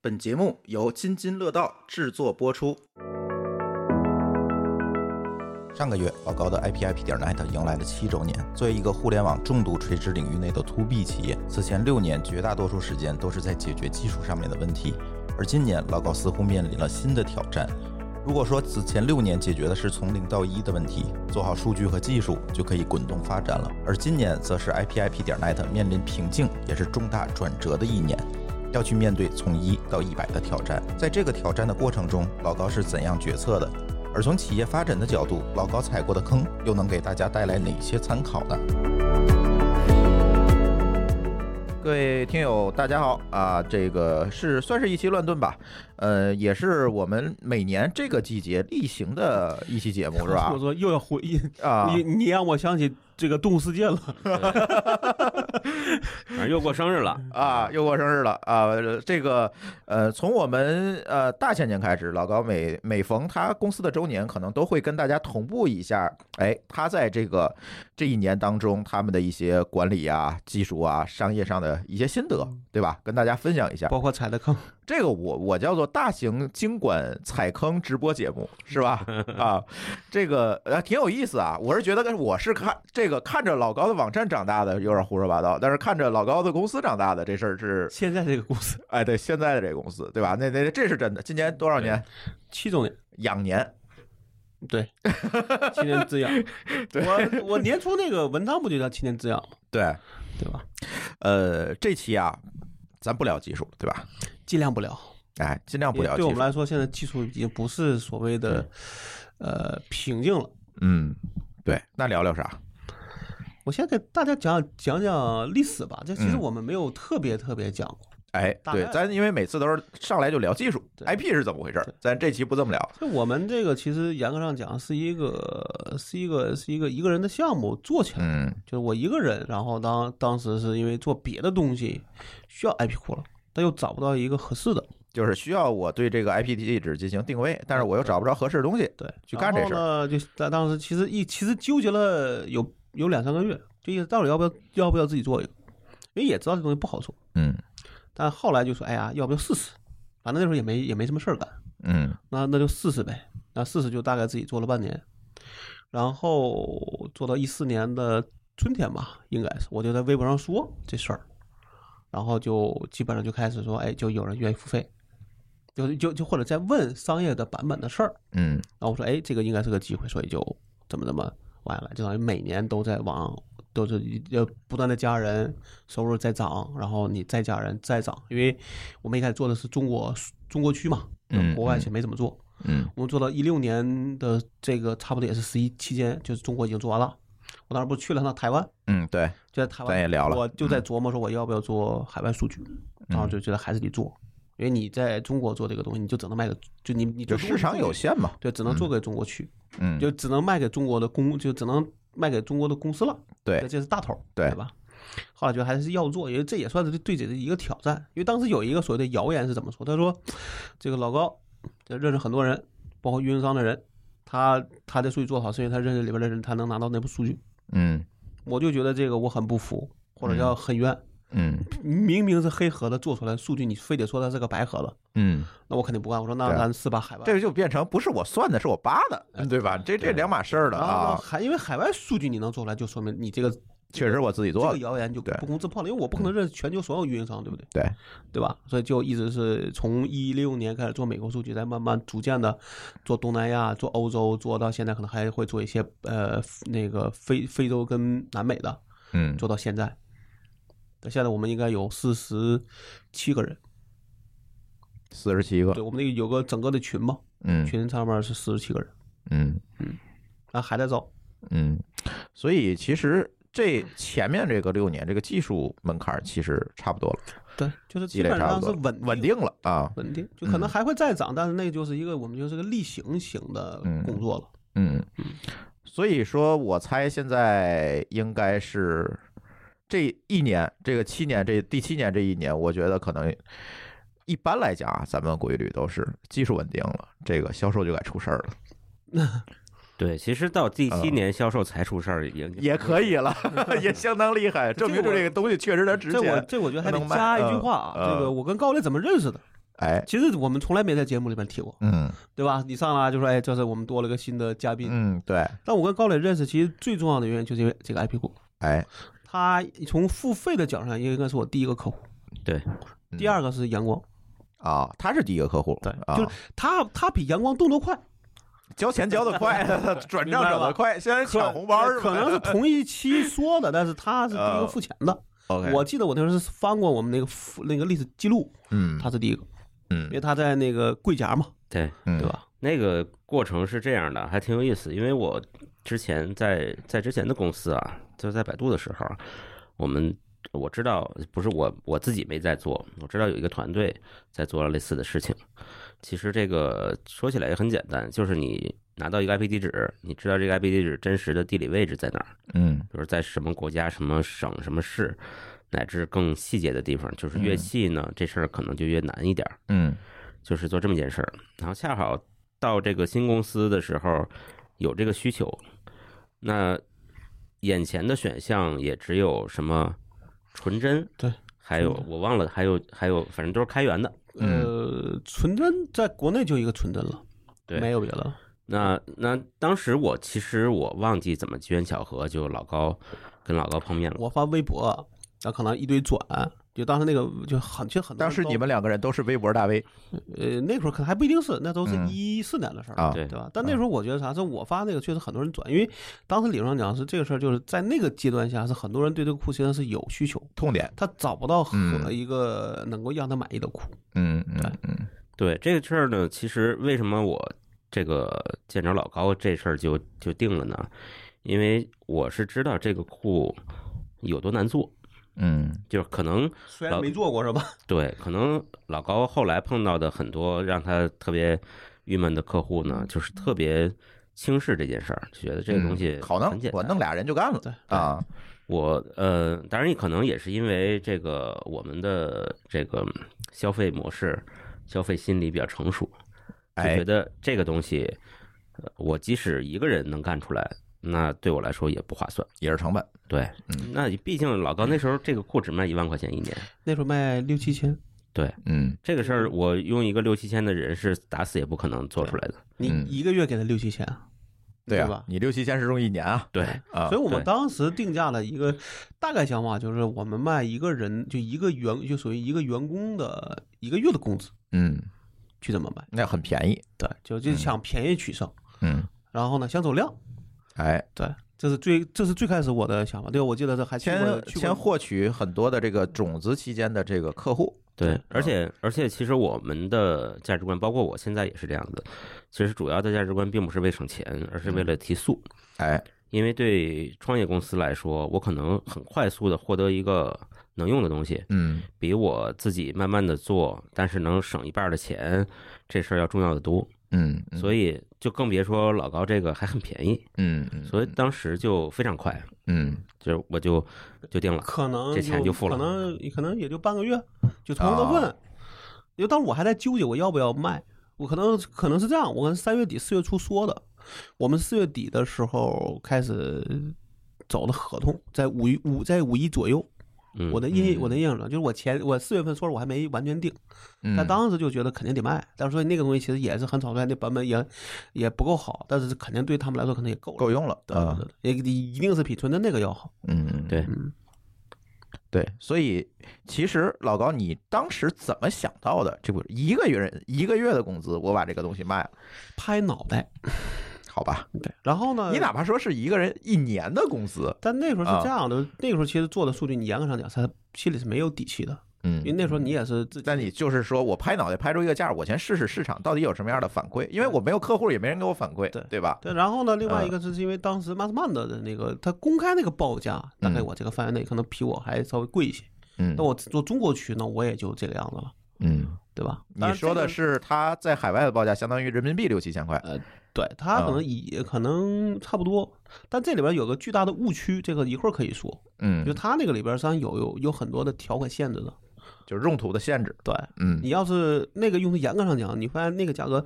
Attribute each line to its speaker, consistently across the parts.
Speaker 1: 本节目由津津乐道制作播出。
Speaker 2: 上个月，老高的 IPIP 点 net 迎来了七周年。作为一个互联网重度垂直领域内的 To B 企业，此前六年绝大多数时间都是在解决技术上面的问题，而今年老高似乎面临了新的挑战。如果说此前六年解决的是从零到一的问题，做好数据和技术就可以滚动发展了，而今年则是 IPIP 点 net 面临瓶颈，也是重大转折的一年。要去面对从一到一百的挑战，在这个挑战的过程中，老高是怎样决策的？而从企业发展的角度，老高踩过的坑又能给大家带来哪些参考呢？各位听友，大家好啊！这个是算是一期乱炖吧，呃，也是我们每年这个季节例行的一期节目，是 吧
Speaker 3: 我？说又要回忆，
Speaker 2: 啊，
Speaker 3: 你你让我想起这个动物世界 了。
Speaker 4: 反正又过生日了，
Speaker 2: 啊，又过生日了啊！呃这个呃，从我们呃大前年开始，老高每每逢他公司的周年，可能都会跟大家同步一下，哎，他在这个这一年当中他们的一些管理啊、技术啊、商业上的一些心得，对吧？跟大家分享一下。
Speaker 3: 包括踩的坑，
Speaker 2: 这个我我叫做大型经管踩坑直播节目，是吧？啊，这个呃挺有意思啊。我是觉得我是看这个看着老高的网站长大的，有点胡说八道，但是看着老高的公司长大的这事儿是
Speaker 3: 现在这个故事
Speaker 2: 哎，对，现在的这个公司，对吧？那那这是真的。今年多少年？
Speaker 3: 七周年，
Speaker 2: 养年。
Speaker 3: 对，七年之痒。
Speaker 2: 对
Speaker 3: 我我年初那个文章不就叫七年之痒吗？
Speaker 2: 对，
Speaker 3: 对吧？
Speaker 2: 呃，这期啊，咱不聊技术，对吧？
Speaker 3: 尽量不聊，
Speaker 2: 哎，尽量不聊技
Speaker 3: 对
Speaker 2: 术。
Speaker 3: 我们来说，现在技术已经不是所谓的呃瓶颈了。
Speaker 2: 嗯，对，那聊聊啥？
Speaker 3: 我先给大家讲讲讲历史吧，这其实
Speaker 2: 嗯
Speaker 3: 我们没有特别特别讲过，
Speaker 2: 哎，
Speaker 3: 大
Speaker 2: 对，
Speaker 3: 概
Speaker 2: 咱因为每次都是上来就聊技术
Speaker 3: 对
Speaker 2: ，IP 是怎么回事儿
Speaker 3: 对？
Speaker 2: 咱这期不这么聊。
Speaker 3: 就我们这个其实严格上讲是一个是一个是一个一个人的项目做起来的，
Speaker 2: 嗯
Speaker 3: 就是我一个人，然后当当时是因为做别的东西需要 IP 库了，但又找不到一个合适的，，
Speaker 2: 就是需要我对这个 IP 地址进行定位，但是我又找不着合适的东西。
Speaker 3: 对，
Speaker 2: 去干这事儿
Speaker 3: 然后呢，就当当时其实一其实纠结了有有两三个月，就意思到底要不要要不要自己做一个，因为也知道这东西不好做，
Speaker 2: 嗯
Speaker 3: 但后来就说哎呀，要不要试试？反正那时候也没也没什么事儿干，
Speaker 2: 嗯
Speaker 3: 那那就试试呗。那试试就大概自己做了半年，然后做到一四年的春天吧，应该是我就在微博上说这事儿，然后就基本上就开始说，哎，就有人愿意付费，就就就或者在问商业的版本的事儿。
Speaker 2: 嗯
Speaker 3: 然后我说，哎，这个应该是个机会，所以就怎么怎么玩下来，就等于每年都在往都是要不断的加人，收入在涨，然后你再加人再涨，因为我们一开始做的是中国中国区嘛，
Speaker 2: 嗯
Speaker 3: 国外
Speaker 2: 嗯
Speaker 3: 是没怎么做。
Speaker 2: 嗯
Speaker 3: 我们做到一六年的这个差不多也是十一期间，就是中国已经做完了。我当时不是去了趟台湾，
Speaker 2: 嗯，对，
Speaker 3: 就在台湾
Speaker 2: 咱也聊了嗯
Speaker 3: 我就在琢磨说我要不要做海外数据，然后就觉得还是得做，因为你在中国做这个东西，你就只能卖给就你你
Speaker 2: 就市场有，限嘛。
Speaker 3: 对，只能做给中国去，
Speaker 2: 嗯，
Speaker 3: 就只能卖给中国的公，就只能卖给中国的公司了。
Speaker 2: 对
Speaker 3: 那这是大头儿，
Speaker 2: 对
Speaker 3: 吧？后来觉得还是要做，因为这也算是对自己的一个挑战。因为当时有一个所谓的谣言是怎么说？他说，这个老高就认识很多人，包括运营商的人，他他的数据做好是因为他认识里边的人，他能拿到内部数据。
Speaker 2: 嗯
Speaker 3: 我就觉得这个我很不服，或者叫很冤。
Speaker 2: 嗯
Speaker 3: 明明是黑盒子做出来的数据，你非得说它是个白盒子，
Speaker 2: 嗯，
Speaker 3: 那我肯定不干。我说那
Speaker 2: 对啊
Speaker 3: 咱是把海外
Speaker 2: 这个就变成不是我算的，是我扒的，
Speaker 3: 哎
Speaker 2: 对吧？这
Speaker 3: 啊
Speaker 2: 这两码事儿了
Speaker 3: 然后
Speaker 2: 啊。
Speaker 3: 海因为海外数据你能做出来，就说明你这个
Speaker 2: 确实我自己
Speaker 3: 这
Speaker 2: 做
Speaker 3: 个
Speaker 2: 的。
Speaker 3: 谣言就
Speaker 2: 对嗯
Speaker 3: 不攻自破了，因为我不可能认识全球所有运营商，对不对？
Speaker 2: 对，
Speaker 3: 对吧？所以就一直是从一六年开始做美国数据，再慢慢逐渐的做东南亚、做欧洲，做到现在可能还会做一些呃那个非非洲跟南美的，
Speaker 2: 嗯，
Speaker 3: 做到现在。那现在我们应该有四十七个人，
Speaker 2: 四十七个
Speaker 3: 对，。我们那个有个整个的群嘛，
Speaker 2: 嗯
Speaker 3: 群上面是四十七个人，
Speaker 2: 嗯
Speaker 3: 啊还在招，
Speaker 2: 嗯，所以其实。这前面这个六年，这个技术门槛其实差不多了，
Speaker 3: 对，就是
Speaker 2: 积
Speaker 3: 基
Speaker 2: 累
Speaker 3: 本
Speaker 2: 差
Speaker 3: 上
Speaker 2: 不
Speaker 3: 是
Speaker 2: 多，
Speaker 3: 稳
Speaker 2: 稳
Speaker 3: 定
Speaker 2: 定了啊，
Speaker 3: 稳定，就可能还会再涨，但是那个就是一个我们就是个例行型的
Speaker 2: 嗯
Speaker 3: 工作了。
Speaker 2: 嗯，所以说我猜现在应该是这一年，这个七年，这第七年这一年，我觉得可能一般来讲啊，咱们规律都是技术稳定了，这个销售就该出事儿了，
Speaker 4: 对，其实到第七年销售才出事儿嗯也
Speaker 2: 也可以 了，也相当厉害，证明
Speaker 3: 这
Speaker 2: 就
Speaker 3: 我
Speaker 2: 这个东西确实它值
Speaker 3: 这我
Speaker 2: 钱。
Speaker 3: 这我觉得还
Speaker 2: 能
Speaker 3: 得
Speaker 2: 卖
Speaker 3: 加一句
Speaker 2: 嗯
Speaker 3: 话啊，
Speaker 2: 嗯
Speaker 3: 这个我跟高磊怎么认识的？
Speaker 2: 哎，
Speaker 3: 其实我们从来没在节目里面提过，
Speaker 2: 嗯
Speaker 3: 对吧？你上来就说，哎，这是我们多了个新的嘉宾。
Speaker 2: 嗯，对，
Speaker 3: 但我跟高磊认识，其实最重要的原因就是因为这个 IP 股，
Speaker 2: 哎，
Speaker 3: 他从付费的角上应该是我第一个客户，
Speaker 4: 对，
Speaker 2: 嗯
Speaker 3: 第二个是阳光，
Speaker 2: 啊，他是第一个客户，
Speaker 3: 对，
Speaker 2: 啊，
Speaker 3: 就是他他比阳光动作快，
Speaker 2: 交钱交的 快，转账转的快，现在抢红包是吧？嗯
Speaker 3: 可能是同一期说的，但是他是第一个付钱的。
Speaker 2: OK，
Speaker 3: 我记得我那时候是翻过我们那个付那个历史记录，
Speaker 2: 嗯
Speaker 3: 他是第一个，因为
Speaker 2: 嗯
Speaker 3: 他在那个贵夹嘛，
Speaker 4: 对，
Speaker 2: 嗯
Speaker 3: 对吧？
Speaker 4: 那个过程是这样的，还挺有意思。因为我之前在在之前的公司啊，就是在百度的时候，啊我们我知道不是我我自己没在做，我知道有一个团队在做类似的事情。其实这个说起来也很简单，就是你拿到一个 IP 地址，你知道这个 IP 地址真实的地理位置在哪儿，
Speaker 2: 嗯
Speaker 4: 比如在什么国家、什么省、什么市，乃至更细节的地方。就是
Speaker 3: 嗯
Speaker 4: 越细呢，这事儿可能就越难一点儿。
Speaker 2: 嗯
Speaker 4: 就是做这么件事儿。然后恰好到这个新公司的时候有这个需求，那眼前的选项也只有什么纯真，
Speaker 3: 对，
Speaker 4: 还有
Speaker 3: 纯真
Speaker 4: 我忘了，还有还有，反正都是开源的。
Speaker 2: 嗯
Speaker 3: 呃，纯真在国内就一个纯真了，没
Speaker 4: 对，
Speaker 3: 有别的了。
Speaker 4: 那那当时我其实我忘记怎么机缘巧合，就老高跟老高碰面了。
Speaker 3: 我发微博，那可能一堆转，就当时那个就很其实很多人
Speaker 2: 当时
Speaker 3: 都
Speaker 2: 你们两个人都是微博大 V
Speaker 3: 呃那会儿可能还不一定是，那都是
Speaker 2: 嗯
Speaker 3: 一四年的事儿了
Speaker 2: 啊，
Speaker 4: 对
Speaker 3: 对吧？但那时候我觉得啥，是我发那个确实很多人转，因为当时理论上讲是这个事儿，就是在那个阶段下是很多人对这个裤实际上是有需求，
Speaker 2: 痛点，
Speaker 3: 他找不到和
Speaker 2: 嗯
Speaker 3: 一个能够让他满意的裤。
Speaker 2: 嗯嗯嗯
Speaker 4: 对这个事儿呢，其实为什么我这个见着老高这事儿就就定了呢？因为我是知道这个库有多难做，
Speaker 2: 嗯
Speaker 4: 就是可能
Speaker 3: 虽
Speaker 4: 然
Speaker 3: 然
Speaker 4: 没
Speaker 3: 没做过是吧？
Speaker 4: 对，可能老高后来碰到的很多让他特别郁闷的客户呢，就是特别轻视这件事儿，就觉得这个东西
Speaker 2: 嗯好
Speaker 4: 很
Speaker 2: 弄
Speaker 4: 简，
Speaker 2: 我
Speaker 4: 单。
Speaker 2: 弄俩人就干了
Speaker 3: 对
Speaker 2: 啊，
Speaker 4: 我呃，当然也可能也是因为这个我们的这个消费模式、消费心理比较成熟，就
Speaker 2: 哎
Speaker 4: 觉得这个东西，呃我即使一个人能干出来，那对我来说也不划算。
Speaker 2: 也是成本，
Speaker 4: 对，
Speaker 2: 嗯
Speaker 4: 那毕竟老高那时候这个裤只卖一万块钱一年，
Speaker 3: 那时候卖六七千，
Speaker 2: 嗯
Speaker 4: 这个事儿我用一个六七千的人是打死也不可能做出来的。
Speaker 3: 你
Speaker 2: 嗯
Speaker 3: 一个月给他六七千啊，
Speaker 2: 对
Speaker 3: 吧
Speaker 2: 啊，？你六七千是用一年啊
Speaker 4: 对，
Speaker 2: 啊
Speaker 3: 所以，我们
Speaker 4: 对
Speaker 3: 当时定价的一个大概想法就是，我们卖一个人就一个员，就属于一个员工的一个月的工资
Speaker 2: 嗯，
Speaker 3: 去怎么卖？
Speaker 2: 那很便宜，
Speaker 3: 对，就就想便宜取胜，
Speaker 2: 嗯，
Speaker 3: 然后呢想走量，
Speaker 2: 哎，
Speaker 3: 对，这是最这是最开始我的想法。对，我记得这还去过
Speaker 2: 先
Speaker 3: 去
Speaker 2: 先
Speaker 3: 过
Speaker 2: 获取很多的这个种子期间的这个客户，
Speaker 4: 对，啊而
Speaker 2: 嗯
Speaker 4: 且而且，其实我们的价值观，包括我现在也是这样子。其实主要的价值观并不是为省钱，而是为了提速。
Speaker 2: 哎，
Speaker 4: 因为对创业公司来说，我可能很快速的获得一个能用的东西，
Speaker 2: 嗯
Speaker 4: 比我自己慢慢的做，但是能省一半的钱，这事儿要重要的多。
Speaker 2: 嗯，
Speaker 4: 所
Speaker 2: 以
Speaker 4: 以就更别说老高这个还很便宜，
Speaker 2: 嗯嗯，
Speaker 4: 所以当时就非常快，
Speaker 2: 嗯
Speaker 4: 就是我就就定了。
Speaker 3: 可能
Speaker 4: 这钱就付了
Speaker 3: 可能可能也就半个月，就从头
Speaker 2: 啊
Speaker 3: 问。因为当时我还在纠结我要不要卖，我可能可能是这样，我可能三月底四月初说的，我们四月底的时候开始走的合同，在五一五在五一左右，
Speaker 4: 嗯，
Speaker 3: 我的印
Speaker 2: 嗯
Speaker 3: 我的印象中就是我前我四月份说了我还没完全定，
Speaker 2: 嗯，
Speaker 3: 但当时就觉得肯定得卖，但是说那个东西其实也是很草率，那版本也也不够好，但是肯定对他们来说可能也够了，
Speaker 2: 够用了
Speaker 3: 对
Speaker 2: 啊
Speaker 3: 对，对也一定是比纯真那个要好，
Speaker 2: 嗯，
Speaker 4: 对
Speaker 3: 嗯。
Speaker 2: 对，所以其实老高，你当时怎么想到的？这不一个月人一个月的工资，我把这个东西卖了，
Speaker 3: 拍脑袋，
Speaker 2: 好吧？
Speaker 3: 对，然后呢？
Speaker 2: 你哪怕说是一个人一年的工资，
Speaker 3: 但那时候
Speaker 2: 啊
Speaker 3: 是这样的，那个时候其实做的数据，你严格上讲，他心里是没有底气的，
Speaker 2: 嗯
Speaker 3: 因为那时候你也是自己
Speaker 2: 但你就是说我拍脑袋拍出一个价，我先试试市场到底有什么样的反馈，因为我没有客户，也没人给我反馈，
Speaker 3: 对
Speaker 2: 对吧？
Speaker 3: 对。然后呢，
Speaker 2: 啊
Speaker 3: 另外一个是因为当时 Massman 的那个他公开那个报价，大概
Speaker 2: 嗯
Speaker 3: 我这个范围内可能比我还稍微贵一些。
Speaker 2: 嗯
Speaker 3: 那我做中国区呢，我也就这个样子了，
Speaker 2: 嗯，
Speaker 3: 对吧？
Speaker 2: 你
Speaker 3: 当然
Speaker 2: 说
Speaker 3: 这
Speaker 2: 的
Speaker 3: 个呃
Speaker 2: 是他在海外的报价相当于人民币六七千块，
Speaker 3: 对他可
Speaker 2: 啊
Speaker 3: 能也可能差不多，但这里边有个巨大的误区，这个一会儿可以说，
Speaker 2: 嗯
Speaker 3: 就，他那个里边实际上有有有很多的条款限制的。
Speaker 2: 就是用途的限制，
Speaker 3: 对
Speaker 2: 嗯
Speaker 3: 你要是那个用途严格上讲，你发现那个价格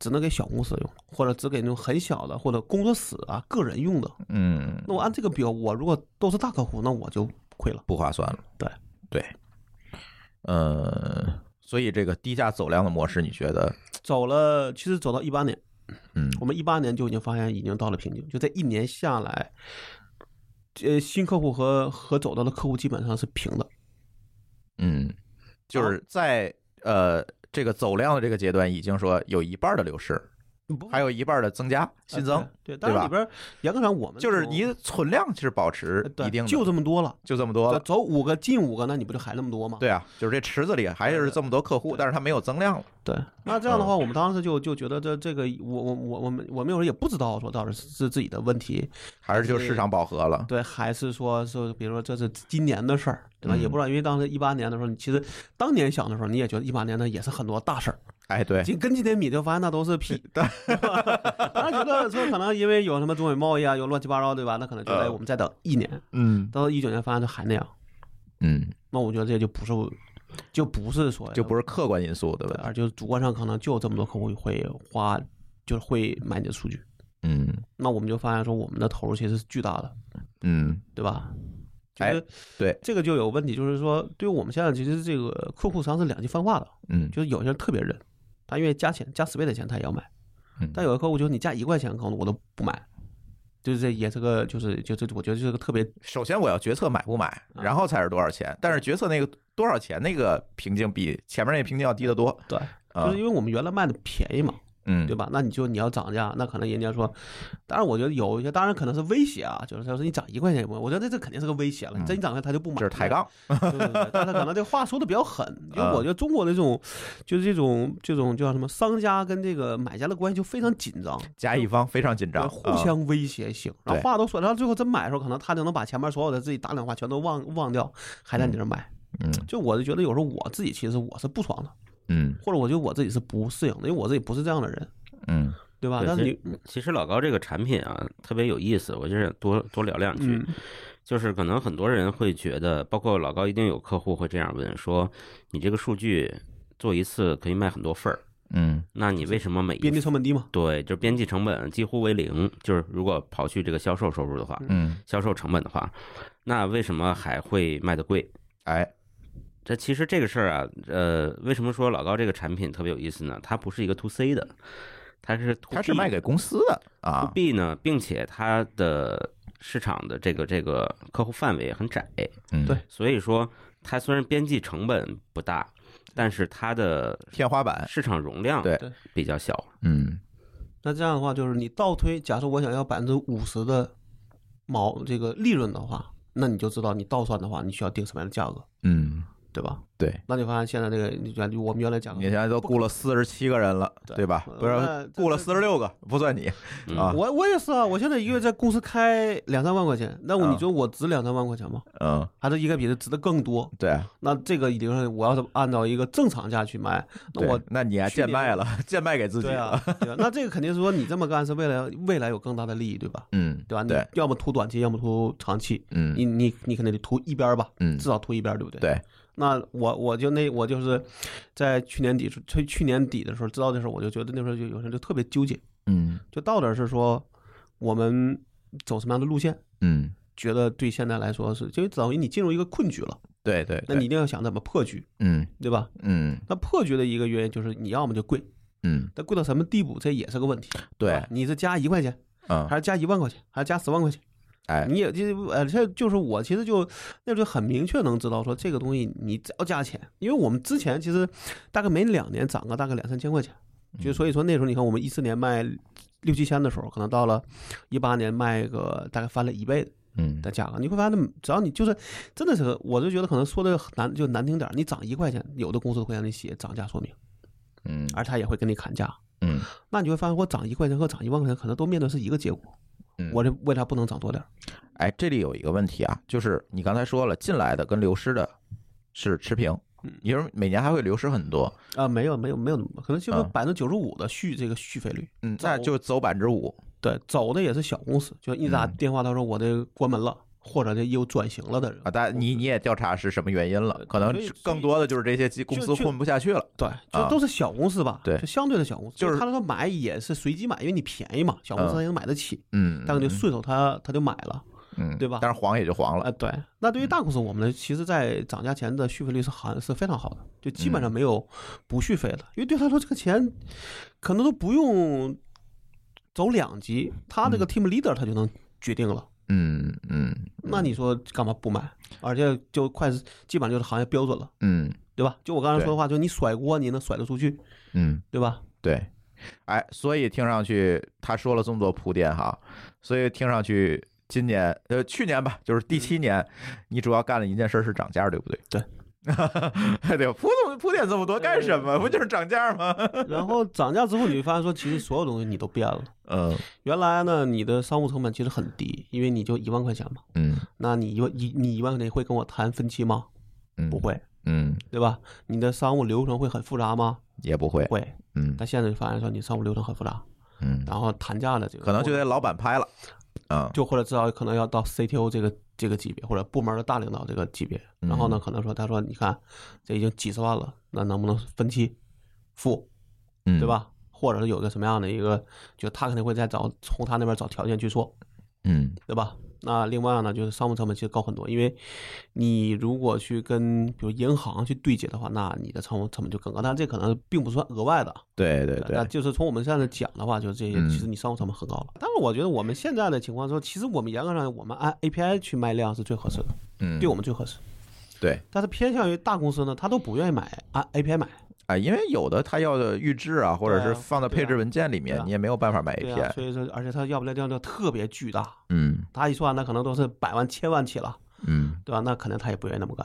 Speaker 3: 只能给小公司用，或者只给那种很小的或者工作室啊个人用的。
Speaker 2: 嗯，
Speaker 3: 那我按这个标，我如果都是大客户，那我就亏了。
Speaker 2: 不划算了，
Speaker 3: 对
Speaker 2: 对，呃，所以这个低价走量的模式，你觉得？
Speaker 3: 走了，其实走到一八年，
Speaker 2: 嗯，
Speaker 3: 我们一八年就已经发现已经到了瓶颈，就在一年下来，呃，新客户和和走到的客户基本上是平的，
Speaker 2: 嗯，就是在呃这个走量的这个阶段，已经说有一半的流失，
Speaker 3: 不呃
Speaker 2: 还有一半的增加新增，
Speaker 3: 对，
Speaker 2: 对
Speaker 3: 当然里
Speaker 2: 吧？
Speaker 3: 边严格上我们
Speaker 2: 就是
Speaker 3: 从
Speaker 2: 你存量是保持
Speaker 3: 呃对
Speaker 2: 一定的，
Speaker 3: 就这么多了，
Speaker 2: 就这么多了。
Speaker 3: 走五个进五个，那你不就还那么多吗？
Speaker 2: 对啊，就是这池子里还
Speaker 3: 呃
Speaker 2: 是这么多客户，但是它没有增量了。
Speaker 3: 对，那这样
Speaker 2: 嗯
Speaker 3: 的话，我们当时就就觉得这这个我我我我们我们有时候也不知道说到底是是自己的问题，
Speaker 2: 还是就市场饱和了。
Speaker 3: 对，还是说说，比如说这是今年的事儿，对吧？
Speaker 2: 嗯
Speaker 3: 也不知道，因为当时一八年的时候，你其实当年想的时候，你也觉得一八年的也是很多大事儿，
Speaker 2: 哎，对，
Speaker 3: 今跟今天比，就发现那都是屁。对吧， 当时觉得说可能因为有什么中美贸易啊，有乱七八糟，对吧？那可能觉得
Speaker 2: 呃
Speaker 3: 哎我们再等一年，
Speaker 2: 嗯
Speaker 3: 到一九年发现就还那样，
Speaker 2: 嗯，
Speaker 3: 那我觉得这就不是，就不是说
Speaker 2: 就不
Speaker 3: 是
Speaker 2: 是客观因素的问
Speaker 3: 对，
Speaker 2: 题。
Speaker 3: 而就是主观上可能就有这么多客户会花，就是会买你的数据。
Speaker 2: 嗯
Speaker 3: 那我们就发现说我们的投入其实是巨大的，
Speaker 2: 嗯，
Speaker 3: 对吧？就
Speaker 2: 哎
Speaker 3: 是
Speaker 2: 对，
Speaker 3: 这个就有问题，就是说，对于我们现在其实这个客户实际上是两极分化的，
Speaker 2: 嗯，
Speaker 3: 就是有些人特别认，他愿意加钱，加十倍的钱他也要买
Speaker 2: 嗯，
Speaker 3: 但有的客户就是你加一块钱可能我都不买，就是这也是个就是就是我觉得这是个特别
Speaker 2: 首先我要决策买不买，然后才是多少钱。但是决策那个多少钱那个瓶颈比前面那瓶颈要低得多
Speaker 3: 对，
Speaker 2: 啊
Speaker 3: 就是。因为我们原来卖的便宜嘛，
Speaker 2: 嗯，
Speaker 3: 对吧？那你就你要涨价，那可能人家说，当然我觉得有一些当然可能是威胁啊，就是他说你涨一块钱也不买，我觉得这肯定是个威胁了，你真涨价他就不买，
Speaker 2: 嗯这是抬杠。
Speaker 3: 对对对，但他可能这话说的比较狠，因为
Speaker 2: 啊
Speaker 3: 我觉得中国的这种，就是这种这种叫什么，商家跟这个买家的关系就非常紧张，
Speaker 2: 甲乙方非常紧张，
Speaker 3: 互相威胁性，然后
Speaker 2: 啊嗯对
Speaker 3: 话都说，然后最后真买的时候，可能他就能把前面所有的自己打两话全都忘忘掉，还在你这儿买。
Speaker 2: 嗯
Speaker 3: 就我就觉得有时候我自己其实我是不爽的，
Speaker 2: 嗯
Speaker 3: 或者我觉得我自己是不适应的，因为我自己不是这样的人，
Speaker 2: 嗯
Speaker 3: 对吧？
Speaker 4: 对
Speaker 3: 但是
Speaker 4: 其
Speaker 3: 你
Speaker 4: 实，其实老高这个产品啊，特别有意思，我就是多多聊两句。
Speaker 3: 嗯，
Speaker 4: 就是可能很多人会觉得，包括老高，一定有客户会这样问说：“你这个数据做一次可以卖很多份儿，
Speaker 2: 嗯
Speaker 4: 那你为什么每一
Speaker 3: 边际成本低嘛，
Speaker 4: 对，就是边际成本几乎为零，就是如果刨去这个销售收入的话，
Speaker 2: 嗯，
Speaker 4: 销售成本的话，那为什么还会卖的贵？
Speaker 2: 哎，
Speaker 4: 这其实这个事儿啊，呃，为什么说老高这个产品特别有意思呢？它不是一个 to C 的，它是 to
Speaker 2: 他
Speaker 4: B
Speaker 2: 是卖给公司的
Speaker 4: to
Speaker 2: 啊，
Speaker 4: B 呢，并且它的市场的这个这个客户范围很窄，
Speaker 2: 嗯
Speaker 3: 对
Speaker 4: 所以说它虽然边际成本不大，但是它的
Speaker 2: 天花板，
Speaker 4: 市场容量
Speaker 2: 哎对
Speaker 4: 比较小。
Speaker 2: 嗯
Speaker 3: 那这样的话，就是你倒推，假设我想要百分之五十的毛这个利润的话，那你就知道你倒算的话，你需要定什么样的价格，
Speaker 2: 嗯，
Speaker 3: 对吧？
Speaker 2: 对，
Speaker 3: 那你发现现在这个你原我们原来讲
Speaker 2: 你
Speaker 3: 的
Speaker 2: 现，在都雇了四十七个人了，
Speaker 3: 嗯对
Speaker 2: 对吧？
Speaker 3: 呃
Speaker 2: 不是
Speaker 3: 那
Speaker 2: 雇了
Speaker 3: 这
Speaker 2: 四十六个，不算你
Speaker 4: 嗯
Speaker 2: 啊，
Speaker 3: 我我也是啊，我现在一个月在公司开两三万块钱，那我
Speaker 2: 啊
Speaker 3: 你觉得我值两三万块钱吗？
Speaker 2: 嗯，
Speaker 3: 还是应该比这值的更多？
Speaker 2: 对，啊
Speaker 3: 那这个理论上我要是按照一个正常价去卖，那
Speaker 2: 对
Speaker 3: 我。
Speaker 2: 那你还
Speaker 3: 去
Speaker 2: 贱
Speaker 3: 年
Speaker 2: 卖了， 贱卖给自己
Speaker 3: 对
Speaker 2: 了
Speaker 3: 啊，，对啊，那这个肯定是说你这么干是为了未来有更大的利益，对吧？
Speaker 2: 嗯，
Speaker 3: 对吧？
Speaker 2: 对，
Speaker 3: 你要么图短期，要么图长期，
Speaker 2: 嗯
Speaker 3: 你你你肯定得图一边儿吧，
Speaker 2: 嗯
Speaker 3: 至少图一边儿，对不对？
Speaker 2: 对，
Speaker 3: 那我我就那我就是在去年底去去年底的时候知道这事儿，我就觉得那时候就有时候就特别纠结，
Speaker 2: 嗯
Speaker 3: 就到底是说我们走什么样的路线，
Speaker 2: 嗯，
Speaker 3: 觉得对现在来说是，因为等于你进入一个困局了，
Speaker 2: 对对，
Speaker 3: 那
Speaker 2: 对
Speaker 3: 你一定要想怎么破局，
Speaker 2: 嗯
Speaker 3: 对吧？
Speaker 2: 嗯
Speaker 3: 那破局的一个原因就是你要么就贵，
Speaker 2: 嗯，
Speaker 3: 但贵到什么地步，这也是个问题。
Speaker 2: 对
Speaker 3: 是吧，你是加一块钱，
Speaker 2: 嗯
Speaker 3: 啊还是加一万块钱，还是加十万块钱？
Speaker 2: 哎
Speaker 3: 你也就是呃，这就是我其实就那就很明确能知道说这个东西你只要加钱，因为我们之前其实大概每两年涨个大概两三千块钱，
Speaker 2: 嗯
Speaker 3: 就所以说那时候你看我们一四年卖六七千的时候，可能到了一八年卖个大概翻了一倍
Speaker 2: 嗯
Speaker 3: 的价格，你会发现只要你就是真的是，我就觉得可能说的难就难听点儿，你涨一块钱，有的公司会让你写涨价说明，
Speaker 2: 嗯
Speaker 3: 而他也会跟你砍价，
Speaker 2: 嗯
Speaker 3: 那你会发现我涨一块钱和涨一万块钱可能都面对是一个结果，
Speaker 2: 嗯，
Speaker 3: 我这为啥不能涨多点儿？
Speaker 2: 哎，这里有一个问题啊，就是你刚才说了，进来的跟流失的是持平，
Speaker 3: 嗯
Speaker 2: 也就是每年还会流失很多，
Speaker 3: 啊，没有没有没有那么多，可能就
Speaker 2: 啊
Speaker 3: 百分之九十五的续这个续费率。
Speaker 2: 嗯，
Speaker 3: 走
Speaker 2: 那就走百分之五，
Speaker 3: 对，走的也是小公司，就
Speaker 2: 嗯
Speaker 3: 一打电话他说我这关门了，或者这业务转型了的人
Speaker 2: 啊，。大家你你也调查是什么原因了，可能
Speaker 3: 呃所以
Speaker 2: 是更多的就是这些机公司
Speaker 3: 就就
Speaker 2: 混不下去了。
Speaker 3: 对，
Speaker 2: 啊
Speaker 3: 就都是小公司吧，
Speaker 2: 对
Speaker 3: 就相对的小公司，
Speaker 2: 就是
Speaker 3: 他那个买也是随机买，因为你便宜嘛，小公司
Speaker 2: 嗯
Speaker 3: 他也能买得起，
Speaker 2: 嗯，
Speaker 3: 但是就
Speaker 2: 嗯
Speaker 3: 顺手他他就买了，
Speaker 5: 嗯，
Speaker 3: 对吧
Speaker 5: 但是黄也就黄
Speaker 3: 啊、
Speaker 5: 了，
Speaker 3: 对。那
Speaker 2: 嗯
Speaker 3: 对于大公司，我们呢，其实，在涨价前的续费率是很是非常好的，就基本上
Speaker 2: 嗯
Speaker 3: 没有不续费的，因为对他来说，这个钱可能都不用走两级，他
Speaker 2: 嗯
Speaker 3: 这个 team leader 他就能决定了。
Speaker 5: 嗯嗯
Speaker 3: 那你说干嘛不买？而且就快是基本上就是行业标准了，
Speaker 5: 嗯
Speaker 3: 对吧？就我刚才
Speaker 5: 对
Speaker 3: 说的话，就你甩锅你能甩得出去，
Speaker 5: 嗯，
Speaker 3: 对 吧？
Speaker 5: 对，哎，所以听上去他说了这么多铺垫哈，所以听上去今年呃去年吧，就是第七年，你主要干了一件事儿是涨价，对不对？
Speaker 3: 嗯 对。
Speaker 5: 对，铺这么铺垫这么多干什
Speaker 3: 嗯
Speaker 5: 么？不就是涨 价吗？
Speaker 3: 然后涨价之后，你会发现说，其实所有东西你都变了。
Speaker 5: 嗯
Speaker 3: 原来呢，你的商务成本其实很低，因为你就一万块钱嘛。
Speaker 5: 嗯
Speaker 3: 那你一万一你一万块钱会跟我谈分期吗？
Speaker 5: 嗯，
Speaker 3: 不，会，
Speaker 5: 嗯，
Speaker 3: 对吧？你的商务流程会很复杂吗？
Speaker 5: 也不会，
Speaker 3: 会。
Speaker 5: 嗯
Speaker 3: 但现在就发现说，你商务流程很复杂，
Speaker 5: 嗯，
Speaker 3: 然后谈价的这个
Speaker 5: 可能就得老板拍了，嗯，
Speaker 3: 就或者至少可能要到 CTO 这个这个级别，或者部门的大领导这个级别。然后呢，可能说他说你看这已经几十万了，那能不能分期付，
Speaker 5: 嗯
Speaker 3: 对？吧？或者是有个什么样的一个，就他肯定会再找从他那边找条件去说，
Speaker 5: 嗯
Speaker 3: 对吧？那另外呢，就是商务成本其实高很多，因为你如果去跟比如银行去对接的话，那你的商务成本就更高，但这可能并不算额外的。
Speaker 5: 对对
Speaker 3: 呃那
Speaker 5: 对，
Speaker 3: 就是从我们现在讲的话，就是这些，
Speaker 5: 嗯
Speaker 3: 其实你商务成本很高了。但是我觉得我们现在的情况说，其实我们严格上我们按 API 去卖量是最合适的，
Speaker 5: 嗯，
Speaker 3: 对我们最合适。
Speaker 5: 对
Speaker 3: 但是偏向于大公司呢，他都不愿意买按 API 买，
Speaker 5: 啊，因为有的它要预制啊，或者
Speaker 3: 对
Speaker 5: 是
Speaker 3: 啊
Speaker 5: 放到
Speaker 3: 对
Speaker 5: 配置
Speaker 3: 啊
Speaker 5: 文件里
Speaker 3: 对
Speaker 5: 面，
Speaker 3: 啊
Speaker 5: 你也没有办法买
Speaker 3: 对啊，
Speaker 5: API。
Speaker 3: 所以说，而且他要不然量就特别巨大，
Speaker 5: 嗯
Speaker 3: 他一算那可能都是百万、千万起了，
Speaker 5: 嗯
Speaker 3: 对吧？那肯定他也不愿意那么干，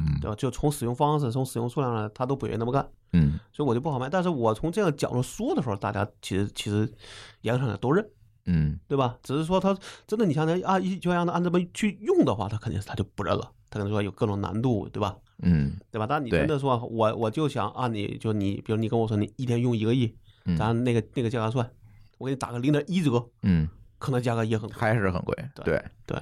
Speaker 5: 嗯
Speaker 3: 对吧？就从使用方式、从使用数量上，他都不愿意那么干，
Speaker 5: 嗯
Speaker 3: 所以我就不好卖。但是我从这个角度说的时候，大家其实其实严格上讲都认。
Speaker 5: 嗯
Speaker 3: 对吧？只是说他真的，你想想啊，一就让他按这么去用的话，他肯定是他就不认了，他可能说有各种难度，对吧？
Speaker 5: 嗯
Speaker 3: 对吧？但你
Speaker 5: 对
Speaker 3: 真的说，我我就想按你就你，比如你跟我说你一天用一个亿，
Speaker 5: 嗯
Speaker 3: 咱按那个那个价格算，我给你打个零点一折，
Speaker 5: 嗯，
Speaker 3: 可能价格也很高。
Speaker 5: 还是很贵。
Speaker 3: 对
Speaker 5: 对，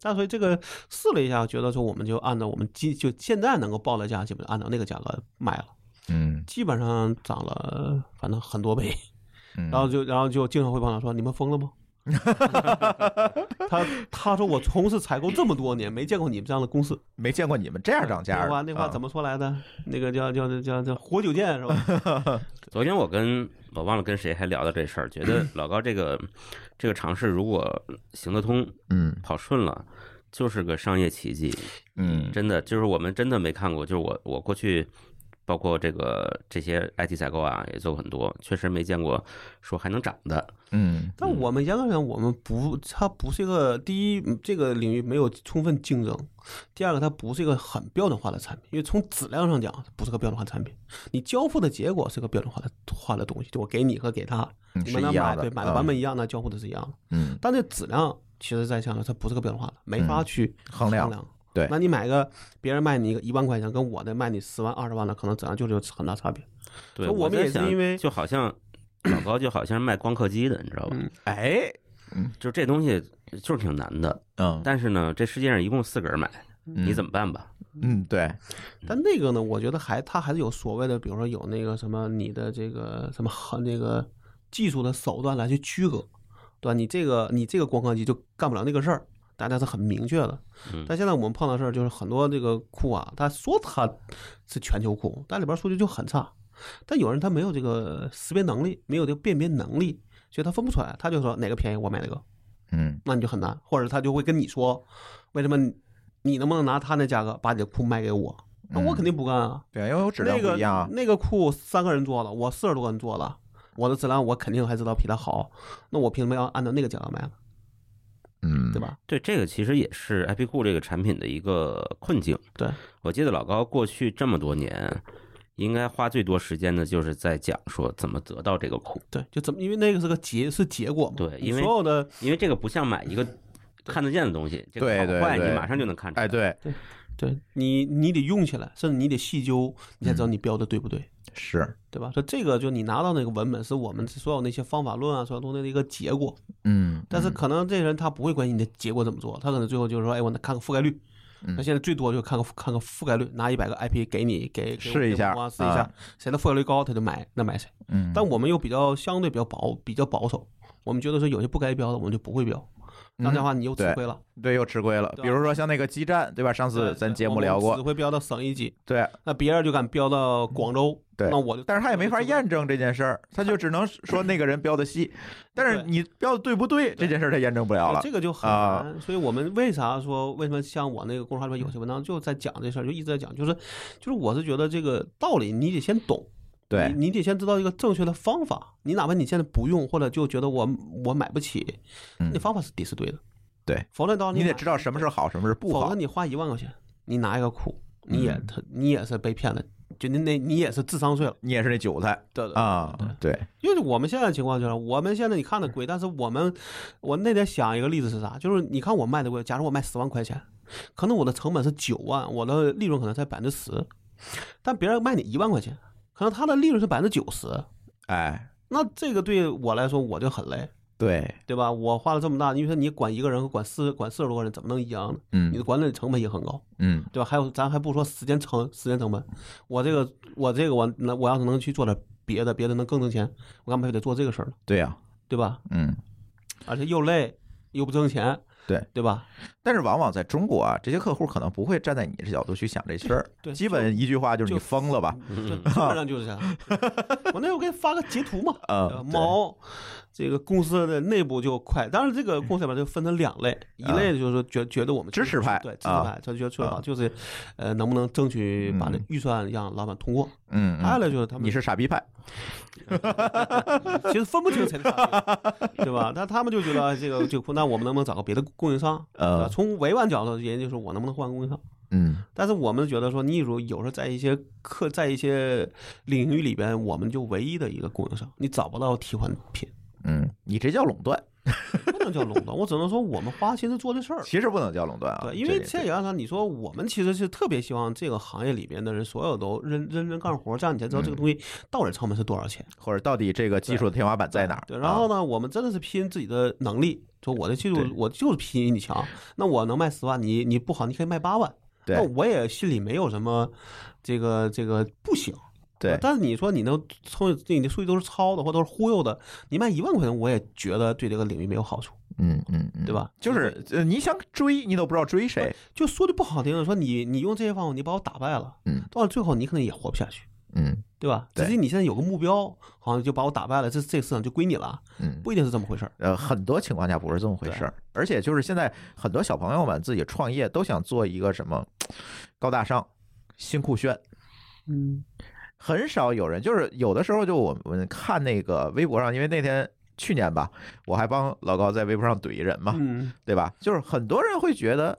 Speaker 3: 但所以这个试了一下，觉得说我们就按照我们今就现在能够报的价，基本按照那个价格卖了，
Speaker 5: 嗯，
Speaker 3: 基本上涨了，反正很多倍。
Speaker 5: 嗯
Speaker 3: 然后就然后就经常会碰到说你们疯了 吗？他他说我从事采购这么多年，没见过你们这样的公司。
Speaker 5: 没见过你们这样涨价
Speaker 3: 那
Speaker 5: 的
Speaker 3: 话那话
Speaker 5: 啊
Speaker 3: 怎么说来的？那个叫叫叫叫活久见是 吧？
Speaker 4: 昨天我跟我忘了跟谁还聊到这事儿，觉得老高这个这个尝试如果行得通、
Speaker 5: 嗯
Speaker 4: 跑顺了，就是个商业奇迹。
Speaker 5: 嗯
Speaker 4: 真的就是我们真的没看过，就是我我过去包括这个这些 IT 采购啊也做过很多，确实没见过说还能涨的。
Speaker 5: 嗯
Speaker 3: 但我们严格上我们不，它不是一个第一这个领域没有充分竞争，第二个它不是一个很标准化的产品，因为从质量上讲不是个标准化的产品，你交付的结果是个标准化的化的东西，就我给你和给他，
Speaker 5: 嗯
Speaker 3: 你
Speaker 5: 是
Speaker 3: 们那买
Speaker 5: 一样的，
Speaker 3: 对买
Speaker 5: 啊
Speaker 3: 的版本一样，那交付的是一样的。
Speaker 5: 嗯
Speaker 3: 但这质量其实在讲它不是个标准化的，没法去
Speaker 5: 衡量
Speaker 3: 量。
Speaker 5: 对
Speaker 3: 那你买个别人卖你一个一万块钱，跟我的卖你十万二十万的，可能质量就是有很大差别。
Speaker 4: 对，
Speaker 3: 所以我们
Speaker 4: 在
Speaker 3: 也是
Speaker 4: 想
Speaker 3: 因为
Speaker 4: 就好像老高就好像是卖光刻机的，你知道吧？
Speaker 3: 嗯
Speaker 5: 哎
Speaker 4: 就这东西就是挺难的，
Speaker 5: 嗯
Speaker 4: 但是呢，这世界上一共四个人买，你怎么办吧？
Speaker 5: 嗯对
Speaker 3: 但那个呢，我觉得还它还是有所谓的，比如说有那个什么你的这个什么和那个技术的手段来去区隔，对吧？你这个你这个光刻机就干不了那个事儿。大家是很明确的
Speaker 4: 嗯，
Speaker 3: 但现在我们碰到的事儿就是很多这个库啊，他说他是全球库，但里边数据就很差。但有人他没有这个识别能力，没有这个辨别能力，所以他分不出来，他就说哪个便宜我买哪个。
Speaker 5: 嗯
Speaker 3: 那你就很难，或者他就会跟你说，为什么你你能不能拿他那价格把你的库卖给我？那我肯定不干啊，
Speaker 5: 对，因为嗯我质量
Speaker 3: 那
Speaker 5: 不
Speaker 3: 个
Speaker 5: 一样啊。
Speaker 3: 那个库三个人做了，我四十多个人做了，我的质量我肯定还知道比他好，那我凭什么要按照那个价格卖呢？
Speaker 5: 嗯
Speaker 3: 对？吧？
Speaker 4: 对，这个其实也是 IP 库这个产品的一个困境。
Speaker 5: 嗯
Speaker 3: 对，
Speaker 4: 我记得老高过去这么多年，应该花最多时间的就是在讲说怎么得到这个库，
Speaker 3: 对，就怎么，因为那个是个结是结果嘛，
Speaker 4: 对
Speaker 3: 你
Speaker 4: 因为
Speaker 3: 所有的
Speaker 4: 因为这个不像买一个看得见的东西，这
Speaker 5: 对
Speaker 4: 个
Speaker 5: 对
Speaker 4: 好坏
Speaker 5: 对
Speaker 4: 你马上就能看出来。
Speaker 5: 哎对
Speaker 3: 对你你得用起来，甚至你得细究，你才知道
Speaker 5: 嗯
Speaker 3: 你标的对不对。
Speaker 5: 是
Speaker 3: 对吧？所以这个就你拿到那个文本，是我们所有那些方法论啊，所有东西的一个结果。
Speaker 5: 嗯，
Speaker 3: 但是可能这人他不会关心你的结果怎么做，他可能最后就是说，哎，我看个覆盖率。
Speaker 2: 嗯
Speaker 3: 他现在最多就看个看个覆盖率，拿一百个 IP 给你给给我
Speaker 5: 试一下
Speaker 3: 给我啊试一下
Speaker 5: 啊，
Speaker 3: 谁的覆盖率高他就买，那买谁。
Speaker 5: 嗯
Speaker 3: 但我们又比较相对比较保比较保守，我们觉得说有些不该标的我们就不会标，那这样的
Speaker 2: 嗯
Speaker 3: 话你又吃
Speaker 2: 对
Speaker 3: 亏了。
Speaker 2: 对，又吃亏了。
Speaker 3: 对啊
Speaker 2: 比如说像那个基站，对吧？上次
Speaker 3: 对
Speaker 2: 咱
Speaker 3: 对
Speaker 2: 节
Speaker 3: 我
Speaker 2: 目
Speaker 3: 们
Speaker 2: 聊
Speaker 3: 只
Speaker 2: 过，
Speaker 3: 会标到省一级，
Speaker 2: 对，
Speaker 3: 那别人就敢标到广州，
Speaker 2: 嗯对
Speaker 3: 那我就，
Speaker 2: 但是他也没法
Speaker 3: 我就吃亏
Speaker 2: 验证这件事儿，他就只能说那个人标的细，但是
Speaker 3: 对
Speaker 2: 你标的对不对这件事儿他验证不了了
Speaker 3: 对。这个就很
Speaker 2: 啊
Speaker 3: 难。所以我们为啥说为什么像我那个公众号里面有些文章就在讲这事儿，就一直在讲，就是就是我是觉得这个道理你得先懂，
Speaker 2: 对
Speaker 3: 你，你得先知道一个正确的方法。你哪怕你现在不用，或者就觉得我我买不起，
Speaker 2: 嗯
Speaker 3: 那方法是得是对的，
Speaker 2: 对，
Speaker 3: 否则到
Speaker 2: 你得
Speaker 3: 买
Speaker 2: 知道什么是好，什么是不
Speaker 3: 否
Speaker 2: 好
Speaker 3: 则。你花一万块钱，你拿一个库，你也
Speaker 2: 嗯
Speaker 3: 他你也是被骗了，就你那你也是智商税了。
Speaker 2: 你也是那韭菜
Speaker 3: 对对
Speaker 2: 啊，对，
Speaker 3: 因为我们现在的情况就是，我们现在你看的贵，但是我们，我那天想一个例子是啥？就是你看我卖的贵，假如我卖十万块钱，可能我的成本是九万，我的利润可能才百分之十，但别人卖你一万块钱，可能他的利润是百分之九十，
Speaker 2: 哎，
Speaker 3: 那这个对我来说我就很累，
Speaker 2: 对，
Speaker 3: 对吧？我花了这么大，因为说你管一个人和管四管四十多个人怎么能一样呢？你的
Speaker 2: 嗯
Speaker 3: 管理成本也很高，
Speaker 2: 嗯，
Speaker 3: 对吧？还有咱还不说时间成时间成本，我这个我这个我那我要是能去做点别的，别的能更挣钱，我干嘛非得做这个事儿呢？
Speaker 2: 对呀，
Speaker 3: 对吧？
Speaker 2: 嗯。
Speaker 3: 而且又累又不挣钱，
Speaker 2: 对
Speaker 3: 对吧？
Speaker 2: 但是往往在中国啊，这些客户可能不会站在你这角度去想这事儿，
Speaker 3: 对
Speaker 2: 基本一句话就是你
Speaker 3: 就
Speaker 2: 疯了吧？
Speaker 3: 就基本上就是这样。 我那我给你发个截图嘛，
Speaker 2: 嗯
Speaker 3: 呃
Speaker 2: 对
Speaker 3: 某这个公司的内部就快，当然这个公司里面就分成两类，一
Speaker 2: 啊
Speaker 3: 类就是觉觉得我们
Speaker 2: 支持派
Speaker 3: 对支持
Speaker 2: 啊
Speaker 3: 派，他觉得最好
Speaker 2: 啊
Speaker 3: 就是呃能不能争取把这
Speaker 2: 嗯
Speaker 3: 预算让老板通过，
Speaker 2: 嗯，
Speaker 3: 还有
Speaker 2: 嗯
Speaker 3: 一类就是他们
Speaker 2: 你是傻逼派，
Speaker 3: 其实分不清谁 的产品，对吧？但他们就觉得哎这个这个，那我们能不能找个别的供应商？对吧
Speaker 2: 呃，
Speaker 3: 从委婉角度研究说，我能不能换供应商？
Speaker 2: 嗯，
Speaker 3: 但是我们觉得说，你如有时候在一些客在一些领域里边，我们就唯一的一个供应商，你找不到替换品，
Speaker 2: 嗯，你这叫垄断，
Speaker 3: 不能叫垄断。我只能说我们花心思做这事儿。
Speaker 2: 其实不能叫垄 断啊，
Speaker 3: 对，因为
Speaker 2: 这
Speaker 3: 这
Speaker 2: 个
Speaker 3: 也按照你说，我们其实是特别希望这个行业里边的人所有都认 认真干活，这样你才知道这个东西到底成本是多少钱。
Speaker 2: 或者到底这个技术的天花板在哪儿？啊
Speaker 3: 对，然后
Speaker 2: 呢？
Speaker 3: 呢，我们真的是拼自己的能力，就我的技术
Speaker 2: 对，
Speaker 3: 我就是拼你强。那我能卖十万，你你不好，你可以卖八万。
Speaker 2: 对
Speaker 3: 那我也心里没有什么这个这个不行。
Speaker 2: 对，
Speaker 3: 但是你说你能从你的数据都是抄的或都是忽悠的，你卖一万块钱，我也觉得对这个领域没有好处，
Speaker 2: 嗯嗯嗯，
Speaker 3: 对？吧？
Speaker 2: 就是呃，你想追你都不知道追谁，
Speaker 3: 就说句不好听的，说你你用这些方法，你把我打败了，
Speaker 2: 嗯
Speaker 3: 到了最后你可能也活不下去，
Speaker 2: 嗯
Speaker 3: 对吧？
Speaker 2: 对
Speaker 3: 只是你现在有个目标，好像就把我打败了，这这个市场就归你了，
Speaker 2: 嗯。
Speaker 3: 不一定是这么回事儿。
Speaker 2: 呃，很多情况下不是这么回事儿，而且就是现在很多小朋友们自己创业都想做一个什么高大上、新酷炫，
Speaker 3: 嗯
Speaker 2: 很少有人，就是有的时候就我们看那个微博上，因为那天去年吧，我还帮老高在微博上怼人嘛，
Speaker 3: 嗯，
Speaker 2: 对吧？就是很多人会觉得，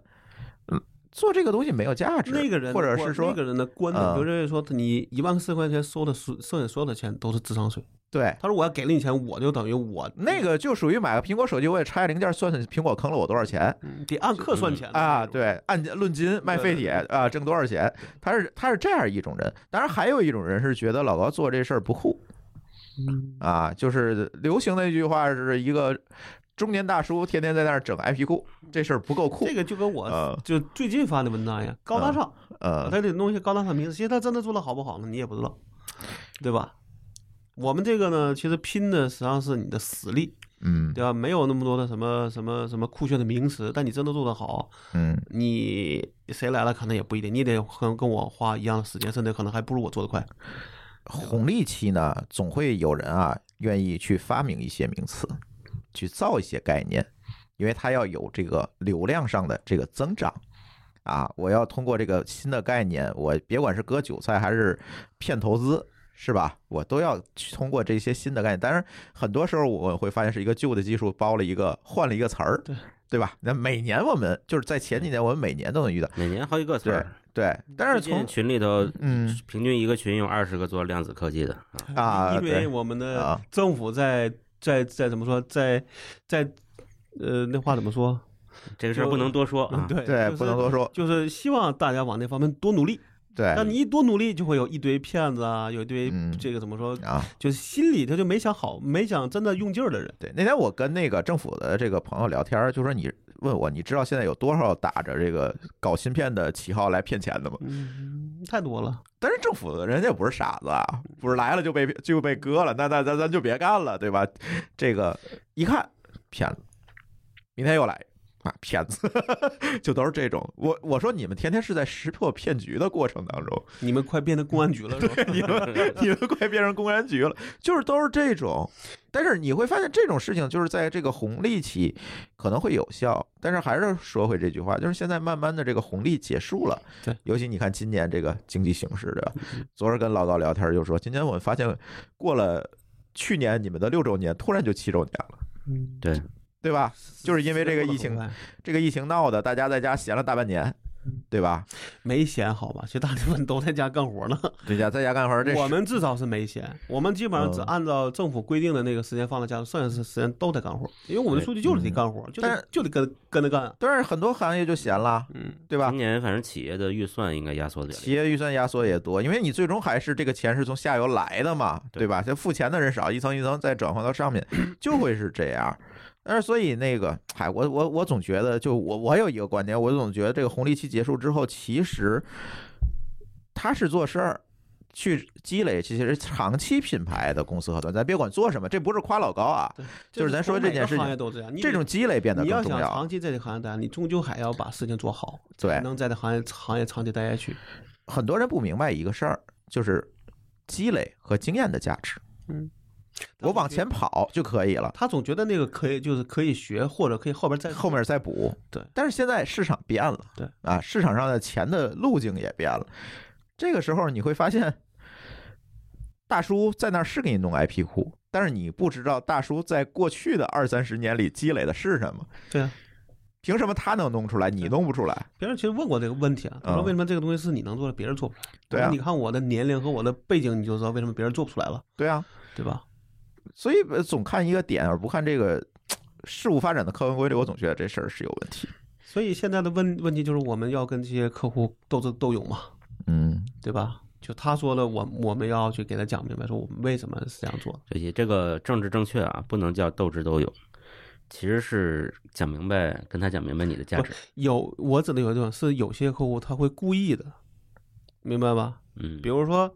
Speaker 2: 嗯，做这个东西没有价值，
Speaker 3: 那个人的
Speaker 2: 或者
Speaker 3: 观
Speaker 2: 是说
Speaker 3: 那个人的观点，
Speaker 2: 嗯
Speaker 3: 就认为说你一万四块钱收的所剩下所有的钱都是智商税。
Speaker 2: 对。
Speaker 3: 他说我要给了你钱，我就等于我
Speaker 2: 那个就属于买个苹果手机，我也拆零件算算苹果坑了我多少钱
Speaker 3: 嗯得按克算钱的
Speaker 2: 啊？
Speaker 3: 那种，
Speaker 2: 对，按斤论斤卖废铁啊，挣多少钱？他是他是这样一种人，当然还有一种人是觉得老高做这事儿不酷
Speaker 3: 嗯
Speaker 2: 啊，就是流行的一句话是一个中年大叔天天在那儿整 IP 裤，这事儿不够酷
Speaker 3: 这。个就跟我
Speaker 2: 呃
Speaker 3: 就最近发的文章一啊样，高大上，
Speaker 2: 呃，
Speaker 3: 他得弄一些高大上名字，其实他真的做的好不好呢，你也不知道，对吧？我们这个呢，其实拼的实际上是你的实力，
Speaker 2: 嗯
Speaker 3: 对吧？没有那么多的什么什么什么酷炫的名词，但你真的做得好，
Speaker 2: 嗯，
Speaker 3: 你谁来了可能也不一定，你得跟跟我花一样的时间，甚至可能还不如我做得快。
Speaker 2: 红利期呢，总会有人啊愿意去发明一些名词，去造一些概念，因为它要有这个流量上的这个增长。啊，我要通过这个新的概念，我别管是割韭菜还是骗投资，是吧？我都要去通过这些新的概念。但是很多时候我会发现是一个旧的技术包了一个换了一个词儿，
Speaker 3: 对
Speaker 2: 对吧？那每年我们就是在前几年，我们每年都能遇到。
Speaker 4: 每年好几个词
Speaker 2: 对
Speaker 4: 儿。
Speaker 2: 对，但是
Speaker 4: 最近
Speaker 2: 从
Speaker 4: 群里头，
Speaker 2: 嗯
Speaker 4: 平均一个群有二十个做量子科技的啊，
Speaker 2: 啊，
Speaker 3: 因为
Speaker 2: 对
Speaker 3: 我们的
Speaker 2: 啊
Speaker 3: 政府在在在怎么说，在在呃那话怎么说？
Speaker 4: 这个事儿不能多说啊。
Speaker 3: 对
Speaker 2: 对，
Speaker 3: 就是
Speaker 2: 不能多说，
Speaker 3: 就是希望大家往那方面多努力。
Speaker 2: 对
Speaker 3: 但你一多努力，就会有一堆骗子啊，有一堆
Speaker 2: 哎嗯
Speaker 3: 这个怎么说，
Speaker 2: 啊。
Speaker 3: 就是心里他就没想好，没想真的用劲儿的人。
Speaker 2: 对，那天我跟那个政府的这个朋友聊天儿，就说你问我，你知道现在有多少打着这个搞芯片的旗号来骗钱的吗？
Speaker 3: 嗯，太多了。
Speaker 2: 但是政府的人家不是傻子啊，不是来了就被就被割了，那那咱咱就别干了，对吧？这个一看骗子，明天又来。啊，骗子， 就都是这种。我我说你们天天是在识破骗局的过程当中，
Speaker 3: 你们快变成公安局了，是吧？
Speaker 2: 你们 你们快变成公安局了，就是都是这种。但是你会发现这种事情就是在这个红利期可能会有效，但是还是说回这句话，就是现在慢慢的这个红利结束了。
Speaker 3: 对，嗯
Speaker 2: 尤其你看今年这个经济形势的，昨儿跟老高聊天就说，今年我们发现过了去年你们的六周年，突然就七周年了，
Speaker 4: 对，
Speaker 2: 对吧？就是因为这个疫情这个疫情闹的，大家在家闲了大半年，
Speaker 3: 嗯
Speaker 2: 对吧？
Speaker 3: 没闲好吧？其实大部分都在家干活呢。
Speaker 2: 对家在家干 活，这
Speaker 3: 我
Speaker 2: 是嗯
Speaker 3: 们至少是没闲，我们基本上只按照政府规定的那个时间放在家，剩下的时间都在干活，因为我们的数据就是得干活，就
Speaker 2: 但
Speaker 3: 得
Speaker 2: 是
Speaker 3: 就得跟跟着干。
Speaker 2: 但是很多行业就闲了，
Speaker 3: 嗯，
Speaker 2: 对吧
Speaker 4: 今？年反正企业的预算应该压缩的
Speaker 2: 企业预算压缩也多，因为你最终还是这个钱是从下游来的嘛，
Speaker 4: 对
Speaker 2: 对吧？这付钱的人少，一层一层再转换到上面，就会是这 样。但是所以那个，嗨，我我我总觉得，就我我有一个观点，我总觉得这个红利期结束之后，其实他是做事儿。去积累这些长期品牌的公司合作，咱别管做什么，这不是夸老高啊，就是咱说这件事情
Speaker 3: 每个行业都这样，你
Speaker 2: 这种积累变得
Speaker 3: 你要
Speaker 2: 更重
Speaker 3: 想
Speaker 2: 要
Speaker 3: 长。期在这个行业待，你终究还要把事情做好，
Speaker 2: 对
Speaker 3: 才，能在这行业行业长期待下去。
Speaker 2: 很多人不明白一个事儿，就是积累和经验的价值。我往前跑就可以了，
Speaker 3: 他总觉得那个可以，就是可以学，或者可以后边再
Speaker 2: 后面再补。
Speaker 3: 对，
Speaker 2: 但是现在市场变了，
Speaker 3: 对
Speaker 2: 啊，市场上的钱的路径也变了。这个时候你会发现，大叔在那儿是给你弄 IP 库，但是你不知道大叔在过去的二三十年里积累的是什么。
Speaker 3: 对啊。
Speaker 2: 凭什么他能弄出来，你弄不出来？
Speaker 3: 别人其实问过这个问题啊，他
Speaker 2: 嗯
Speaker 3: 说为什么这个东西是你能做的，别人做不出来？
Speaker 2: 对啊
Speaker 3: 你看我的年龄和我的背景，你就知道为什么别人做不出来了，
Speaker 2: 对啊，
Speaker 3: 对吧？
Speaker 2: 所以呃总看一个点，而不看这个事物发展的客观规律。我总觉得这事儿是有问题。
Speaker 3: 所以现在的问问题就是，我们要跟这些客户斗智斗勇嘛，
Speaker 2: 嗯，
Speaker 3: 对吧？就他说了，我我们要去给他讲明白，说我们为什么是这样做的。
Speaker 4: 这些这个政治正确啊，不能叫斗智斗勇，其实是讲明白，跟他讲明白你的价值。
Speaker 3: 有我指的有一种是有些客户他会故意的，明白吧？
Speaker 4: 嗯，
Speaker 3: 比如说，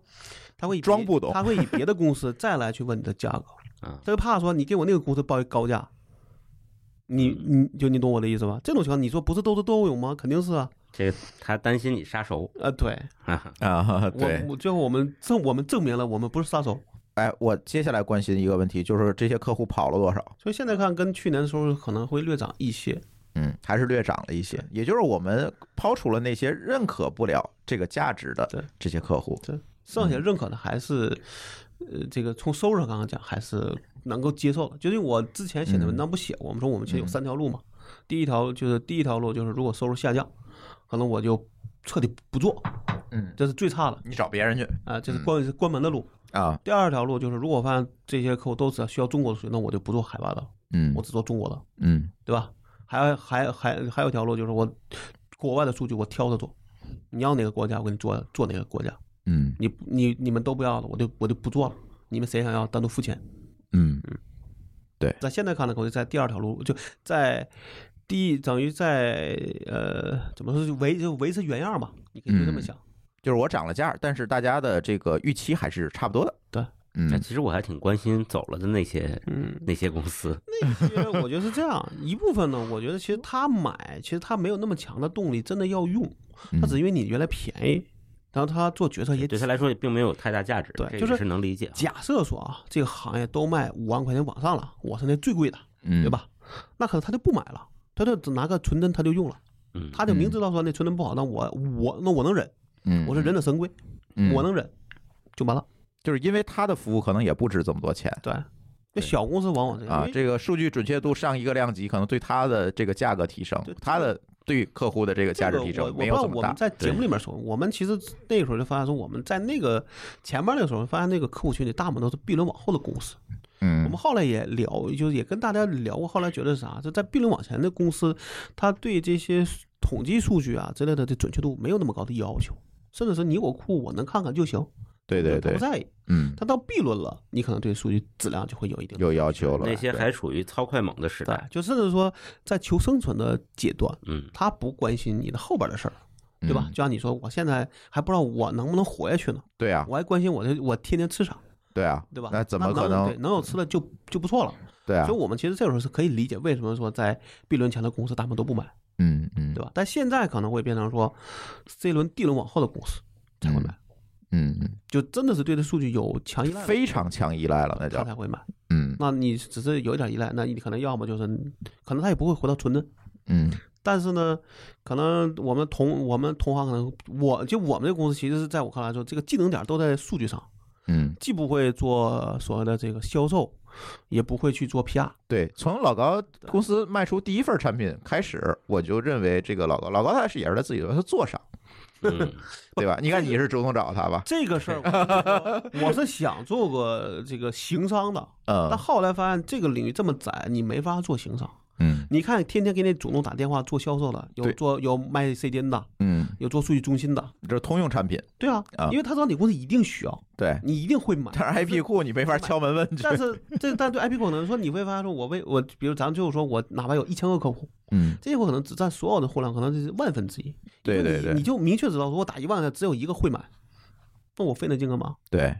Speaker 3: 他会以别
Speaker 2: 装不懂
Speaker 3: 他会以别的公司再来去问你的价格，
Speaker 4: 啊，
Speaker 3: 他就怕说你给我那个公司报一高价，你
Speaker 2: 嗯
Speaker 3: 你就你懂我的意思吧？这种情况你说不是斗智斗勇吗？肯定是啊，
Speaker 4: 这个他担心你杀手，
Speaker 2: 呃
Speaker 3: 啊对，
Speaker 4: 哈哈，
Speaker 2: 啊，
Speaker 3: 我我最后我们证我们证明了我们不是杀手，
Speaker 2: 哎，我接下来关心一个问题，就是这些客户跑了多少？
Speaker 3: 所以现在看跟去年的时候可能会略涨一些，
Speaker 2: 嗯，还是略涨了一些，也就是我们抛除了那些认可不了这个价值
Speaker 3: 对
Speaker 2: 的这些客户。
Speaker 3: 剩下认可的还是，呃，这个从收入上刚刚讲还是能够接受的。就是我之前写的文章不写过，我们说我们其实有三条路嘛。第一条就是第一条路就是如果收入下降，可能我就彻底不做，
Speaker 2: 嗯，
Speaker 3: 这是最差的
Speaker 2: 你找别人去
Speaker 3: 啊、这是关关门的路。
Speaker 2: 啊。
Speaker 3: 第二条路就是如果我发现这些客户都只需要中国的水，那我就不做海外的，
Speaker 2: 嗯
Speaker 3: 我只做中国的，
Speaker 2: 嗯
Speaker 3: 对吧？还还还还有一条路就是我国外的数据我挑着做，你要哪个国家我给你做做哪个国家。
Speaker 2: 嗯
Speaker 3: 你你你们都不要了，我就我就不做了。你们谁想要单独付钱？
Speaker 2: 嗯
Speaker 3: 在现在看来，我就在第二条路，就在第一等于在呃怎么说就维就维持原样吧，你可以就这
Speaker 4: 嗯
Speaker 3: 么想。
Speaker 2: 就是我涨了价，但是大家的这个预期还是差不多的。
Speaker 3: 对，哎
Speaker 4: 那
Speaker 2: 嗯
Speaker 4: 哎其实我还挺关心走了的那些
Speaker 3: 嗯，
Speaker 4: 那些公司，
Speaker 3: 那些我觉得是这样，一部分呢，我觉得其实他买，其实他没有那么强的动力，真的要用，
Speaker 2: 嗯
Speaker 3: 他只因为你原来便宜，然后他做决策也
Speaker 4: 嗯对他来说也并没有太大价值，
Speaker 3: 对
Speaker 4: 这
Speaker 3: 就
Speaker 4: 也
Speaker 3: 是
Speaker 4: 是能理解。
Speaker 3: 假设说啊，这个行业都卖五万块钱往上了，我是那最贵的，
Speaker 2: 嗯
Speaker 3: 对？吧？那可能他就不买了，他就只拿个纯真他就用了。
Speaker 4: 嗯，
Speaker 3: 他就明知道说那纯真不好，那我我那我能忍，
Speaker 2: 嗯，
Speaker 3: 我是忍者神龟，
Speaker 2: 嗯
Speaker 3: 我能忍，就完了。
Speaker 2: 就是因为他的服务可能也不值这么多钱
Speaker 3: 对，那小公司往往这样
Speaker 2: 啊，。
Speaker 3: 嗯因为
Speaker 2: 这个数据准确度上一个量级，可能对他的这个价格提升
Speaker 3: 对，
Speaker 2: 他的对客户的这个价值
Speaker 3: 这个
Speaker 2: 提升
Speaker 3: 我我
Speaker 2: 没
Speaker 3: 不
Speaker 2: 有这
Speaker 3: 知道
Speaker 2: 么
Speaker 3: 我
Speaker 2: 大
Speaker 3: 们。在节目里面说，我们其实那个时候就发现说，我们在那个前面那个时候发现那个客户群体大部分都是 B 轮往后的公司。
Speaker 2: 嗯
Speaker 3: 我们后来也聊，就是也跟大家聊过，后来觉得是啥？就在 B 轮往前的公司，他对这些统计数据啊之类的的准确度没有那么高的要求，甚至是你我库我能看看就行，
Speaker 2: 对对
Speaker 3: 他
Speaker 2: 对
Speaker 3: 不，在意。
Speaker 2: 嗯，
Speaker 3: 他到 B 轮了，你可能对数据质量就会有一定的
Speaker 2: 有要求了。
Speaker 4: 那些
Speaker 2: 对
Speaker 4: 还处于操快猛的时
Speaker 3: 对
Speaker 4: 代，，
Speaker 3: 就甚至说在求生存的阶段，
Speaker 4: 嗯，
Speaker 3: 他不关心你的后边的事儿，对吧？
Speaker 2: 嗯
Speaker 3: 就像你说，我现在还不知道我能不能活下去呢，
Speaker 2: 对啊，
Speaker 3: 我还关心我这我天天吃啥，
Speaker 2: 对啊，
Speaker 3: 对吧？
Speaker 2: 那怎么
Speaker 3: 能
Speaker 2: 可能
Speaker 3: 对能有吃的就就不错了？
Speaker 2: 对啊
Speaker 3: 所以，我们其实这时候是可以理解为什么说在 B 轮前的公司他们都不买，
Speaker 2: 嗯嗯，
Speaker 3: 对吧？但现在可能会变成说 C 轮、D 轮往后的公司才会买，
Speaker 2: 嗯嗯
Speaker 3: 就真的是对这数据有强依赖
Speaker 2: 嗯，
Speaker 3: 了，
Speaker 2: 非常强依赖了，那
Speaker 3: 他
Speaker 2: 叫
Speaker 3: 才会买。
Speaker 2: 嗯
Speaker 3: 那你只是有一点依赖，那你可能要么就是，可能他也不会回到纯的。
Speaker 2: 嗯
Speaker 3: 但是呢，可能我们同我们同行可能我就我们这个公司其实是在我看来说，这个技能点都在数据上，
Speaker 2: 嗯，
Speaker 3: 既不会做所谓的这个销售，也不会去做 PR。
Speaker 2: 对，从老高公司卖出第一份产品开始，我就认为这个老高，老高他是也是他自己的，他做啥，
Speaker 4: 嗯，
Speaker 2: 对吧？你看你是主动找他吧？
Speaker 3: 这个事儿我是说，我是想做个这个行商的，但
Speaker 2: 嗯
Speaker 3: 后来发现这个领域这么窄，你没法做行商。
Speaker 2: 嗯
Speaker 3: 你看，天天给你主动打电话做销售的，有
Speaker 2: 对
Speaker 3: 做有卖 CDN 的，
Speaker 2: 嗯，
Speaker 3: 有做数据中心的，
Speaker 2: 这是通用产品，
Speaker 3: 对啊
Speaker 2: 啊，
Speaker 3: 因为他知道你公司一定需要，
Speaker 2: 对。
Speaker 3: 你一定会 买。
Speaker 2: 但是 IP 库你没法敲门问去，
Speaker 3: 但是这但对 IP 可能说你会发现说，我为我比如咱们最后说我哪怕有一千个客户，
Speaker 2: 嗯，
Speaker 3: 这些客户可能只占所有的货量可能就是万分之一，
Speaker 2: 对对对
Speaker 3: 你就明确知道说我打一万个只有一个会买，那我费那劲干嘛？
Speaker 2: 对，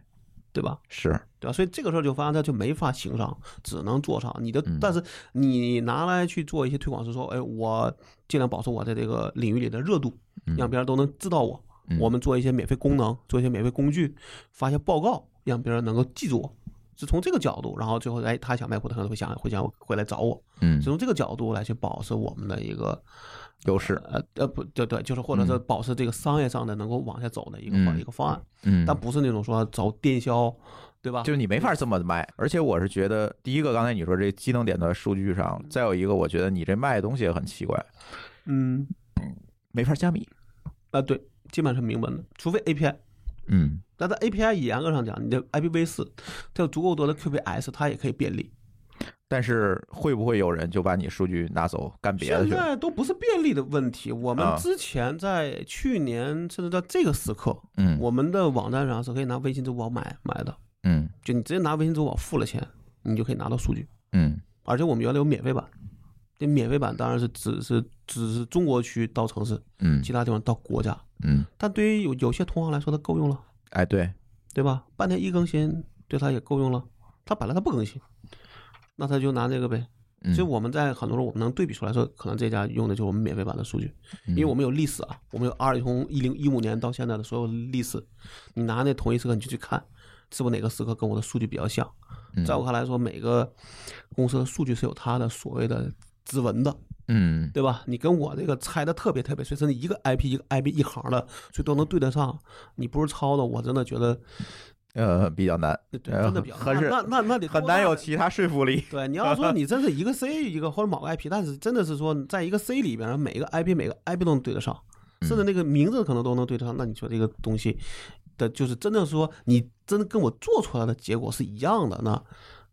Speaker 3: 对吧？
Speaker 2: 是，
Speaker 3: 对吧？所以这个事儿就发现它就没法行商，只能做商。你的
Speaker 2: 嗯，
Speaker 3: 但是你拿来去做一些推广是说，哎，我尽量保持我在这个领域里的热度，
Speaker 2: 嗯
Speaker 3: 让别人都能知道我。
Speaker 2: 嗯
Speaker 3: 我们做一些免费功能，做一些免费工具，发一些报告，让别人能够记住我。是从这个角度，然后最后哎，他想卖货，他可能会想会想回来找我，
Speaker 2: 嗯
Speaker 3: 是从这个角度来去保持我们的一个
Speaker 2: 优势，
Speaker 3: 呃呃不对对，就是或者是保持这个商业上的能够往下走的一个方、
Speaker 2: 嗯
Speaker 3: 一个方案，
Speaker 2: 嗯
Speaker 3: 但不是那种说走电销，对吧？
Speaker 2: 就是你没法这么卖。而且我是觉得，第一个刚才你说这机能点的数据上，再有一个，我觉得你这卖的东西也很奇怪，
Speaker 3: 嗯
Speaker 2: 没法加密。
Speaker 3: 啊、对，基本上是明文的，除非 API。
Speaker 2: 嗯
Speaker 3: 但在 API 严格上讲，你的 IPv 四，它有足够多的 QPS，它也可以便利。
Speaker 2: 但是会不会有人就把你数据拿走干别的
Speaker 3: 现
Speaker 2: 去了？
Speaker 3: 在都不是便利的问题。我
Speaker 2: 啊
Speaker 3: 们之前在去年，甚至在这个时刻，
Speaker 2: 嗯
Speaker 3: 我们的网站上是可以拿微信、支付宝买买的，
Speaker 2: 嗯
Speaker 3: 就你直接拿微信、支付宝付了钱，你就可以拿到数据。
Speaker 2: 嗯
Speaker 3: 而且我们原来有免费版，这免费版当然是只是只是中国区到城市，
Speaker 2: 嗯
Speaker 3: 其他地方到国家。
Speaker 2: 嗯，
Speaker 3: 但对于有有些同行来说，它够用了，
Speaker 2: 哎，对，
Speaker 3: 对吧？半年一更新，对他也够用了。他本来他不更新，那他就拿这个呗。
Speaker 2: 嗯
Speaker 3: 所以我们在很多时候我们能对比出来说，可能这家用的就是我们免费版的数据，因为我们有历史啊，我们有二从一零一五年到现在的所有历史，你拿那同一时刻你就去看，是不是哪个时刻跟我的数据比较像？在我看来说，每个公司的数据是有它的所谓的指纹的，
Speaker 2: 嗯
Speaker 3: 对吧？你跟我这个猜的特别特别随，甚至一个 IP 一个 IP 一行的，最多能对得上。你不是抄的，我真的觉得
Speaker 2: 呃比较难，
Speaker 3: 对
Speaker 2: 呃
Speaker 3: 真的比较
Speaker 2: 很是
Speaker 3: 那那那那得多
Speaker 2: 很难
Speaker 3: 大
Speaker 2: 有
Speaker 3: 的
Speaker 2: 其他说服 力。
Speaker 3: 对，你要说你真是一个 C 一个或者某个 IP，但是真的是说在一个 C 里边，每个 IP 每个 IP 都能对得上，甚至那个名字可能都能对得上。那你说这个东西的，就是真的说你真的跟我做出来的结果是一样的，那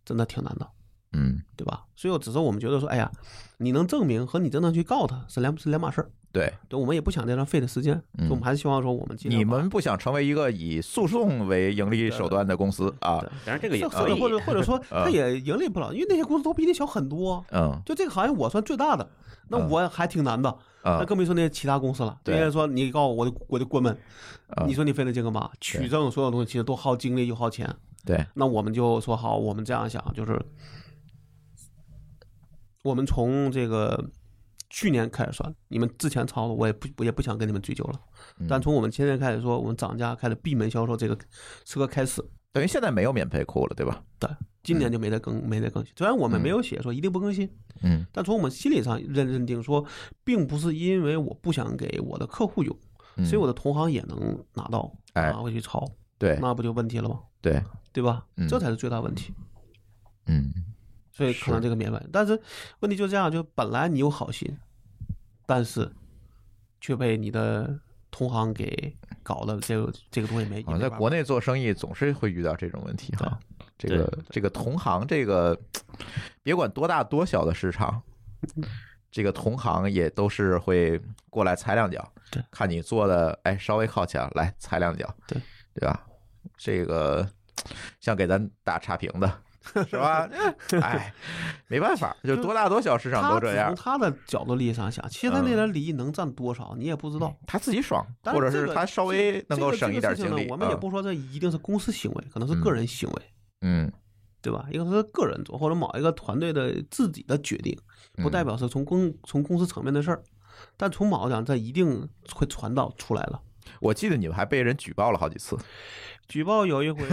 Speaker 3: 真的挺难的，
Speaker 2: 嗯，
Speaker 3: 对吧？所以只是我们觉得说，哎呀，你能证明和你真的去告他是两是两码事儿。
Speaker 2: 对，
Speaker 3: 对，我们也不想在这费的时间，所以我们还是希望说我们尽量
Speaker 2: 你
Speaker 3: 把
Speaker 2: 们不想成为一个以诉讼为盈利手段的公司啊？
Speaker 3: 对
Speaker 4: 当然 这个也呃
Speaker 3: 或
Speaker 4: 可
Speaker 3: 者
Speaker 4: 以
Speaker 3: 或，者或者说
Speaker 2: 啊
Speaker 3: 他也盈利不了，因为那些公司都比你小很多。
Speaker 2: 嗯
Speaker 3: 就这个行业，我算最大的，那
Speaker 2: 嗯
Speaker 3: 我还挺难的。那
Speaker 2: 啊，
Speaker 3: 更别说那些其他公司了。
Speaker 2: 对
Speaker 3: 人家说你告诉我我就我就关门，
Speaker 2: 啊
Speaker 3: 你说你费那劲干嘛？取证所有东西其实都耗精力又耗钱。
Speaker 2: 对，
Speaker 3: 那我们就说好，我们这样想，就是我们从这个去年开始算，你们之前抄的我也不我也不想跟你们追究了。
Speaker 2: 嗯
Speaker 3: 但从我们今天开始说，我们涨价开始闭门销售这个时刻开始，
Speaker 2: 等于现在没有免费库了，对吧？
Speaker 3: 今年就没再更没再更新。虽然我们没有写说一定不更新，
Speaker 2: 嗯
Speaker 3: 但从我们心理上认认定说，并不是因为我不想给我的客户用，
Speaker 2: 嗯
Speaker 3: 所以我的同行也能拿到，
Speaker 2: 哎
Speaker 3: 拿回去抄，
Speaker 2: 对
Speaker 3: 那不就问题了吗？
Speaker 2: 对，
Speaker 3: 对吧？
Speaker 2: 嗯
Speaker 3: 这才是最大问题。
Speaker 2: 嗯
Speaker 3: 所以可能这个免费，但是问题就这样，就本来你有好心，但是却被你的同行给搞了，这个这个东西没。
Speaker 2: 啊哦好像在国内做生意总是会遇到这种问题哈。这个
Speaker 4: 对
Speaker 2: 这个同行，这个别管多大多小的市场，
Speaker 3: 嗯
Speaker 2: 这个同行也都是会过来踩两脚
Speaker 3: 对，
Speaker 2: 看你做的哎稍微靠前，来踩两脚，
Speaker 3: 对
Speaker 2: 对吧？这个像给咱打差评的，是吧？哎，没办法，就多大多小市场
Speaker 3: 他
Speaker 2: 都
Speaker 3: 只
Speaker 2: 这
Speaker 3: 从
Speaker 2: 样，
Speaker 3: 他的角度利益上想，其实他那
Speaker 2: 嗯
Speaker 3: 点利益能占多少，你也不知道。
Speaker 2: 他自己爽，
Speaker 3: 但
Speaker 2: 或者
Speaker 3: 这
Speaker 2: 是
Speaker 3: 个
Speaker 2: 他稍微能够
Speaker 3: 这
Speaker 2: 省
Speaker 3: 个
Speaker 2: 一
Speaker 3: 这个
Speaker 2: 点
Speaker 3: 事情
Speaker 2: 精
Speaker 3: 呢
Speaker 2: 力。
Speaker 3: 我们也
Speaker 2: 嗯
Speaker 3: 不说这一定是公司行为，可能是
Speaker 2: 嗯
Speaker 3: 个人行为，
Speaker 2: 嗯，
Speaker 3: 对吧？一个是个人做，或者某一个团队的自己的决定，不代
Speaker 2: 嗯
Speaker 3: 表是从公从公司层面的事儿。但从某讲，这一定会传导出来了。
Speaker 2: 我记得你们还被人举报了好几次，
Speaker 3: 举报有 一回，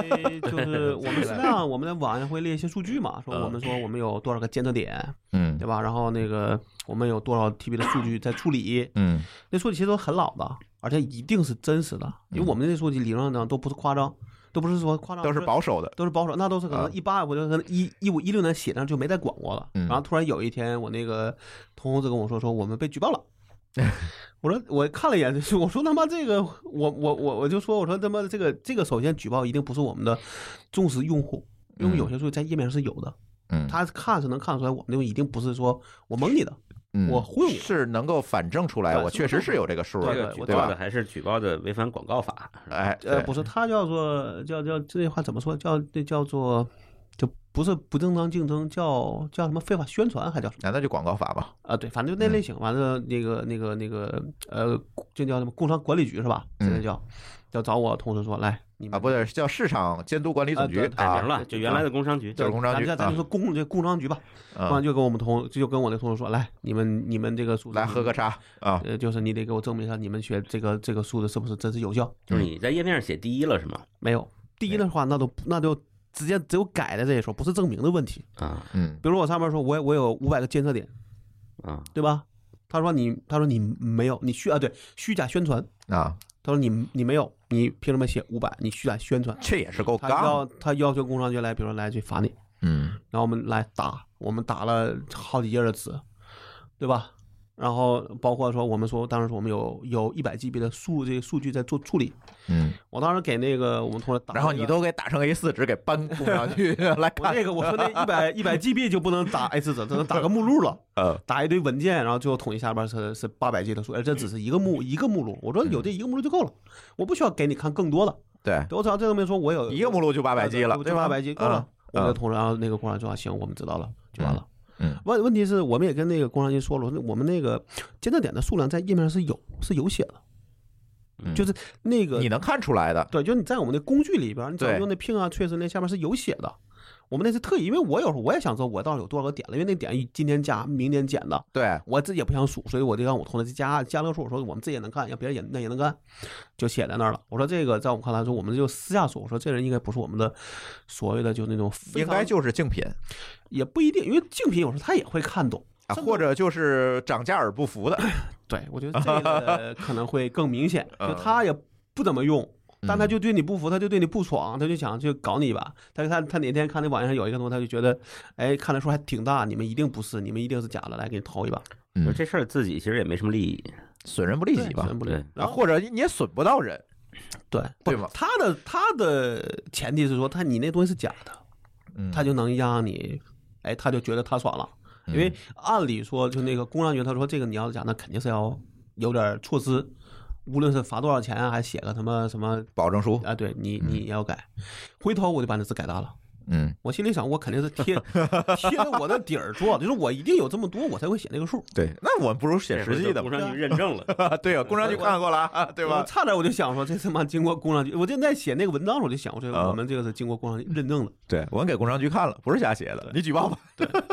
Speaker 3: 就是我们实际上我们在网上会列一些数据嘛，说我们说我们有多少个监测点，
Speaker 2: 嗯
Speaker 3: 对吧？然后那个我们有多少 TB 的数据在处理，
Speaker 2: 嗯
Speaker 3: 那数据其实都很老的，而且一定是真实的，因为我们这数据理论上讲都不是夸张，都不是说夸
Speaker 2: 嗯
Speaker 3: 张，
Speaker 2: 都是保守的，
Speaker 3: 都是保守，那都是可
Speaker 2: 啊
Speaker 3: 能一八，我就可能一一五一六年写上就没再管过了。
Speaker 2: 嗯
Speaker 3: 然后突然有一天，我那个同红子跟我说，说我们被举 报了。我说我看了一眼，就是我说他妈这个，我我我我就说我说他妈这个这个，首先举报一定不是我们的忠实用户，因为有些数据在页面上是有的，
Speaker 2: 嗯，
Speaker 3: 他看是能看得出来，我们那个一定不是说我蒙你的，
Speaker 2: 嗯
Speaker 3: 我忽悠你
Speaker 2: 是能够反证出来，
Speaker 3: 对
Speaker 2: 我确实是有这个数
Speaker 3: 对
Speaker 2: 的，
Speaker 3: 对
Speaker 4: 举
Speaker 3: 我
Speaker 2: 对
Speaker 4: 报的
Speaker 2: 吧？
Speaker 4: 还是举报的违反广告法，
Speaker 2: 哎，
Speaker 3: 呃，
Speaker 2: 对
Speaker 3: 不是，他叫做叫叫这句话怎么说？叫那叫做就不是不正当竞争，叫叫什么非法宣传，还叫什么？
Speaker 2: 难道就广告法吗？
Speaker 3: 啊，对，反正就那类型，完了那个那个那个呃，这叫什么工商管理局是吧？现在
Speaker 2: 嗯
Speaker 3: 叫要找我同事说来，你
Speaker 2: 啊，
Speaker 3: 们
Speaker 2: 不对，是叫市场监督管理总
Speaker 3: 啊
Speaker 2: 局
Speaker 3: 对
Speaker 4: 改
Speaker 2: 啊，
Speaker 4: 名了，就原来的工商局，
Speaker 2: 就是工
Speaker 3: 咱
Speaker 2: 商
Speaker 3: 们
Speaker 2: 局
Speaker 3: 就咱就说
Speaker 2: 啊，
Speaker 3: 工这工商局吧，
Speaker 2: 嗯
Speaker 3: 工商局就跟我们同就跟我那同事说来，你们你们这个数
Speaker 2: 嗯
Speaker 3: 字
Speaker 2: 来
Speaker 3: 你
Speaker 2: 喝个茶啊，
Speaker 3: 呃，就是你得给我证明一下你们学这个这个数字是不是真实有效？
Speaker 4: 就是你在页面上写第一了是吗？
Speaker 3: 没有，第一的话那都不那就直接只有改的这一说，不是证明的问题。
Speaker 4: 啊
Speaker 2: 嗯
Speaker 3: 比如我上面说我我有五百个监测点，
Speaker 4: 啊，
Speaker 3: 对吧？他说你他说你没有，你虚啊对虚假宣传。
Speaker 2: 啊，
Speaker 3: 他说你你没有，你凭什么写五百？你虚假宣传。
Speaker 2: 这也是够
Speaker 3: 他
Speaker 2: 刚
Speaker 3: 要
Speaker 2: 的，
Speaker 3: 他要求工商局来，比如说来去罚你，
Speaker 2: 嗯
Speaker 3: 然后我们来打，我们打了好几页的纸，对吧？然后包括说我们说当时我们有有一百 GB 的数这个数据在做处理，
Speaker 2: 嗯，
Speaker 3: 我当时给那个我们同事打了一
Speaker 2: 然
Speaker 3: 个，
Speaker 2: 后你都给打成 A 四纸给 搬工上去来
Speaker 3: 我
Speaker 2: 看
Speaker 3: 那，个我说那 一百一百 GB 就不能打 A 四纸，只能打个目录了。
Speaker 2: 呃，
Speaker 3: 打一堆文件，然后最后统一下边是是八百 G 的数，而哎这只是一个目
Speaker 2: 嗯
Speaker 3: 一个目录。我说有这一个目录就够了，我不需要给你看更多的，
Speaker 2: 对，
Speaker 3: 对我只要这证明说我有呃
Speaker 2: 一个目录就八百 G 了，对吧？
Speaker 3: 八百 G 够了。我
Speaker 2: 嗯
Speaker 3: 们的同事，然后那个工商局说行，我们知道了，就完了。
Speaker 2: 嗯
Speaker 3: 问问题是我们也跟那个工商局说了，我们那个监测点的数量在页面上是有是有写的，
Speaker 2: 嗯
Speaker 3: 就是那
Speaker 2: 嗯，
Speaker 3: 个
Speaker 2: 你能看出来的，
Speaker 3: 对，就是你在我们的工具里边，你只要
Speaker 2: 对
Speaker 3: 用那 ping 啊、trace 那下面是有写的。我们那是特意，因为我有时候我也想知道我到底有多少个点了，因为那点今天加，明天减的，
Speaker 2: 对，
Speaker 3: 我自己也不想数，所以我就让我同事加加了个数，我说我们自己也能干，让别人也那也能干，就写在那儿了。我说这个在我们看来说，我们就私下说，我说这人应该不是我们的所谓的就那种非
Speaker 2: 应
Speaker 3: 常，
Speaker 2: 该就是竞品
Speaker 3: 也不一定，因为竞品有时候他也会看懂。
Speaker 2: 啊，
Speaker 3: 甚至
Speaker 2: 或者就是涨价而不服的，
Speaker 3: 对我觉得 这个可能会更明显，
Speaker 2: 嗯
Speaker 3: 就他也不怎么用。但他
Speaker 2: 嗯
Speaker 3: 就对你不服，他就对你不爽，他就想去搞你一把。他他他哪天看那网上有一个东西，他就觉得，哎，看来说还挺大，你们一定不是，你们一定是假的，来给你投一把。
Speaker 2: 嗯
Speaker 4: 就这事儿自己其实也没什么利益，
Speaker 2: 损人不利己吧
Speaker 3: 对，真不
Speaker 4: 对
Speaker 3: 对。
Speaker 2: 啊，
Speaker 3: 然后
Speaker 2: 或者你也损不到人，
Speaker 3: 对
Speaker 2: 对吗？
Speaker 3: 他的他的前提是说，他你那东西是假的，
Speaker 2: 嗯
Speaker 3: 他就能让你，哎，他就觉得他爽了。
Speaker 2: 嗯
Speaker 3: 因为按理说，就那个工商局，他说这个你要是假，那肯定是要有点措施，无论是罚多少钱啊，还写个什么什么
Speaker 2: 保证书，
Speaker 3: 啊，对你你也要改。回头我就把那字改大了。
Speaker 2: 嗯，
Speaker 3: 我心里想，我肯定是贴贴着我的底儿做，就是我一定有这么多，我才会写那个数。
Speaker 2: 对，那我们不如写实际的
Speaker 4: 工，商局认证了，
Speaker 2: 对啊，工商局看过了啊，对
Speaker 3: 我
Speaker 2: 吧？
Speaker 3: 差点我就想说，这他妈经过工商局，我就在写那个文章的时候我就想，我这
Speaker 2: 啊
Speaker 3: 我们这个是经过工商局认证的。
Speaker 2: 对，我们给工商局看了，不是瞎写的，你举报吧，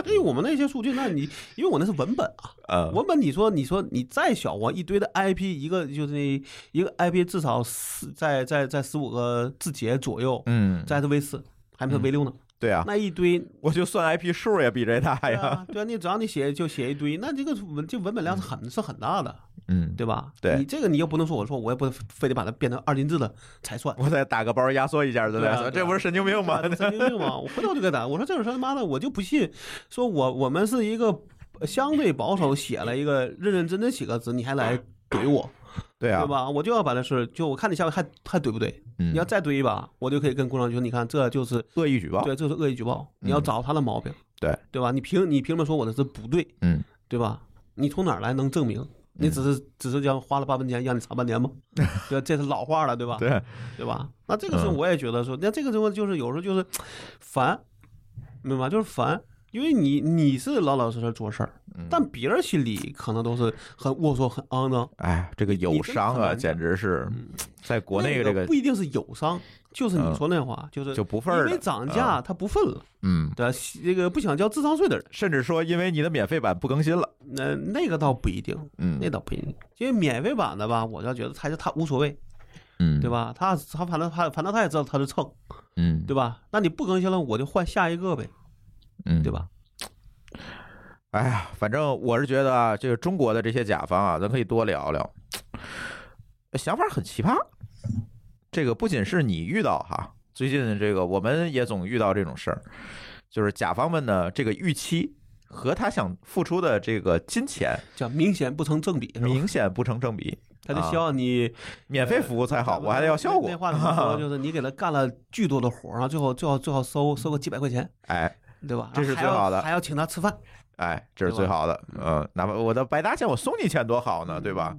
Speaker 3: 对于我们那些数据，那你因为我那是文本啊，
Speaker 2: 呃，
Speaker 3: 文本你说你说你再小，我一堆的 IP，一个就是那一个 IP 至少四在在在十五个字节左右，
Speaker 2: 嗯，
Speaker 3: 这还是 V 四，还没有 V 六呢，
Speaker 2: 对啊，
Speaker 3: 那一堆。
Speaker 2: 我就算 IP 数也比这大
Speaker 3: 对
Speaker 2: 呀，
Speaker 3: 啊，对啊，你只要你写就写一堆，那这个文这文本量是很是很大的，
Speaker 2: 嗯，
Speaker 3: 对吧？
Speaker 2: 对
Speaker 3: 你这个你又不能说我说我也不非得把它变成二进制的才 算，
Speaker 2: 我再打个包压缩一下，再
Speaker 3: 对
Speaker 2: 来
Speaker 3: 啊
Speaker 2: 算，
Speaker 3: 对啊
Speaker 2: 这不是神经病吗？
Speaker 3: 对啊神经病吗？我回头就给打。我说这种事儿他妈的，我就不信。说我我们是一个相对保守，写了一个认认真真写个字，你还来怼我，
Speaker 2: 对啊
Speaker 3: 对，吧？我就要把这事，就我看你下回还还怼不怼？
Speaker 2: 嗯
Speaker 3: 你要再怼一把，我就可以跟工商局，你看这就是
Speaker 2: 恶意举报，嗯
Speaker 3: 对，这是恶意举报，你要找他的毛病，
Speaker 2: 对
Speaker 3: 对吧？你凭你凭什么说我的是不对？
Speaker 2: 嗯，
Speaker 3: 对吧？你从哪儿来能证明？你只是只是将花了八分钱让你查半 年吗？对吧，这是老话了，对吧？
Speaker 2: 对，嗯
Speaker 3: 对吧？那这个事情我也觉得说，那这个时候就是有时候就是烦，明白？就是烦，因为你你是老老实实做事儿，
Speaker 2: 嗯
Speaker 3: 但别人心里可能都是很龌龊、很肮脏。
Speaker 2: 哎，这个
Speaker 3: 你
Speaker 2: 友
Speaker 3: 真
Speaker 2: 商
Speaker 3: 很
Speaker 2: 啊，
Speaker 3: 难
Speaker 2: 简
Speaker 3: 的
Speaker 2: 直是在国内
Speaker 3: 那
Speaker 2: 这个
Speaker 3: 不一定是友商，就是你
Speaker 2: 嗯
Speaker 3: 说那话，就是
Speaker 2: 就不忿儿
Speaker 3: 因为
Speaker 2: 了，
Speaker 3: 涨价他不忿了，
Speaker 2: 嗯，
Speaker 3: 对吧？这个不想交智商税的人，
Speaker 2: 甚至说因为你的免费版不更新了，
Speaker 3: 那呃那个倒不一定，
Speaker 2: 嗯，
Speaker 3: 那倒不一定，因为免费版的吧，我倒觉得他就他无所谓，
Speaker 2: 嗯，
Speaker 3: 对？吧？他他反正他反正他也知道他是蹭，
Speaker 2: 嗯，
Speaker 3: 对吧？那你不更新了，我就换下一个呗，
Speaker 2: 嗯，
Speaker 3: 对？吧？
Speaker 2: 哎呀，反正我是觉得啊，这个中国的这些甲方啊，咱可以多聊聊，想法很奇葩。这个不仅是你遇到哈，最近这个我们也总遇到这种事儿，就是甲方们呢这个预期和他想付出的这个金钱
Speaker 3: 叫明显不成正比，是吧？
Speaker 2: 明显不成正比，
Speaker 3: 他就希望你
Speaker 2: 免费服务才好，
Speaker 3: 咱们
Speaker 2: 啊我还得要效果
Speaker 3: 那。话怎么 说？就是你给他干了巨多的活儿，然后最后最后最后收收个几百块钱，
Speaker 2: 哎
Speaker 3: 对吧？
Speaker 2: 这是
Speaker 3: 然后还要
Speaker 2: 最好的
Speaker 3: 还要请他吃饭，
Speaker 2: 哎，这是最好的，嗯，哪怕我的白搭钱我送你钱多好呢，对吧？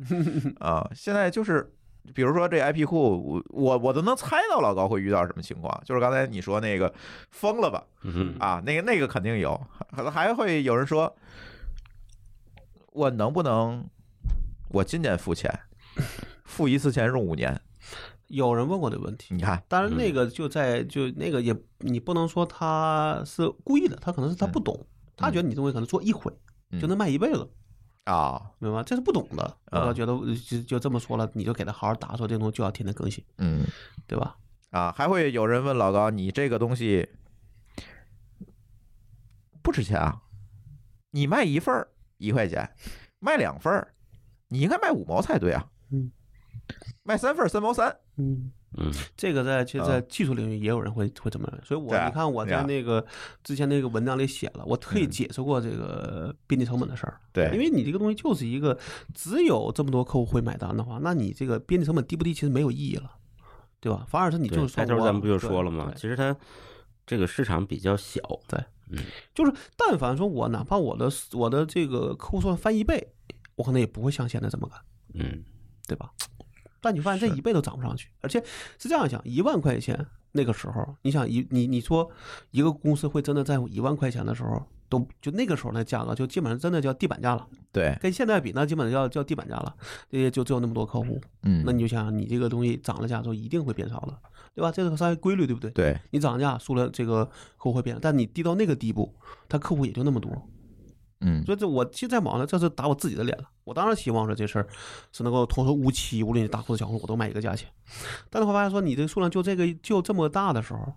Speaker 2: 啊，现在就是。比如说这 IP 库，我我我都能猜到老高会遇到什么情况，就是刚才你说那个疯了吧
Speaker 4: 嗯
Speaker 2: 啊，那个那个肯定有，还还会有人说，我能不能我今年付钱，付一次钱用五年？
Speaker 3: 有人问过这个问题，
Speaker 2: 你看，
Speaker 3: 当然那个就在就那个也你不能说他是故意的，他可能是他不懂，他觉得你东西可能做一回
Speaker 2: 嗯
Speaker 3: 就能卖一辈子，
Speaker 2: 啊、
Speaker 3: 明白吗？这是不懂的，我
Speaker 2: 啊
Speaker 3: 倒觉得呃就就这么说了，你就给他好好打说这东西就要天天更新，
Speaker 2: 嗯，
Speaker 3: 对吧？
Speaker 2: 啊，还会有人问老高，你这个东西不值钱啊？你卖一份儿一块钱，卖两份儿，你应该卖五毛才对啊。
Speaker 3: 嗯，
Speaker 2: 卖三份儿三毛三。
Speaker 3: 嗯。
Speaker 4: 嗯
Speaker 3: 这个在其实，
Speaker 2: 啊
Speaker 3: 在技术领域也有人会会这么认为，所以我
Speaker 2: 对啊
Speaker 3: 你看我
Speaker 2: 对啊
Speaker 3: 在那个之前那个文章里写了，我特意
Speaker 2: 嗯
Speaker 3: 解释过这个边际成本的事儿，
Speaker 2: 对
Speaker 3: 因为你这个东西就是一个只有这么多客户会买单的话，那你这个边际成本低不低其实没有意义了，对吧？反而是你就
Speaker 4: 对，
Speaker 3: 是
Speaker 4: 开
Speaker 3: 说
Speaker 4: 头
Speaker 3: 我
Speaker 4: 咱们不就
Speaker 3: 对
Speaker 4: 说了吗？
Speaker 3: 对
Speaker 4: 其实它这个市场比较小，
Speaker 3: 就是但凡说我哪怕我的我的这个客户数量翻一倍，我可能也不会像现在这么干，
Speaker 4: 嗯，
Speaker 3: 对吧？但你发现这一倍都涨不上去，而且是这样想，一万块钱那个时候，你想一你你说一个公司会真的在乎一万块钱的时候，都就那个时候那价格就基本上真的叫地板价了，
Speaker 2: 对，
Speaker 3: 跟现在比那基本上叫叫地板价了，这些就只有那么多客户，
Speaker 2: 嗯
Speaker 3: 那你就想想你这个东西涨了价之后一定会变少的，对吧？这是个商业规律，对不对？
Speaker 2: 对，
Speaker 3: 你涨价，数量这个客户会变少，但你低到那个地步，他客户也就那么多，
Speaker 2: 嗯
Speaker 3: 所以这我其实在网上这是打我自己的脸了。我当然希望说这事儿是能够童叟无欺，无论你大裤子小裤子，我都卖一个价钱。但是会发现说你这个数量就这个就这么大的时候，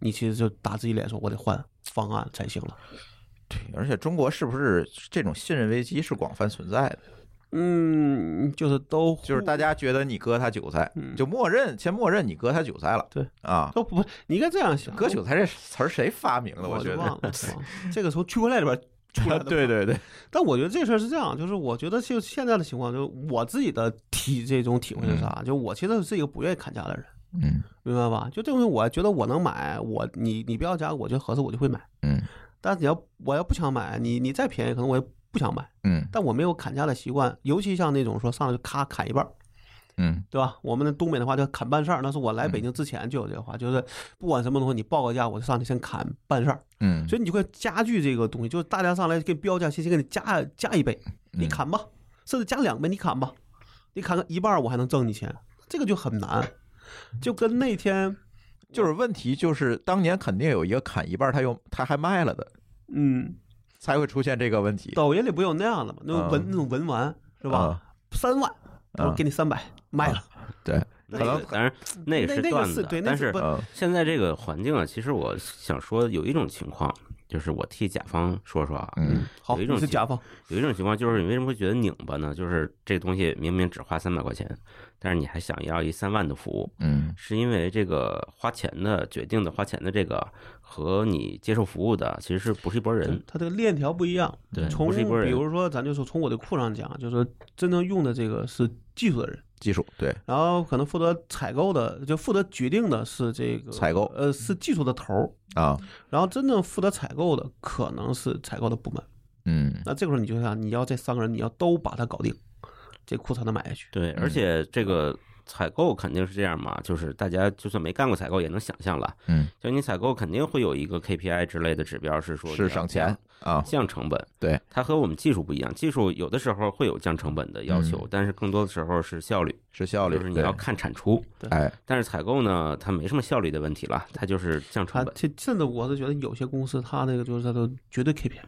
Speaker 3: 你其实就打自己脸说，我得换方案才行了。
Speaker 2: 而且中国是不是这种信任危机是广泛存在的？
Speaker 3: 嗯，就是都
Speaker 2: 就是大家觉得你割他韭菜，就默认先默认你割他韭菜了。
Speaker 3: 嗯对
Speaker 2: 啊，
Speaker 3: 都不，你应该这样想，
Speaker 2: 割韭菜这词儿谁发明的？
Speaker 3: 我
Speaker 2: 觉得
Speaker 3: 就 忘，了，是吧这个从区块链里边出来的。
Speaker 2: 对对 对，
Speaker 3: 但我觉得这事儿是这样，就是我觉得就现在的情况，就是我自己的体这种体会是啥？就我其实是一个不愿意砍价的人，
Speaker 2: 嗯
Speaker 3: 明白吧？就这东西，我觉得我能买，我你你标价，我觉得合适，我就会买。
Speaker 2: 嗯
Speaker 3: 但是你要我要不想买，你你再便宜，可能我也不想买。
Speaker 2: 嗯
Speaker 3: 但我没有砍价的习惯，尤其像那种说上来就咔砍一半儿，
Speaker 2: 嗯
Speaker 3: 对吧？我们的东北的话叫砍半扇儿，那是我来北京之前就有这个话，就是不管什么东西，你报个价，我就上去先砍半扇儿。
Speaker 2: 嗯，
Speaker 3: 所以你就会加剧这个东西，就是大家上来给你标价，先先给你加加一倍，你
Speaker 2: 嗯
Speaker 3: 砍吧，甚至加两倍，你砍吧，你砍个一半儿，我还能挣你钱，这个就很难。就跟那天，
Speaker 2: 就是问题就是当年肯定有一个砍一半儿他又他还卖了的，
Speaker 3: 嗯，
Speaker 2: 才会出现这个问题，
Speaker 3: 抖音里不有那样的吗？那种文、
Speaker 2: 嗯
Speaker 3: 那种文玩是
Speaker 2: 是
Speaker 3: 吧？？三万，我
Speaker 2: 嗯
Speaker 3: 给你三百，卖了。
Speaker 4: 那
Speaker 2: 可能
Speaker 4: 个当然那个
Speaker 3: 那那个
Speaker 4: 段
Speaker 3: 是
Speaker 4: 子
Speaker 3: 对，那
Speaker 4: 但
Speaker 3: 是
Speaker 4: 是
Speaker 3: 不
Speaker 2: 嗯
Speaker 4: 现在这个环境啊，其实我想说有一种情况，就是我替甲方说说啊，
Speaker 2: 嗯
Speaker 3: 好，
Speaker 4: 有一
Speaker 3: 你
Speaker 4: 种
Speaker 3: 是
Speaker 4: 情
Speaker 3: 甲方，
Speaker 4: 有一种情况就是你为什么会觉得拧巴呢？就是这东西明明只花三百块钱，但是你还想要一三万的服务，
Speaker 2: 嗯
Speaker 4: 是因为这个花钱的决定的花钱的这个和你接受服务的其实是不是一拨人？
Speaker 3: 他这个链条不一样。
Speaker 2: 嗯
Speaker 4: 对
Speaker 3: 从
Speaker 4: 不是一拨人
Speaker 3: 比如说，咱就说从我的库上讲，就是真正用的这个是技术的人，
Speaker 2: 技术对，
Speaker 3: 然后可能负责采购的，就负责决定的是这个
Speaker 2: 采购
Speaker 3: 呃，是技术的头儿。
Speaker 2: 啊，
Speaker 3: 然后真正负责采购的可能是采购的部门。
Speaker 2: 嗯
Speaker 3: 那这个时候你
Speaker 2: 嗯
Speaker 3: 就想，你要这三个人，你要都把它搞定，这库才能买下去。
Speaker 4: 对，而且这个采购肯定是这样嘛，就是大家就算没干过采购也能想象了，
Speaker 2: 嗯，
Speaker 4: 就你采购肯定会有一个 KPI 之类的指标，是说你
Speaker 2: 是
Speaker 4: 要
Speaker 2: 省钱啊，
Speaker 4: 降成本，
Speaker 2: 对，
Speaker 4: 它和我们技术不一样，技术有的时候会有降成本的要求，
Speaker 2: 嗯
Speaker 4: 但是更多的时候是效率，
Speaker 2: 是效率，
Speaker 4: 就是你
Speaker 2: 对
Speaker 4: 要看产出。
Speaker 2: 哎，
Speaker 4: 但是采购呢，它没什么效率的问题了，它就是降成
Speaker 3: 他
Speaker 4: 本。
Speaker 3: 现现在我是觉得有些公司它那个就是它的绝对 KPI，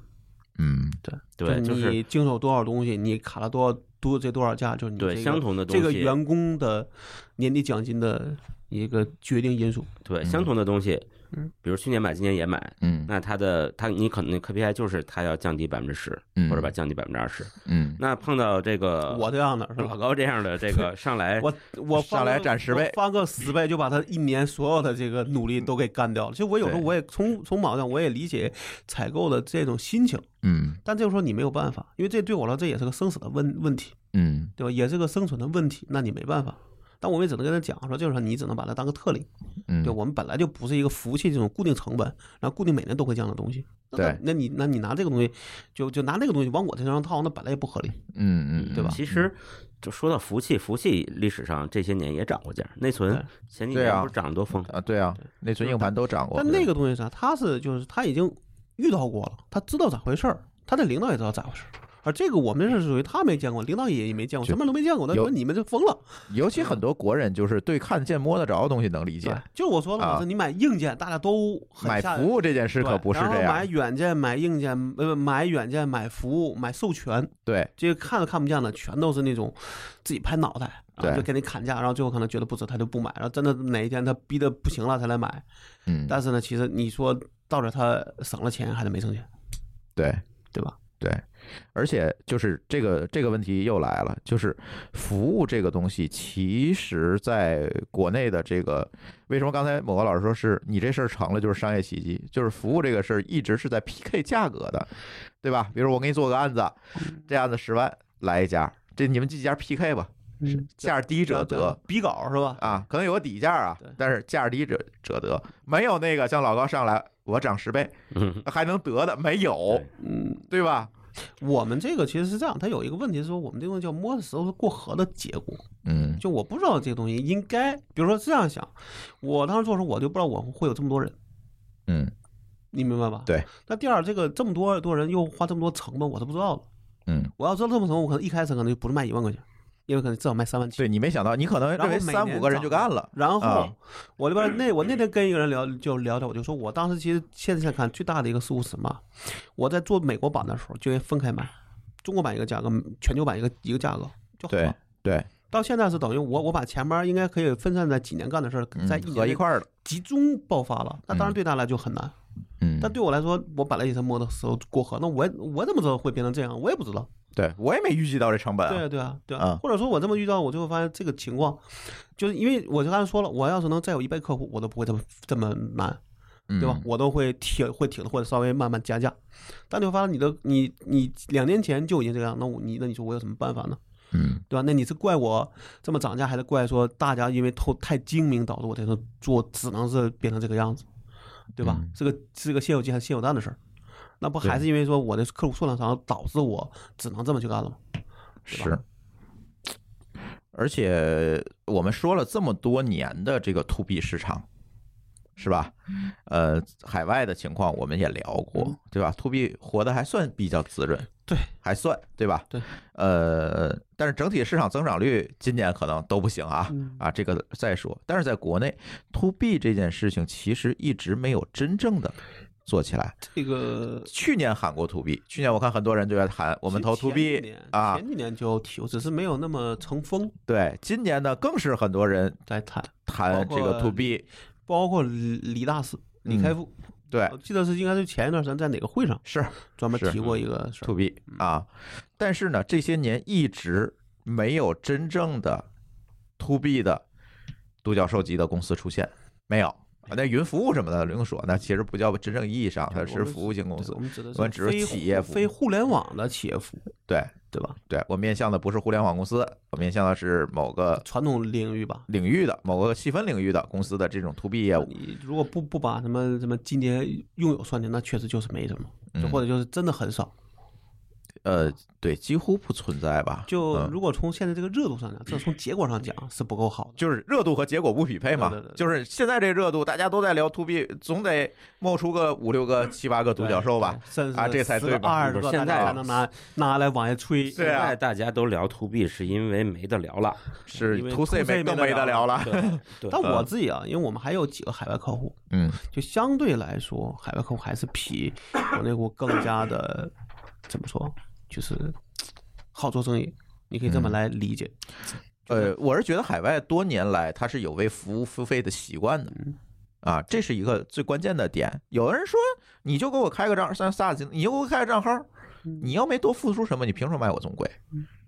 Speaker 2: 嗯，
Speaker 4: 对，就
Speaker 3: 你
Speaker 4: 是
Speaker 3: 经手多少东西，你卡了多少多这多少价，就是你
Speaker 4: 对
Speaker 3: 这个
Speaker 4: 相同的东
Speaker 3: 这
Speaker 4: 西，
Speaker 3: 个员工的年底奖金的一个决定因素。
Speaker 4: 对相同的东西，
Speaker 3: 嗯
Speaker 4: 比如去年买，今年也买，
Speaker 2: 嗯
Speaker 4: 那它的它你可能 KPI 就是它要降低百分之十，
Speaker 2: 嗯
Speaker 4: 或者把降低百分之二十。
Speaker 2: 嗯，
Speaker 4: 那碰到这个
Speaker 3: 我这样的是吧
Speaker 4: 呃老？高这样的这个上来，
Speaker 3: 我我翻
Speaker 2: 上来
Speaker 3: 个
Speaker 2: 展10倍
Speaker 3: 我翻个十倍就把他一年所有的这个努力都给干掉了。其实我有时候
Speaker 2: 对
Speaker 3: 我也从从网上我也理解采购的这种心情，
Speaker 2: 嗯
Speaker 3: 但这个时候你没有办法，因为这对我来说这也是个生死的问问题，
Speaker 2: 嗯
Speaker 3: 对吧？也是个生存的问题，那你没办法。但我们也只能跟他讲说，就是你只能把它当个特例，
Speaker 2: 嗯，
Speaker 3: 对，我们本来就不是一个服务器这种固定成本，然后固定每年都会降的东西。那
Speaker 2: 对
Speaker 3: 那你那你拿这个东西，就就拿那个东西往我身上套，那本来也不合理。
Speaker 2: 嗯嗯，
Speaker 3: 对吧
Speaker 4: 其实就说到服务器，服务器历史上这些年也涨过价，内存
Speaker 3: 对
Speaker 4: 前几
Speaker 2: 对
Speaker 4: 年
Speaker 2: 啊
Speaker 4: 不是涨得多疯？
Speaker 2: 啊，对啊，内存硬盘都涨过，
Speaker 3: 但那个东西啥，他是就是他已经遇到过了，他知道咋回事儿，他的领导也知道咋回事儿。而这个我们是属于他没见过，领导也也没见过，
Speaker 2: 就
Speaker 3: 什么都没见过。那
Speaker 2: 有
Speaker 3: 说你们就疯了，
Speaker 2: 尤其很多国人就是对看见摸得着的东西能理
Speaker 3: 对
Speaker 2: 解，，
Speaker 3: 就是我说的
Speaker 2: 啊
Speaker 3: 嘛，是你买硬件大家都很
Speaker 2: 买
Speaker 3: 吓
Speaker 2: 服务这件事
Speaker 3: 对
Speaker 2: 可不是
Speaker 3: 然后
Speaker 2: 这
Speaker 3: 买
Speaker 2: 样，
Speaker 3: 软件、买硬件、呃，买软件、买服务、买授权，
Speaker 2: 对
Speaker 3: 这些看都看不见的，全都是那种自己拍脑袋，然
Speaker 2: 对
Speaker 3: 后就给你砍价，然后最后可能觉得不值，他就不买。然后真的哪一天他逼得不行了才来买，
Speaker 2: 嗯，
Speaker 3: 但是呢，其实你说到底他省了钱还是没省钱，
Speaker 2: 对
Speaker 3: 对吧？
Speaker 2: 对，而且就是这个这个问题又来了，就是服务这个东西，其实在国内的这个，为什么刚才某个老师说是你这事儿成了就是商业奇迹，就是服务这个事儿一直是在 PK 价格的，对吧？比如我给你做个案子，
Speaker 3: 嗯
Speaker 2: 这案子十万，来一家，这你们几家 PK 吧，
Speaker 3: 嗯，
Speaker 2: 价低者
Speaker 3: 对
Speaker 2: 得。，
Speaker 3: 比稿是吧？
Speaker 2: 啊，可能有个底价啊
Speaker 3: 对，
Speaker 2: 但是价低者者得，没有那个像老高上来我涨十倍
Speaker 4: 嗯，
Speaker 2: 还能得的，没有，
Speaker 3: 嗯，
Speaker 2: 对吧？
Speaker 3: 我们这个其实是这样，它有一个问题是说，我们这东西叫摸着石头过河的结果。
Speaker 2: 嗯
Speaker 3: 就我不知道这个东西应该，比如说这样想，我当时做的时候我就不知道我会有这么多人，
Speaker 2: 嗯
Speaker 3: 你明白吧？
Speaker 2: 对。
Speaker 3: 那第二，这个这么多多人又花这么多成本，我是不知道的。
Speaker 2: 嗯，
Speaker 3: 我要知道这么成本，我可能一开始可能就不是卖一万块钱，因为可能至少卖三万七。
Speaker 2: 对你没想到，你可能认为
Speaker 3: 然后每
Speaker 2: 三
Speaker 3: 年
Speaker 2: 五个人就干了，
Speaker 3: 然后
Speaker 2: 啊
Speaker 3: 我这边那我那天跟一个人聊就聊到，我就说我当时其实现在看最大的一个失误是什么？我在做美国版的时候就应该分开买，中国版一个价格，全球版一个一个价格就好
Speaker 2: 对
Speaker 3: 了。
Speaker 2: 对，
Speaker 3: 到现在是等于我我把前面应该可以分散在几年干的事儿，在一
Speaker 2: 嗯合
Speaker 3: 年
Speaker 2: 一
Speaker 3: 内
Speaker 2: 块儿了，
Speaker 3: 集中爆发了，那当然对他来就很难。
Speaker 2: 嗯
Speaker 3: 但对我来说，我本来也是摸的时候过河，那我也我怎么知道会变成这样？我也不知道。
Speaker 2: 对我也没预计到这成本
Speaker 3: 对
Speaker 2: 啊，
Speaker 3: 啊，对啊，对
Speaker 2: 啊
Speaker 3: 啊。或者说我这么遇到，我就会发现这个情况，就是因为我就刚才说了，我要是能再有一倍客户，我都不会这么这么难，
Speaker 2: 对
Speaker 3: 对吧？？我都会挺会挺或者稍微慢慢加价。但你会发现你的你你两年前就已经这样，那我你那你说我有什么办法呢？
Speaker 2: 嗯
Speaker 3: 对吧？那你是怪我这么涨价，还是怪说大家因为透太精明导致我这种做只能是变成这个样子，对吧？
Speaker 2: 嗯
Speaker 3: 是个是个先有鸡还是先有蛋的事儿，那不还是因为说我的客户数量少，导致我只能这么去干了吗？
Speaker 2: 是。而且我们说了这么多年的这个 to B 市场，是吧？
Speaker 3: 嗯
Speaker 2: 呃，海外的情况我们也聊过，对吧？to B 活得还算比较滋润，
Speaker 3: 对，
Speaker 2: 还算，对吧？
Speaker 3: 对。
Speaker 2: 呃，但是整体市场增长率今年可能都不行啊
Speaker 3: 嗯
Speaker 2: 啊，这个再说。但是在国内 to B 这件事情其实一直没有真正的做起来。
Speaker 3: 这个
Speaker 2: 去年喊过 to B，去年我看很多人就在喊我
Speaker 3: 我
Speaker 2: 们投 to B 啊，
Speaker 3: 前几年就提，只是没有那么成风
Speaker 2: 对，今年呢更是很多人
Speaker 3: 在谈，
Speaker 2: 谈这
Speaker 3: 包
Speaker 2: 个
Speaker 3: 括
Speaker 2: to B，
Speaker 3: 包括李李大师
Speaker 2: 嗯
Speaker 3: 李开复，
Speaker 2: 对
Speaker 3: 我，记得是应该是前一段时间在哪个会上
Speaker 2: 哎是
Speaker 3: 专门
Speaker 2: 是嗯
Speaker 3: 提过一个事儿
Speaker 2: to B 啊，但是呢，这些年一直没有真正的 to B 的独角兽级的公司出现，没有。啊那云服务什么的，另说，那其实不叫真正意义上，它
Speaker 3: 我
Speaker 2: 是
Speaker 3: 们
Speaker 2: 服务性公
Speaker 3: 哎对
Speaker 2: 司
Speaker 3: 我。们指的
Speaker 2: 我们只是
Speaker 3: 非
Speaker 2: 企
Speaker 3: 互
Speaker 2: 业服务
Speaker 3: 非互联网的企业服务，
Speaker 2: 对
Speaker 3: 对吧？
Speaker 2: 对，我面向的不是互联网公司，我面向的是某个
Speaker 3: 传统领域吧。
Speaker 2: 领域的、某个细分领域的公司的这种 to B 业务。
Speaker 3: 你如果不不把什么什么今年用友算进，那确实就是没什么，就
Speaker 2: 嗯
Speaker 3: 或者就是真的很少。
Speaker 2: 呃，对，几乎不存在吧？
Speaker 3: 就
Speaker 2: 嗯
Speaker 3: 如果从现在这个热度上讲，这从结果上讲是不够好的。
Speaker 2: 就是热度和结果不匹配嘛，
Speaker 3: 对对对
Speaker 2: 就是现在这热度，大家都在聊 to B，总得冒出个五六个、七八个独角兽吧？
Speaker 3: 对，甚至
Speaker 2: 啊这才对吧啊
Speaker 3: 二十个
Speaker 4: 现
Speaker 3: 大
Speaker 4: 在
Speaker 3: 家才能拿拿来往下吹。
Speaker 2: 对啊
Speaker 4: 现在大家都聊 to B 是因为没得聊了，
Speaker 2: 是
Speaker 4: 因为
Speaker 2: to C
Speaker 3: 没
Speaker 2: 更
Speaker 3: 得
Speaker 2: 没得聊了。
Speaker 4: 对对
Speaker 3: 但我自己啊，因为我们还有几个海外客户，
Speaker 2: 嗯，
Speaker 3: 就相对来说，海外客户还是比国内客户更加的怎么说，就是好做生意，你可以这
Speaker 2: 嗯
Speaker 3: 么来理解。
Speaker 2: 呃，我是觉得海外多年来它是有为服务付费的习惯的，啊，这是一个最关键的点。有人说，你就给我开个账，像 SaaS，你就给我开个账号，你要没多付出什么，你凭什么卖我这么贵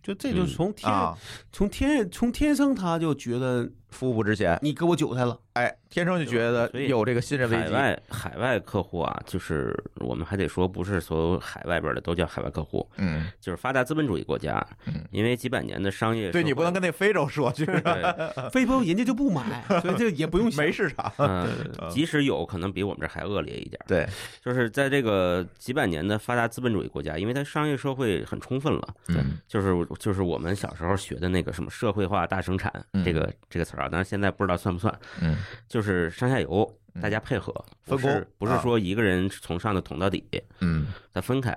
Speaker 3: 就这就是从天、
Speaker 2: 啊？
Speaker 3: 从天从天生他就觉得
Speaker 2: 服务不值钱，
Speaker 3: 你给我韭 菜了，
Speaker 2: 哎，天生就觉得
Speaker 4: 所以
Speaker 2: 有这个信任危
Speaker 4: 海
Speaker 2: 机。
Speaker 4: 外海外客户啊，就是我们还得说，不是所有海外边的都叫海外客户，
Speaker 2: 嗯，
Speaker 4: 就是发达资本主义国家，因为几百年的商业
Speaker 2: 对
Speaker 4: 社
Speaker 2: 你
Speaker 4: 会
Speaker 2: 不能跟那非洲说去，
Speaker 4: 对，
Speaker 3: 非不人家就不买，所以这也不用
Speaker 2: 嗯
Speaker 3: 想
Speaker 2: 没市场。
Speaker 4: 嗯，即使有可能比我们这还恶劣一点儿，
Speaker 2: 对，
Speaker 4: 就是在这个几百年的发达资本主义国家，因为它商业社会很充分了，
Speaker 2: 嗯，
Speaker 4: 就是就是我们小时候学的那个什么社会化大生产
Speaker 2: 嗯
Speaker 4: 这个这个词儿啊，当然现在不知道算不算，
Speaker 2: 嗯，
Speaker 4: 就是上下游大家配合
Speaker 2: 分
Speaker 4: 不
Speaker 2: 工
Speaker 4: 是不是
Speaker 2: 啊
Speaker 4: 说一个人从上头捅到底，
Speaker 2: 嗯，
Speaker 4: 它分开，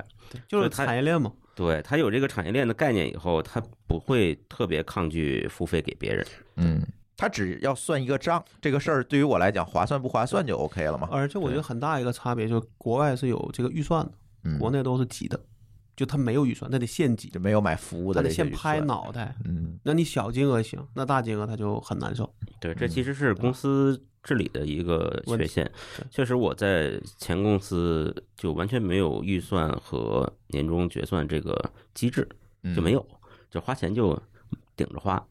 Speaker 3: 就是
Speaker 4: 所以他
Speaker 3: 产业链嘛。
Speaker 4: 对它有这个产业链的概念以后，它不会特别抗拒付费给别人，
Speaker 2: 嗯，他只要算一个账，这个事儿对于我来讲划算不划算就 OK 了嘛。
Speaker 3: 而且我觉得很大一个差别就是国外是有这个预算的，
Speaker 2: 嗯
Speaker 3: 国内都是挤的，就他没有预算，他得现挤，
Speaker 2: 就没有买服务
Speaker 3: 他
Speaker 2: 的
Speaker 3: 得
Speaker 2: 这些
Speaker 3: 现
Speaker 2: 预
Speaker 3: 拍
Speaker 2: 算。
Speaker 3: 脑袋。
Speaker 2: 嗯
Speaker 3: 那你小金额行，那大金额他就很难受。
Speaker 4: 对，这其实是公司治理的一个缺陷。确实，我在前公司就完全没有预算和年终决算这个机制，
Speaker 2: 嗯
Speaker 4: 就没有，就花钱就顶着花。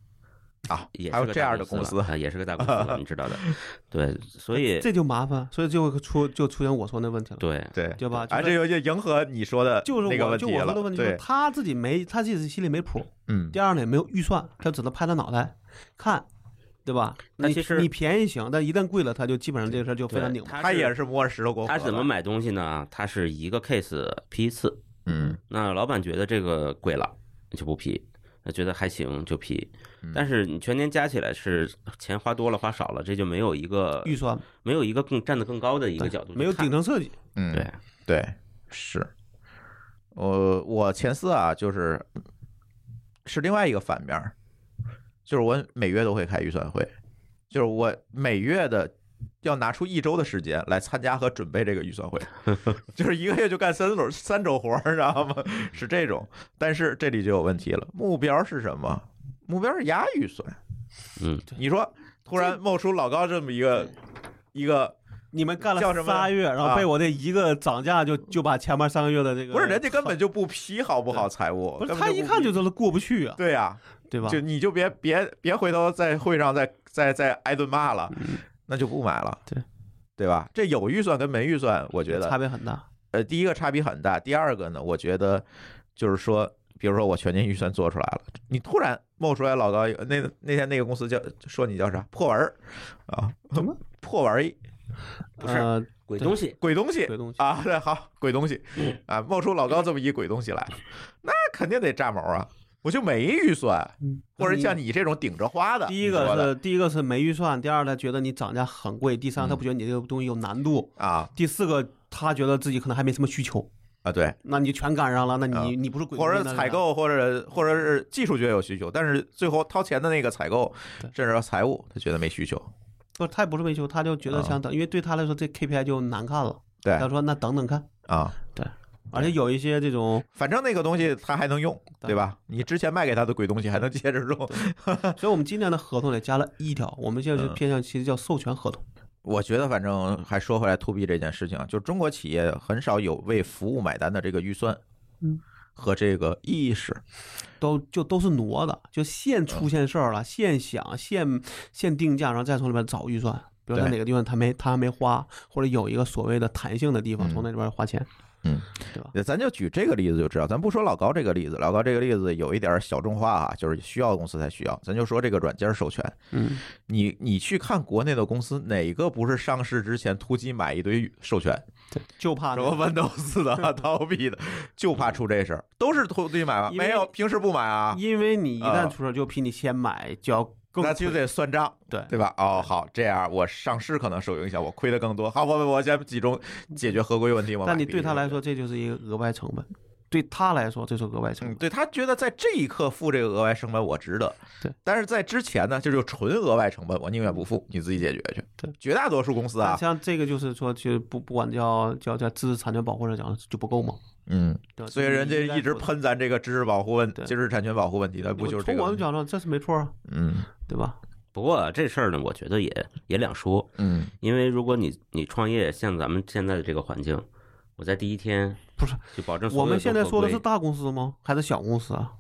Speaker 2: 啊
Speaker 4: 也，是
Speaker 2: 还有
Speaker 4: 个
Speaker 2: 这
Speaker 4: 大
Speaker 2: 样的公
Speaker 4: 公
Speaker 2: 司
Speaker 4: 了，啊也是个大公司了，你知道的。对，所以
Speaker 3: 这就麻烦，所以就会出就出现我说那问题了，
Speaker 4: 对
Speaker 2: 对
Speaker 3: 对吧？
Speaker 2: 啊，
Speaker 3: 就
Speaker 2: 这
Speaker 3: 是
Speaker 2: 就就迎合你说的
Speaker 3: 就是
Speaker 2: 那个
Speaker 3: 我
Speaker 2: 问
Speaker 3: 就
Speaker 2: 题
Speaker 3: 我说
Speaker 2: 了
Speaker 3: 的问。题，就是
Speaker 2: 对，
Speaker 3: 他自己没他自己心里没谱，
Speaker 2: 嗯
Speaker 3: 第二呢也没有预算，他只能拍他脑袋看，对吧？
Speaker 4: 那
Speaker 3: 你
Speaker 4: 其实
Speaker 3: 你便宜行，但一旦贵了，他就基本上这个事儿就非常拧
Speaker 4: 对，
Speaker 3: 巴。
Speaker 2: 他也是摸着石头过河。
Speaker 4: 他怎么？买东西呢？他是一个 case 批一次，
Speaker 2: 嗯
Speaker 4: 那老板觉得这个贵了就不批，那觉得还行就批。
Speaker 3: 嗯
Speaker 4: 但是你全年加起来是钱花多了花少了，这就没有一个
Speaker 3: 预算
Speaker 4: 没有一个更站得更高的一个
Speaker 3: 对
Speaker 4: 角度去看，
Speaker 3: 没有顶层设计，
Speaker 2: 嗯，
Speaker 4: 对，
Speaker 2: 对，是。我我前四啊，就是是另外一个反面儿，就是我每月都会开预算会，就是我每月的要拿出一周的时间来参加和准备这个预算会，就是一个月就干三轮三周活儿，你知道吗？ 是这种。但是这里就有问题了，目标是什么？目标是压预算。
Speaker 4: 嗯，
Speaker 2: 你说突然冒出老高这么一个一个
Speaker 3: 你们干
Speaker 2: 叫什
Speaker 3: 了
Speaker 2: 么
Speaker 3: 仨月，然后被
Speaker 2: 啊
Speaker 3: 我这一个涨价就就把前面三个月的这个
Speaker 2: 不是人家根本就不批好不好财务，
Speaker 3: 不
Speaker 2: 根
Speaker 3: 是
Speaker 2: 本
Speaker 3: 他
Speaker 2: 就
Speaker 3: 一
Speaker 2: 不
Speaker 3: 看
Speaker 2: 批
Speaker 3: 就知道过不去啊，
Speaker 2: 对呀、
Speaker 3: 对吧？
Speaker 2: 就你就别别别回头在会上再再再挨顿骂了，那就不买了，
Speaker 3: 嗯对
Speaker 2: 对吧？这有预算跟没预算，我觉
Speaker 3: 差
Speaker 2: 得
Speaker 3: 别很大。
Speaker 2: 呃，第一个差别很大，第二个呢，我觉得就是说，比如说我全年预算做出来了，你突然冒出来老高一个，那那天那个公司叫说你叫啥破玩儿啊，
Speaker 3: 什么
Speaker 2: 破玩意
Speaker 4: 不是
Speaker 3: 呃
Speaker 4: 鬼东西，
Speaker 2: 鬼东西，
Speaker 3: 鬼东西
Speaker 2: 啊， 对，好，鬼东西
Speaker 3: 嗯
Speaker 2: 啊，冒出老高这么一鬼东西来，那肯定得炸毛啊！我就没预算，或者像你这种顶着花的，
Speaker 3: 第一
Speaker 2: 你说
Speaker 3: 个
Speaker 2: 的
Speaker 3: 是第一个是没预算，第二他觉得你涨价很贵，第
Speaker 2: 嗯
Speaker 3: 三他不觉得你这个东西有难度，
Speaker 2: 啊
Speaker 3: 第四个他觉得自己可能还没什么需求，
Speaker 2: 啊，对，
Speaker 3: 那你全赶上了，那你、
Speaker 2: 啊
Speaker 3: 你不是鬼东
Speaker 2: 或
Speaker 3: 西
Speaker 2: 者
Speaker 3: 那是
Speaker 2: 采
Speaker 3: 啥
Speaker 2: 购，或者或者是技术觉得有需求，但是最后掏钱的那个采购，
Speaker 3: 对
Speaker 2: 甚至要财务，他觉得没需求，
Speaker 3: 不，他也不是没修，他就
Speaker 2: 啊
Speaker 3: 觉得想等，因为对他来说这 KPI 就难看了。
Speaker 2: 对
Speaker 3: 他说那等等看，
Speaker 2: 啊，
Speaker 3: 而且有一些这种，
Speaker 2: 反正那个东西他还能用，对吧？你之前卖给他的鬼东西还能接着用，
Speaker 3: 所以我们今年的合同里加了一条，我们现在是
Speaker 2: 哎嗯
Speaker 3: 偏向其实叫授权合同，
Speaker 2: 我觉得，反正还说回来，to B 这件事情啊，就中国企业很少有为服务买单的这个预算，
Speaker 3: 嗯，
Speaker 2: 和这个意识。
Speaker 3: 都就都是挪的，就现出现事儿了，现想现现定价，然后再从里面找预算。比如在
Speaker 2: 对
Speaker 3: 哪个地方他没他还没花，或者有一个所谓的弹性的地方，
Speaker 2: 嗯
Speaker 3: 从那里边花钱。
Speaker 2: 咱就举这个例子就知道，咱不说老高这个例子，老高这个例子有一点小众化啊，就是需要公司才需要。咱就说这个软件授权，
Speaker 3: 嗯，
Speaker 2: 你你去看国内的公司，哪个不是上市之前突击买一堆授权？
Speaker 3: 就怕
Speaker 2: 什
Speaker 3: 那
Speaker 2: 么
Speaker 3: 个
Speaker 2: Windows 的、Adobe 的，就怕出这事儿，都是偷自己买吧？啊
Speaker 3: 因为
Speaker 2: 没有，平时不买啊，
Speaker 3: 因为你一旦
Speaker 2: 啊
Speaker 3: 出事儿，就比你先买就要更
Speaker 2: 那就
Speaker 3: 亏
Speaker 2: 得算账，
Speaker 3: 对
Speaker 2: 对吧？哦，好，这样我上市可能受影响，我亏的更多。好，我我我先集中解决合规问题。我买
Speaker 3: 但你
Speaker 2: 比
Speaker 3: 对他
Speaker 2: 例
Speaker 3: 来，说，这就是一个额外成本。对他来说，这是额外成
Speaker 2: 嗯，
Speaker 3: 本。
Speaker 2: 对他觉得在这一刻付这个额外成本我值得，
Speaker 3: 对。
Speaker 2: 但是在之前呢，这就纯额外成本，我宁愿不付，你自己解决去。
Speaker 3: 对，
Speaker 2: 绝大多数公司
Speaker 3: 但
Speaker 2: 啊，
Speaker 3: 像这个就是说，就不不管叫叫叫知识产权保护上讲就不够嘛，
Speaker 2: 嗯，
Speaker 3: 对吧？
Speaker 2: 所以人家一直，喷咱这个知识保护问、
Speaker 3: 对
Speaker 2: 知识产权保护问题，他不就是这
Speaker 3: 从
Speaker 2: 个
Speaker 3: 我
Speaker 2: 问
Speaker 3: 们
Speaker 2: 题？
Speaker 3: 角度这是没错啊，
Speaker 2: 嗯
Speaker 3: 对吧？
Speaker 4: 不过这事儿呢，我觉得也也两说，
Speaker 2: 嗯，
Speaker 4: 因为如果你你创业，像咱们现在的这个环境，我在第一天
Speaker 3: 不是
Speaker 4: 就保证所
Speaker 3: 我
Speaker 4: 有
Speaker 3: 们
Speaker 4: 都
Speaker 3: 现在
Speaker 4: 合
Speaker 3: 说的是
Speaker 4: 规
Speaker 3: 大公司吗？还是小公司啊？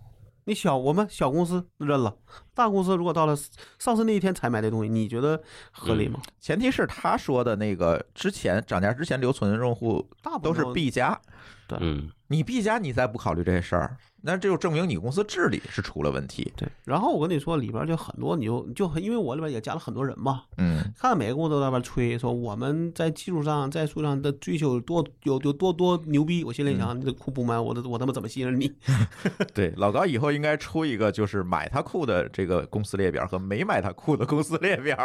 Speaker 3: 你小我们小公司认了，大公司如果到了上市那一天才买这东西，你觉得合
Speaker 2: 嗯
Speaker 3: 理吗？
Speaker 2: 前提是他说的那个之前涨价之前留存用户
Speaker 3: 大部
Speaker 2: 都
Speaker 3: 分
Speaker 2: 是 B 加，
Speaker 3: 对
Speaker 4: 嗯，
Speaker 2: 你 B 加你再不考虑这事儿，那这就证明你公司治理是出了问题。
Speaker 3: 对。然后我跟你说，里边就很多，你就你就很，因为我里边也加了很多人嘛，
Speaker 2: 嗯
Speaker 3: 看每个公司都在那边吹说我们在技术上、在数量的追求有多有有多多牛逼。我心里
Speaker 2: 嗯
Speaker 3: 想，你这库不买，我这我他妈怎么信任你？，
Speaker 2: 对，老高以后应该出一个就是买他库的这个公司列表和没买他库的公司列表。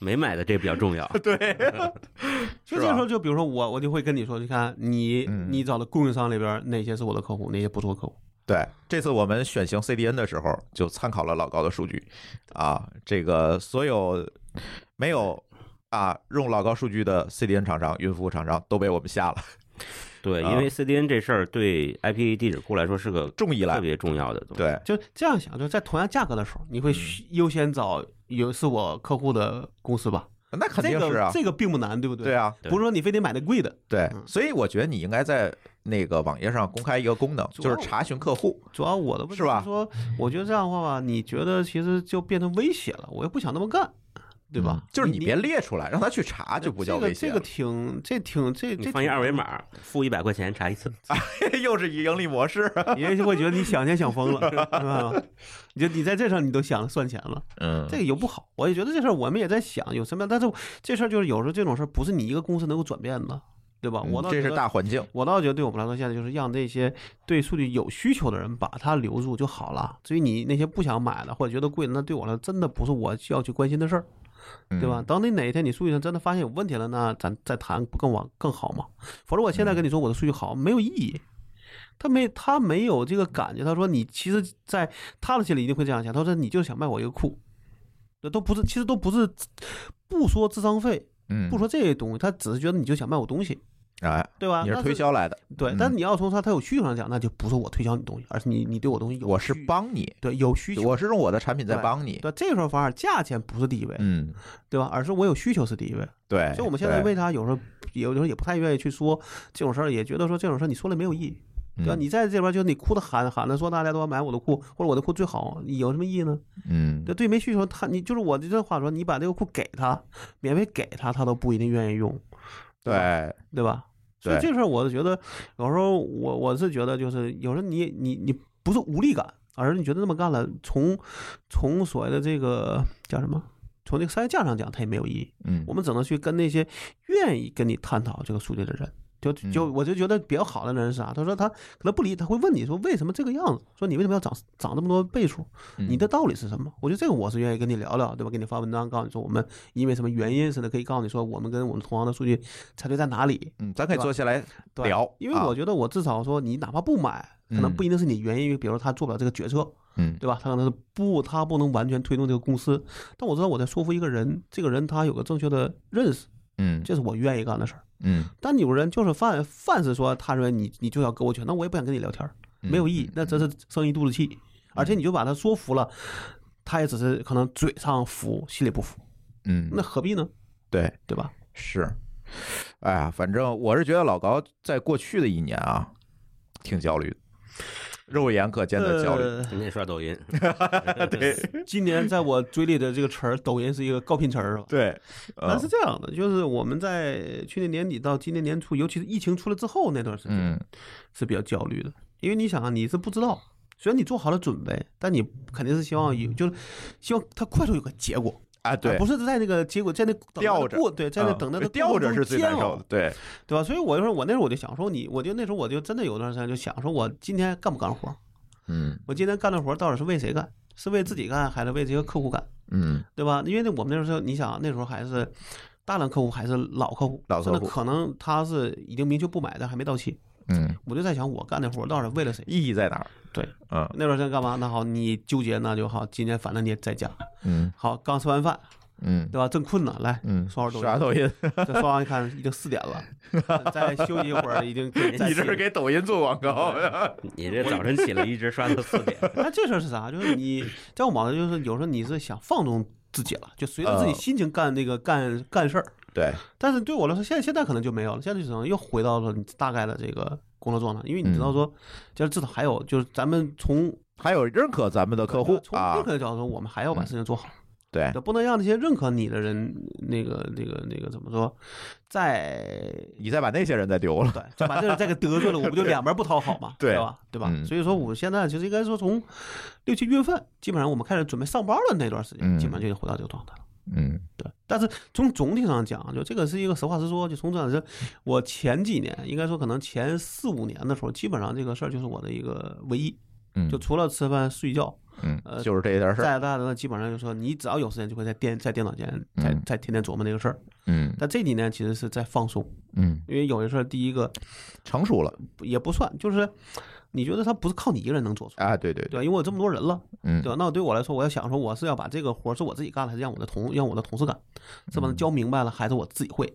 Speaker 4: 没买的这比较重 要。
Speaker 2: 对，
Speaker 3: 所
Speaker 2: 是
Speaker 3: 以
Speaker 2: 吧
Speaker 3: 这时候就比如说我，我就会跟你说，你看你
Speaker 2: 嗯
Speaker 3: 你找的供应商里边哪些是我的客户，哪些不是我客户。
Speaker 2: 对，这次我们选型 CDN 的时候就参考了老高的数据啊，这个所有没有啊用老高数据的 CDN 厂商、云服务厂商都被我们下了，
Speaker 4: 对，
Speaker 2: 啊
Speaker 4: 因为 CDN 这事儿对 IP 地址库来说是个
Speaker 2: 重依赖
Speaker 4: 特。别重要的东西。
Speaker 2: 对，
Speaker 3: 就这样想，就是在同样价格的时候，你
Speaker 2: 嗯
Speaker 3: 会优先找有是我客户的公司吧？
Speaker 2: 那肯定是啊，
Speaker 3: 这个这个并不难，对不对？
Speaker 2: 对，啊，
Speaker 4: 对
Speaker 3: 不是说你非得买那贵的，
Speaker 2: 对
Speaker 3: 嗯，
Speaker 2: 所以我觉得你应该在那个网页上公开一个功能，
Speaker 3: 主
Speaker 2: 就
Speaker 3: 要
Speaker 2: 是查询客户。
Speaker 3: 主要我的问题
Speaker 2: 是吧
Speaker 3: 说，我觉得这样的话吧，你觉得其实就变成威胁了，我又不想那么干，对吧
Speaker 2: 嗯？就是你
Speaker 3: 你
Speaker 2: 别列出来，让他去查就不叫威胁
Speaker 3: 这
Speaker 2: 了。
Speaker 3: 个这个挺这挺这
Speaker 4: 你
Speaker 3: 这
Speaker 4: 放一二维，码，付一百块钱查一次。
Speaker 2: 又是一盈利模式。
Speaker 3: 你也许会觉得你想钱想 疯了，是吧？你就你在这上你都想算钱了，
Speaker 2: 嗯
Speaker 3: 这个有不好。我也觉得这事儿我们也在想有什么样，但是这事儿就是有时候这种事儿不是你一个公司能够转变的，对吧？我倒
Speaker 2: 嗯这
Speaker 3: 觉
Speaker 2: 是
Speaker 3: 得
Speaker 2: 大环境。
Speaker 3: 我倒觉得，对我们来说，现在就是让这些对数据有需求的人把它留住就好了。至于你那些不想买的或者觉得贵的，那对我来说真的不是我需要去关心的事儿，
Speaker 2: 嗯
Speaker 3: 对吧？等你哪一天你数据上真的发现有问题了，那咱再谈不更往更好吗？否则我现在
Speaker 2: 嗯
Speaker 3: 跟你说我的数据好没有意义。他没，他没有这个感觉。他说：“你其实，在他的心里一定会这样想。他说你就是想卖我一个库，这都不是，其实都不是，不说智商税，
Speaker 2: 嗯，
Speaker 3: 不说这些东西，他只是觉得你就想卖我东西，
Speaker 2: 哎，
Speaker 3: 对吧？
Speaker 2: 你
Speaker 3: 那
Speaker 2: 是推销来的，
Speaker 3: 对
Speaker 2: 嗯，
Speaker 3: 但你要从他他有需求上讲，那就不是我推销你东西，而是你你对我东西有
Speaker 2: 我是
Speaker 3: 需
Speaker 2: 帮你，
Speaker 3: 对有需求。
Speaker 2: 我是用我的产品在帮你。
Speaker 3: 对，这个时候反而价钱不是第一位，
Speaker 2: 嗯，
Speaker 3: 对吧？而是我有需求是第一位。
Speaker 2: 对。
Speaker 3: 所以我们现在为
Speaker 2: 哎对
Speaker 3: 啥有时候有的时候也不太愿意去说这种事儿，也觉得说这种事儿你说了没有意义，对吧？
Speaker 2: 嗯
Speaker 3: 你在这边就你哭的喊喊的说大家都要买我的裤，或者我的裤最好，有什么意义呢？
Speaker 2: 嗯
Speaker 3: 对，对没需求他你就是我这话说，你把这个裤给他，免费给他，他都不一定愿意用。
Speaker 2: 对
Speaker 3: 对吧？所以
Speaker 2: 对
Speaker 3: 这事儿，我是觉得有时候我我是觉得就是有时候你你你不是无力感，而是你觉得这么干了，从从所谓的这个叫什么，从这个商业价上讲，它也没有意义。
Speaker 2: 嗯
Speaker 3: 我们只能去跟那些愿意跟你探讨这个数据的人。就就
Speaker 2: 嗯
Speaker 3: 我就觉得比较好的人是啥？他说他可能不理，他会问你说为什么这个样子？说你为什么要涨涨这么多倍数？
Speaker 2: 嗯
Speaker 3: 你的道理是什么？我觉得这个我是愿意跟你聊聊，对吧？给你发文章，告诉你说我们因为什么原因，甚至可以告诉你说我们跟我们同行的数据差距在哪里。
Speaker 2: 嗯，咱可以坐下来
Speaker 3: 对
Speaker 2: 聊，啊
Speaker 3: 因为我觉得我至少说你哪怕不买，可能
Speaker 2: 嗯
Speaker 3: 不一定是你原因，比如说他做不了这个决策，
Speaker 2: 嗯
Speaker 3: 对吧？他可能是不，他不能完全推动这个公司。但我知道我在说服一个人，这个人他有个正确的认识，
Speaker 2: 嗯
Speaker 3: 这是我愿意干的事儿。
Speaker 2: 嗯，
Speaker 3: 但有人就是犯犯是说，他认为你你就要跟我去，那我也不想跟你聊天儿，
Speaker 2: 嗯
Speaker 3: 没有意义，那真是生一肚子气。而且你就把他说服了，他也只是可能嘴上服，心里不服，
Speaker 2: 嗯，
Speaker 3: 那何必呢？
Speaker 2: 对，
Speaker 3: 对吧？
Speaker 2: 是，哎呀，反正我是觉得老高在过去的一年啊，挺焦虑的，肉眼可见的焦虑。
Speaker 4: 天天刷抖 音，
Speaker 2: 对
Speaker 3: 呃今年在我嘴里的这个词儿，抖音是一个高频 词儿，是吧？
Speaker 2: 对，
Speaker 3: 那
Speaker 2: 呃
Speaker 3: 是这样的，就是我们在去年年底到今年年初，尤其是疫情出来之后那段时间，
Speaker 2: 嗯
Speaker 3: 是比较焦虑的，因为你想啊，你是不知道，虽然你做好了准备，但你肯定是希望有，就是希望它快速有个结果，
Speaker 2: 啊，对，
Speaker 3: 不是在那个结果，在那等它的
Speaker 2: 吊着
Speaker 3: 过，对，在那等
Speaker 2: 着
Speaker 3: 它的
Speaker 2: 吊着是最难
Speaker 3: 过程哦
Speaker 2: 受的
Speaker 3: 中煎熬，，
Speaker 2: 对，
Speaker 3: 对吧？所以我就说，我那时候我就想说，你，我就那时候我就真的有段时间就想说，我今天干不干活？
Speaker 2: 嗯
Speaker 3: 我今天干的活到底是为谁干？是为自己干，还是为这个客户干？
Speaker 2: 嗯，
Speaker 3: 对吧？因为那我们那时候，你想那时候还是大量客户，还是老客户，
Speaker 2: 老客户
Speaker 3: 甚至可能他是已经明确不买的，还没到期。
Speaker 2: 嗯，
Speaker 3: 我就在想，我干那活到底为了谁？
Speaker 2: 意义在哪儿？
Speaker 3: 对，
Speaker 2: 嗯
Speaker 3: 那段时间干嘛？那好，你纠结那就好，今天反正你也在家，
Speaker 2: 嗯
Speaker 3: 好，刚吃完饭，
Speaker 2: 嗯
Speaker 3: 对吧？正困呢，来
Speaker 2: 嗯，
Speaker 3: 刷会儿抖
Speaker 2: 刷
Speaker 3: 音，
Speaker 2: 抖音，
Speaker 3: 这刷完一看已经四点了，再休息一会儿已经可以再
Speaker 2: 你这是
Speaker 3: 起
Speaker 2: 给抖音做广告
Speaker 3: 嗯
Speaker 2: 呀？
Speaker 4: 你这早晨起来一直刷到四 点，
Speaker 3: 那这事儿是啥？就是你在我忙的，就是有时候你是想放纵自己了，就随着自己
Speaker 2: 呃
Speaker 3: 心情干那个干干事儿。
Speaker 2: 对，
Speaker 3: 但是对我来说，现在现在可能就没有了，现在就只能又回到了你大概的这个工作状态，因为你知
Speaker 2: 嗯
Speaker 3: 道说，就是至少还有就是咱们从
Speaker 2: 还有认可咱们的客户
Speaker 3: 从
Speaker 2: 啊嗯哎
Speaker 3: 认，可的角度说，我们还要把事情做好，
Speaker 2: 对
Speaker 3: 对，不能让那些认可你的人那个那个那个怎么说，再
Speaker 2: 你再把那些人再丢了，
Speaker 3: 对，再把这人再给得罪了，我不就两边不讨好 嘛，
Speaker 2: 对
Speaker 3: 吧？对吧？
Speaker 2: 嗯
Speaker 3: 所以说，我现在其实应该说从六七月份，基本上我们开始准备上班了那段时间，
Speaker 2: 嗯
Speaker 3: 基本上就已经回到这个状态了。
Speaker 2: 嗯
Speaker 3: 对，但是从总体上讲，啊就这个是一个实话实说，就从这样是，我前几年应该说可能前四五年的时候，基本上这个事儿就是我的一个唯一，
Speaker 2: 嗯，
Speaker 3: 就除了吃饭睡觉，
Speaker 2: 嗯，
Speaker 3: 呃
Speaker 2: 就是这一点事儿，
Speaker 3: 再大的基本上就说你只要有时间就会在电在电脑前在
Speaker 2: 嗯
Speaker 3: 在天天琢磨这个事儿。
Speaker 2: 嗯
Speaker 3: 但这几年其实是在放松，
Speaker 2: 嗯，
Speaker 3: 因为有些事儿，第一个
Speaker 2: 成熟了
Speaker 3: 也不算，就是你觉得它不是靠你一个人能做出来，
Speaker 2: 啊，对对
Speaker 3: 对
Speaker 2: 对，
Speaker 3: 吧？因为我有这么多人了，
Speaker 2: 嗯
Speaker 3: 对吧？那对我来说，我要想说我是要把这个活儿是我自己干，还是让我的同让我的同事干，是把它教明白了，还是我自己会？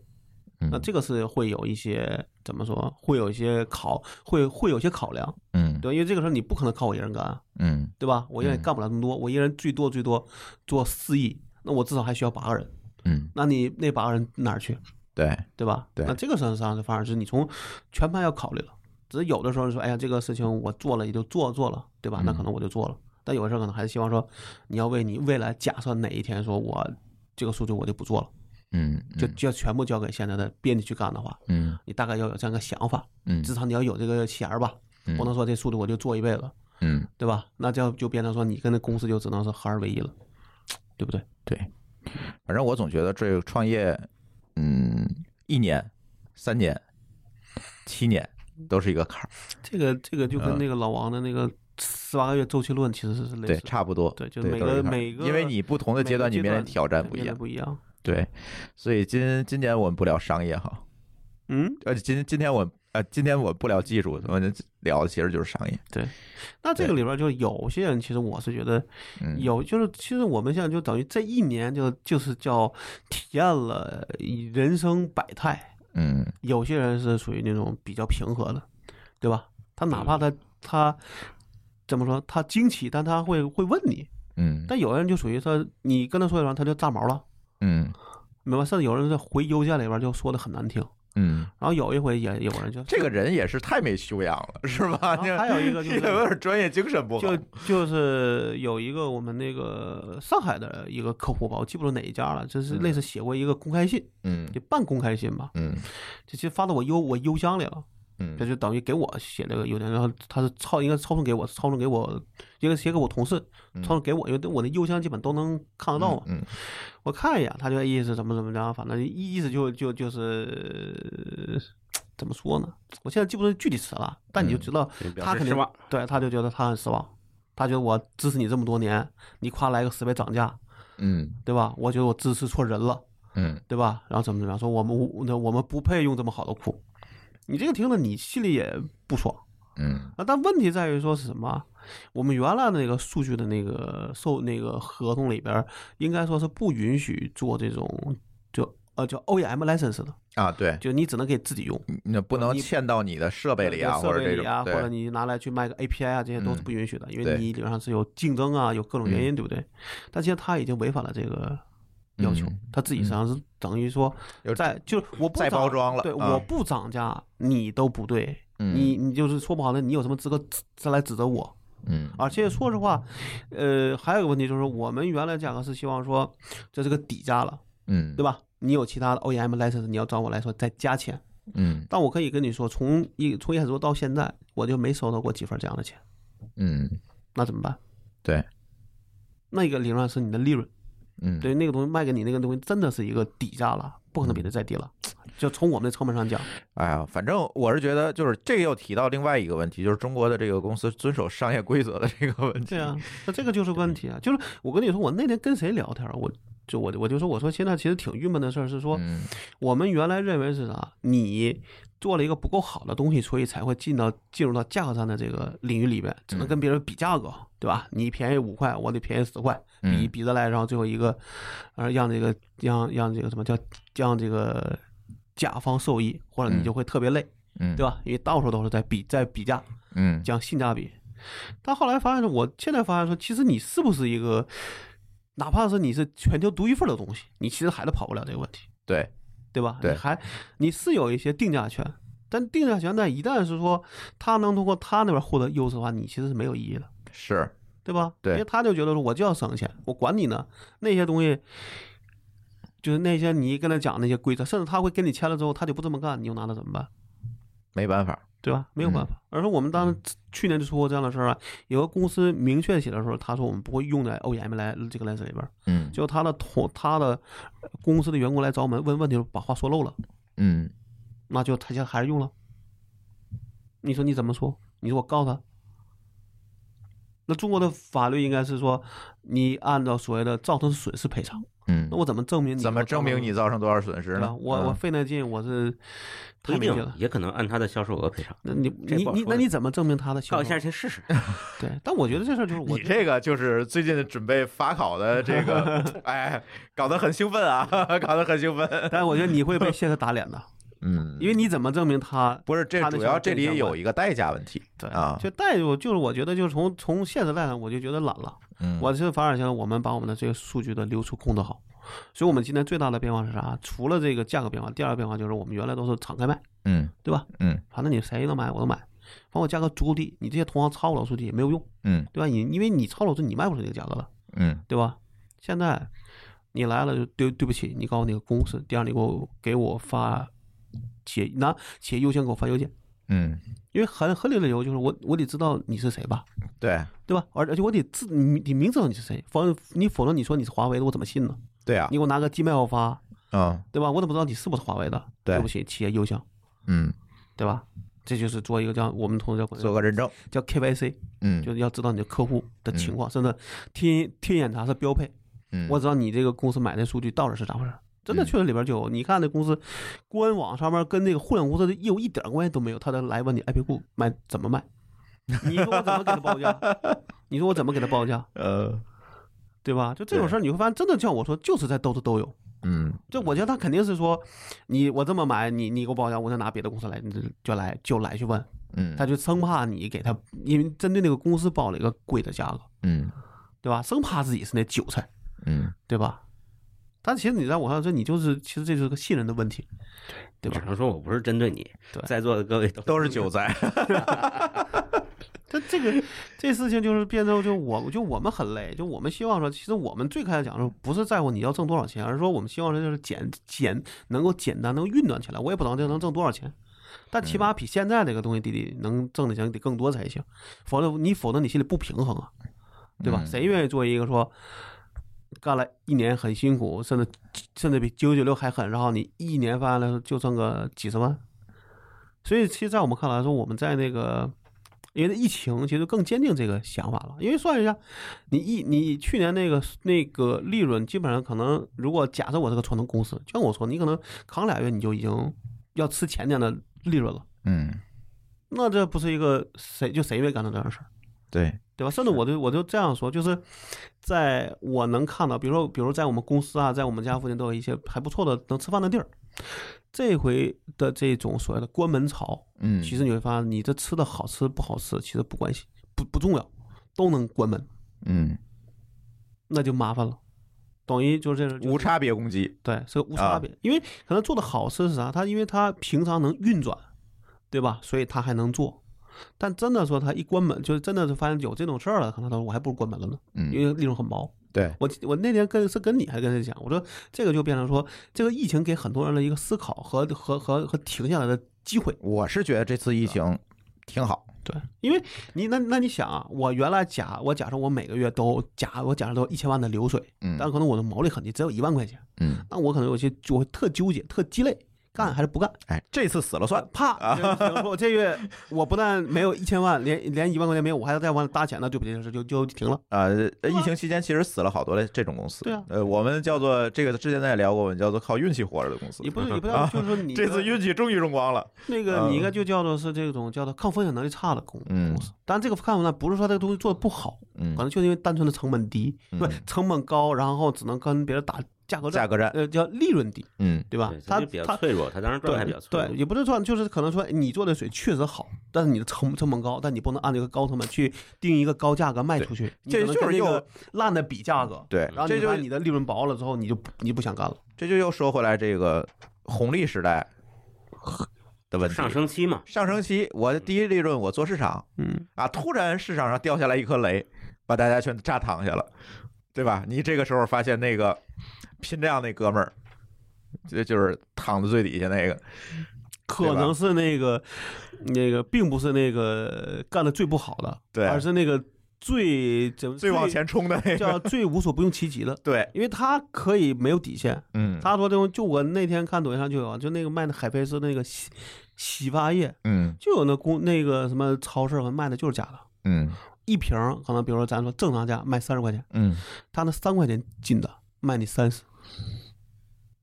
Speaker 2: 嗯
Speaker 3: 那这个是会有一些怎么说，会有一些考，会会有一些考量，
Speaker 2: 嗯
Speaker 3: 对吧，因为这个事儿你不可能靠我一人干，啊
Speaker 2: 嗯
Speaker 3: 对吧？我一人干不了那么多，我一人最多最多做四亿，那我至少还需要八个人，
Speaker 2: 嗯，
Speaker 3: 那你那八个人哪儿去？
Speaker 2: 对，
Speaker 3: 对吧？
Speaker 2: 对
Speaker 3: 那这个事实上是反而是你从全盘要考虑了。只是有的时候说，哎呀，这个事情我做了也就做做了，对吧？那
Speaker 2: 嗯
Speaker 3: 可能我就做了。但有的时候可能还是希望说，你要为你未来假设哪一天说我这个数据我就不做了，
Speaker 2: 嗯
Speaker 3: 就就要全部交给现在的编辑去干的话，
Speaker 2: 嗯
Speaker 3: 你大概要有这样一个想法，
Speaker 2: 嗯
Speaker 3: 至少你要有这个弦儿吧，
Speaker 2: 嗯
Speaker 3: 不能说这数据我就做一辈子，
Speaker 2: 嗯，
Speaker 3: 对吧？那这样就变成说你跟那公司就只能是合二为一了，对不对？
Speaker 2: 对，反正我总觉得这个创业，嗯，一年、三年、七年都是一个坎儿，
Speaker 3: 这个这个就跟
Speaker 2: 嗯
Speaker 3: 那个老王的那个十八个月周期论其实是类似
Speaker 2: 对，
Speaker 3: 的。
Speaker 2: 差不多，
Speaker 3: 对就
Speaker 2: 对
Speaker 3: 每
Speaker 2: 都是
Speaker 3: 个
Speaker 2: 一坎儿
Speaker 3: 每个
Speaker 2: 因为你不同的阶段，你面临挑战不一
Speaker 3: 面临
Speaker 2: 样，
Speaker 3: 不一样。
Speaker 2: 对，所以今今年我们不聊商业哈，
Speaker 3: 嗯，
Speaker 2: 而且今今天我呃，今天我不聊技术，我们聊的其实就是商业，
Speaker 3: 那这个里边就有些人，其实我是觉得
Speaker 2: 嗯，
Speaker 3: 有，就是其实我们现在就等于这一年就就是叫体验了人生百态。
Speaker 2: 嗯
Speaker 3: 有些人是属于那种比较平和的，对吧？他哪怕他他怎么说，他惊奇，但他会会问你。
Speaker 2: 嗯
Speaker 3: 但有的人就属于他，你跟他说一声，他就炸毛了，
Speaker 2: 嗯
Speaker 3: 明白？甚至有人在回邮件里边就说的很难听。
Speaker 2: 嗯，
Speaker 3: 然后有一回也有人就
Speaker 2: 这个人也是太没修养了，是吧？
Speaker 3: 然后还有一个就是
Speaker 2: 有点专业精神不好，
Speaker 3: 就就是有一个我们那个上海的一个客户吧，我记不住哪一家了，就是类似写过一个公开信，
Speaker 2: 嗯
Speaker 3: 就半公开信吧，
Speaker 2: 嗯
Speaker 3: 就其实发到我邮我邮箱里了，
Speaker 2: 嗯
Speaker 3: 这就等于给我写了个邮件，然后他是抄应该抄送给我，抄送给我，应该写给我同事，抄送给我，因为我的邮箱基本都能看得到嘛。
Speaker 2: 嗯
Speaker 3: 我看一眼，他就意思怎么怎么着，反正意意思就就就是。怎么说呢？我现在记不住具体词了，但你就知道他
Speaker 4: 嗯表
Speaker 3: 肯
Speaker 4: 示
Speaker 3: 定
Speaker 4: 失望。
Speaker 3: 对，他就觉得他很失望，他觉得我支持你这么多年，你夸来个十倍涨价，
Speaker 2: 嗯
Speaker 3: 对吧？我觉得我支持错人了，
Speaker 2: 嗯
Speaker 3: 对吧？然后怎么怎么样，说我们无那我们不配用这么好的库，你这个听了你心里也不爽
Speaker 2: 嗯
Speaker 3: 啊。但问题在于说是什么？我们原来那个数据的那个售那个合同里边儿，应该说是不允许做这种就呃叫 OEM license 的，
Speaker 2: 啊，对，
Speaker 3: 就你只能给自己用。
Speaker 2: 那不能嵌到你的设嗯备里啊，
Speaker 3: 设
Speaker 2: 或者
Speaker 3: 备
Speaker 2: 这
Speaker 3: 里
Speaker 2: 种
Speaker 3: 啊，或
Speaker 2: 对嗯
Speaker 3: 者你拿来去卖个 API 啊，这些都是不允许的，因为
Speaker 2: 对嗯
Speaker 3: 你理论上是有竞争啊，有各种原因，对不对？但现在他已经违反了这个要求
Speaker 2: 嗯，
Speaker 3: 他自己实际上是等于说
Speaker 2: 有
Speaker 3: 在就是我不
Speaker 2: 再
Speaker 3: 涨
Speaker 2: 包装了
Speaker 3: 对，
Speaker 2: 啊
Speaker 3: 我不涨价你都不对，
Speaker 2: 嗯
Speaker 3: 你你就是说不好的，你有什么资格指再来指责我？
Speaker 2: 嗯
Speaker 3: 而且啊说实话，呃，还有一个问题就是，我们原来价格是希望说这是个底价了，
Speaker 2: 嗯
Speaker 3: 对吧？你有其他的 OEM license，你要找我来说再加钱。
Speaker 2: 嗯
Speaker 3: 但我可以跟你说，从一从一开始做到现在，我就没收到过几份这样的钱，
Speaker 2: 嗯
Speaker 3: 那怎么办？
Speaker 2: 对
Speaker 3: 啊那个理论上是你的利润，
Speaker 2: 嗯，
Speaker 3: 对，那个东西卖给你，那个东西真的是一个底价了，不可能比它再低了。就从我们的成本上讲，
Speaker 2: 哎呀，反正我是觉得，就是这个又提到另外一个问题，就是中国的这个公司遵守商业规则的这个问题。嗯
Speaker 3: 对啊，那这个就是问题啊。就是我跟你说，我那天跟谁聊天儿，我就我我就说，我说现在其实挺郁闷的事儿是说，
Speaker 2: 嗯，
Speaker 3: 我们原来认为是啥，你做了一个不够好的东西，所以才会进到进入到价格战的这个领域里边，只
Speaker 2: 嗯
Speaker 3: 能跟别人比价格，对吧？你便宜五块，我得便宜十块，比
Speaker 2: 嗯
Speaker 3: 比得来，然后最后一个，呃，让这个让让这个什么叫让这个甲方受益，或者你就会特别累，
Speaker 2: 嗯，
Speaker 3: 对吧？因为到处都是在比在比价，
Speaker 2: 嗯，
Speaker 3: 讲性价比。但后来发现，我现在发现说，其实你是不是一个，哪怕是你是全球独一份的东西，你其实还是跑不了这个问题，
Speaker 2: 对，
Speaker 3: 对吧？
Speaker 2: 对
Speaker 3: 你还你是有一些定价权，但定价权呢，一旦是说他能通过他那边获得优势的话，你其实是没有意义的，
Speaker 2: 是，
Speaker 3: 对吧？
Speaker 2: 对
Speaker 3: 因为他就觉得说我就要省钱，我管你呢，那些东西。就是那些你跟他讲那些规则，甚至他会跟你签了之后，他就不这么干，你又拿他怎么办？
Speaker 2: 没办法。
Speaker 3: 对吧？没有办法。
Speaker 2: 嗯
Speaker 3: 而且我们当时去年就出过这样的事儿啊，有个公司明确写的时候，他说我们不会用在 OEM 来这个 lens 里边儿。
Speaker 2: 嗯
Speaker 3: 结果他的同他的呃公司的员工来找我们问问题，把话说漏了，
Speaker 2: 嗯
Speaker 3: 那就他现在还是用了。你说你怎么说？你说我告他？那中国的法律应该是说，你按照所谓的造成损失赔偿。
Speaker 2: 嗯
Speaker 3: 那，我怎么证明你？
Speaker 2: 怎么证明你？造成多少损失
Speaker 3: 对
Speaker 2: 呢？
Speaker 3: 吧？
Speaker 2: 嗯
Speaker 3: 我我费那劲，我是
Speaker 4: 不
Speaker 3: 太
Speaker 4: 一
Speaker 3: 明确
Speaker 4: 定
Speaker 3: 了，。
Speaker 4: 也可能按他的销售额赔偿，
Speaker 3: 那你
Speaker 4: 这
Speaker 3: 你
Speaker 4: 不好
Speaker 3: 你
Speaker 4: 说
Speaker 3: 那
Speaker 4: 的
Speaker 3: 你怎么证明他的效
Speaker 4: 告
Speaker 3: 果？
Speaker 4: 一下先试试。
Speaker 3: 对，但我觉得这事儿就是
Speaker 2: 嗯
Speaker 3: 我
Speaker 2: 你这个就是最近准备法考的这 个，哎，搞得很兴奋啊， 搞得很兴奋。
Speaker 3: 但是我觉得你会被谢克打脸的，
Speaker 2: 嗯，
Speaker 3: 因为你怎么证明他
Speaker 2: 不是这
Speaker 3: 他的
Speaker 2: 主
Speaker 3: 想
Speaker 2: 要
Speaker 3: 法
Speaker 2: 这
Speaker 3: 跟你
Speaker 2: 里
Speaker 3: 相
Speaker 2: 有
Speaker 3: 反
Speaker 2: 一个代价问题
Speaker 3: 对
Speaker 2: 啊。
Speaker 3: 就带入，就是我觉得就是从从现实来上，我就觉得懒了。
Speaker 2: 嗯
Speaker 3: 我是反而想我们把我们的这个数据的流出控制好。所以我们今天最大的变化是啥？除了这个价格变化，第二个变化就是我们原来都是敞开卖，
Speaker 2: 嗯
Speaker 3: 对吧？
Speaker 2: 嗯，
Speaker 3: 反正你谁能买我能买，反正我价格足够低，你这些同行抄我老数据也没有用，
Speaker 2: 嗯
Speaker 3: 对吧？你因为你抄老数据你卖不出这个价格了，
Speaker 2: 嗯
Speaker 3: 对吧？现在你来了就对对不起，你告诉你个公式，第二你给我给我发企业拿企业优先给我发邮件。
Speaker 2: 嗯，
Speaker 3: 因为很合理的理由就是我我得知道你是谁吧，
Speaker 2: 对
Speaker 3: 对吧？而而且我得自你你明知道你是谁，否则你否则你说你是华为的，我怎么信呢？
Speaker 2: 对啊
Speaker 3: 你，给我拿个 Gmail 发，
Speaker 2: 嗯
Speaker 3: 对吧？我怎么知道你是不是华为的？
Speaker 2: 对
Speaker 3: 不起，企业邮箱，
Speaker 2: 嗯，
Speaker 3: 对吧？这就是做一个叫我们通常叫
Speaker 2: 做个认证，
Speaker 3: 叫 KYC，
Speaker 2: 嗯，
Speaker 3: 就是要知道你的客户的情况，甚至天天眼查是标配。
Speaker 2: 嗯
Speaker 3: 我知道你这个公司买的数据到底是咋回事儿。真的
Speaker 2: 嗯
Speaker 3: 确实里边就有，你看那公司官网上面跟那个互联网公司的业务一点关系都没有，他再来问你 IP 库卖怎么卖，你说我怎么给他报 价？你说我怎么给他报价？
Speaker 2: 呃
Speaker 3: 对吧？就这种事儿，你会发现真的像我说，就是在斗智斗勇。
Speaker 2: 嗯
Speaker 3: 这我觉得他肯定是说，你我这么买，你你给我报价，我再拿别的公司来你这就来就来去问，
Speaker 2: 嗯，
Speaker 3: 他就生怕你给他，因为针对那个公司报了一个贵的价格，
Speaker 2: 嗯
Speaker 3: 对吧？生怕自己是那韭菜。
Speaker 2: 嗯
Speaker 3: 对吧？但其实你在网上说，你就是其实这就是个信任的问题，对
Speaker 4: 只
Speaker 3: 吧？
Speaker 4: 能说我不是针对你
Speaker 3: 对，
Speaker 4: 在座的各位都
Speaker 2: 都是韭菜，
Speaker 3: 这这个这事情就是变成就我就我们很累，就我们希望说，其实我们最开始讲说不是在乎你要挣多少钱，而是说我们希望说就是简简能够简单能够运转起来。我也不知道这能挣多少钱，但起码比现在这个东西得得能挣的钱得更多才行，否则你否则你心里不平衡啊，对吧？
Speaker 2: 嗯
Speaker 3: 谁愿意做一个说干了一年很辛苦，甚至甚至比九九六还狠，然后你一年发下来就挣个几十万？所以，其实，在我们看来说，我们在那个因为疫情，其实更坚定这个想法了。因为算一下，你一你去年那个那个利润，基本上可能，如果假设我是个传统公司，就像我说，你可能扛俩月你就已经要吃前年的利润了，
Speaker 2: 嗯，
Speaker 3: 那这不是一个谁就谁愿意干的这样的事儿，
Speaker 2: 对，
Speaker 3: 对吧？甚至我就我就这样说，就是在我能看到，比如说比如在我们公司啊，在我们家附近都有一些还不错的能吃饭的地儿。这回的这种所谓的关门潮，
Speaker 2: 嗯，
Speaker 3: 其实你会发现，你这吃的好吃不好吃，其实不关系，不不重要，都能关门，
Speaker 2: 嗯，
Speaker 3: 那就麻烦了。等于就是这种
Speaker 2: 无差别攻击，
Speaker 3: 对是个无差
Speaker 2: 啊
Speaker 3: 别，因为可能做的好吃是啥？它因为它平常能运转，对吧？所以它还能做。但真的说它一关门，就是真的是发现有这种事儿了，可能他说我还不如关门了呢，
Speaker 2: 嗯
Speaker 3: 因为利润很薄。
Speaker 2: 对，
Speaker 3: 我我那天跟是跟你还跟谁讲，我说这个就变成说，这个疫情给很多人的一个思考和和和和停下来的机会。
Speaker 2: 我是觉得这次疫情挺好。
Speaker 3: 对，因为你那那你想啊，我原来假我假设我每个月都假我假设都一千万的流水，
Speaker 2: 嗯
Speaker 3: 但可能我的毛利很低，只有一万块钱，
Speaker 2: 嗯，
Speaker 3: 那我可能有些就会特纠结、特鸡肋，干还是不干？
Speaker 2: 哎，这次死了算。
Speaker 3: 怕，可能说我这月我不但没有一千万，连连一万块钱没有，我还要再往里搭钱，那对不起，这事就就停了。
Speaker 2: 呃，
Speaker 3: 啊
Speaker 2: 疫情期间其实死了好多的这种公司。
Speaker 3: 对啊
Speaker 2: 呃，我们叫做这个之前咱也聊过，我们叫做靠运气活着的公司
Speaker 3: 也。不是也不要， 就是说你
Speaker 2: 这次
Speaker 3: 的
Speaker 2: 运气终于用光了。
Speaker 3: 那个你应该就叫做是这种叫做抗风险能力差的公
Speaker 2: 嗯
Speaker 3: 公司，但这个抗风险不是说这个东西做的不好，
Speaker 2: 嗯
Speaker 3: 可能就是因为单纯的成本低，
Speaker 2: 嗯
Speaker 3: 对，成本高，然后只能跟别人打价格战，
Speaker 2: 价格战
Speaker 3: 呃，叫利润低，
Speaker 2: 嗯
Speaker 3: 对吧
Speaker 4: 对，？
Speaker 3: 他
Speaker 4: 它就比较
Speaker 3: 他
Speaker 4: 脆弱，它当然状态比较脆
Speaker 3: 对，
Speaker 4: 弱。
Speaker 3: 也不是说就是可能说你做的水确实好，但是你的成成本高，但你不能按这个高成本去定一个高价格卖出去，你
Speaker 2: 这
Speaker 3: 可能
Speaker 2: 就是
Speaker 3: 跟那
Speaker 2: 又
Speaker 3: 个烂的比价格，
Speaker 2: 对，
Speaker 3: 然后
Speaker 2: 这
Speaker 3: 你
Speaker 2: 就
Speaker 3: 把
Speaker 2: 是
Speaker 3: 你的利润薄了之后，你就不你不想干了。
Speaker 2: 这就又说回来这个红利时代的问题。
Speaker 4: 上升期嘛，
Speaker 2: 上升期，我的第一利润我做市场
Speaker 3: 嗯，
Speaker 2: 啊，突然市场上掉下来一颗雷，把大家全炸躺下了，对吧？你这个时候发现那个拼这样那哥们儿，这就是躺在最底下那个，
Speaker 3: 可
Speaker 2: 吧
Speaker 3: 能是那个那个并不是那个干的最不好的，
Speaker 2: 对
Speaker 3: 而是那个最怎么
Speaker 2: 最往前冲的那个，
Speaker 3: 叫最无所不用其极的。
Speaker 2: 对，
Speaker 3: 因为他可以没有底线，
Speaker 2: 嗯，
Speaker 3: 他说这种就我那天看抖音上就有啊，就那个卖的海飞丝那个洗洗发液，
Speaker 2: 嗯
Speaker 3: 就有那公那个什么超市和卖的就是假的，
Speaker 2: 嗯
Speaker 3: 一瓶儿可能比如说咱说正常价卖三十块钱，
Speaker 2: 嗯，
Speaker 3: 他那三块钱进的卖你三十，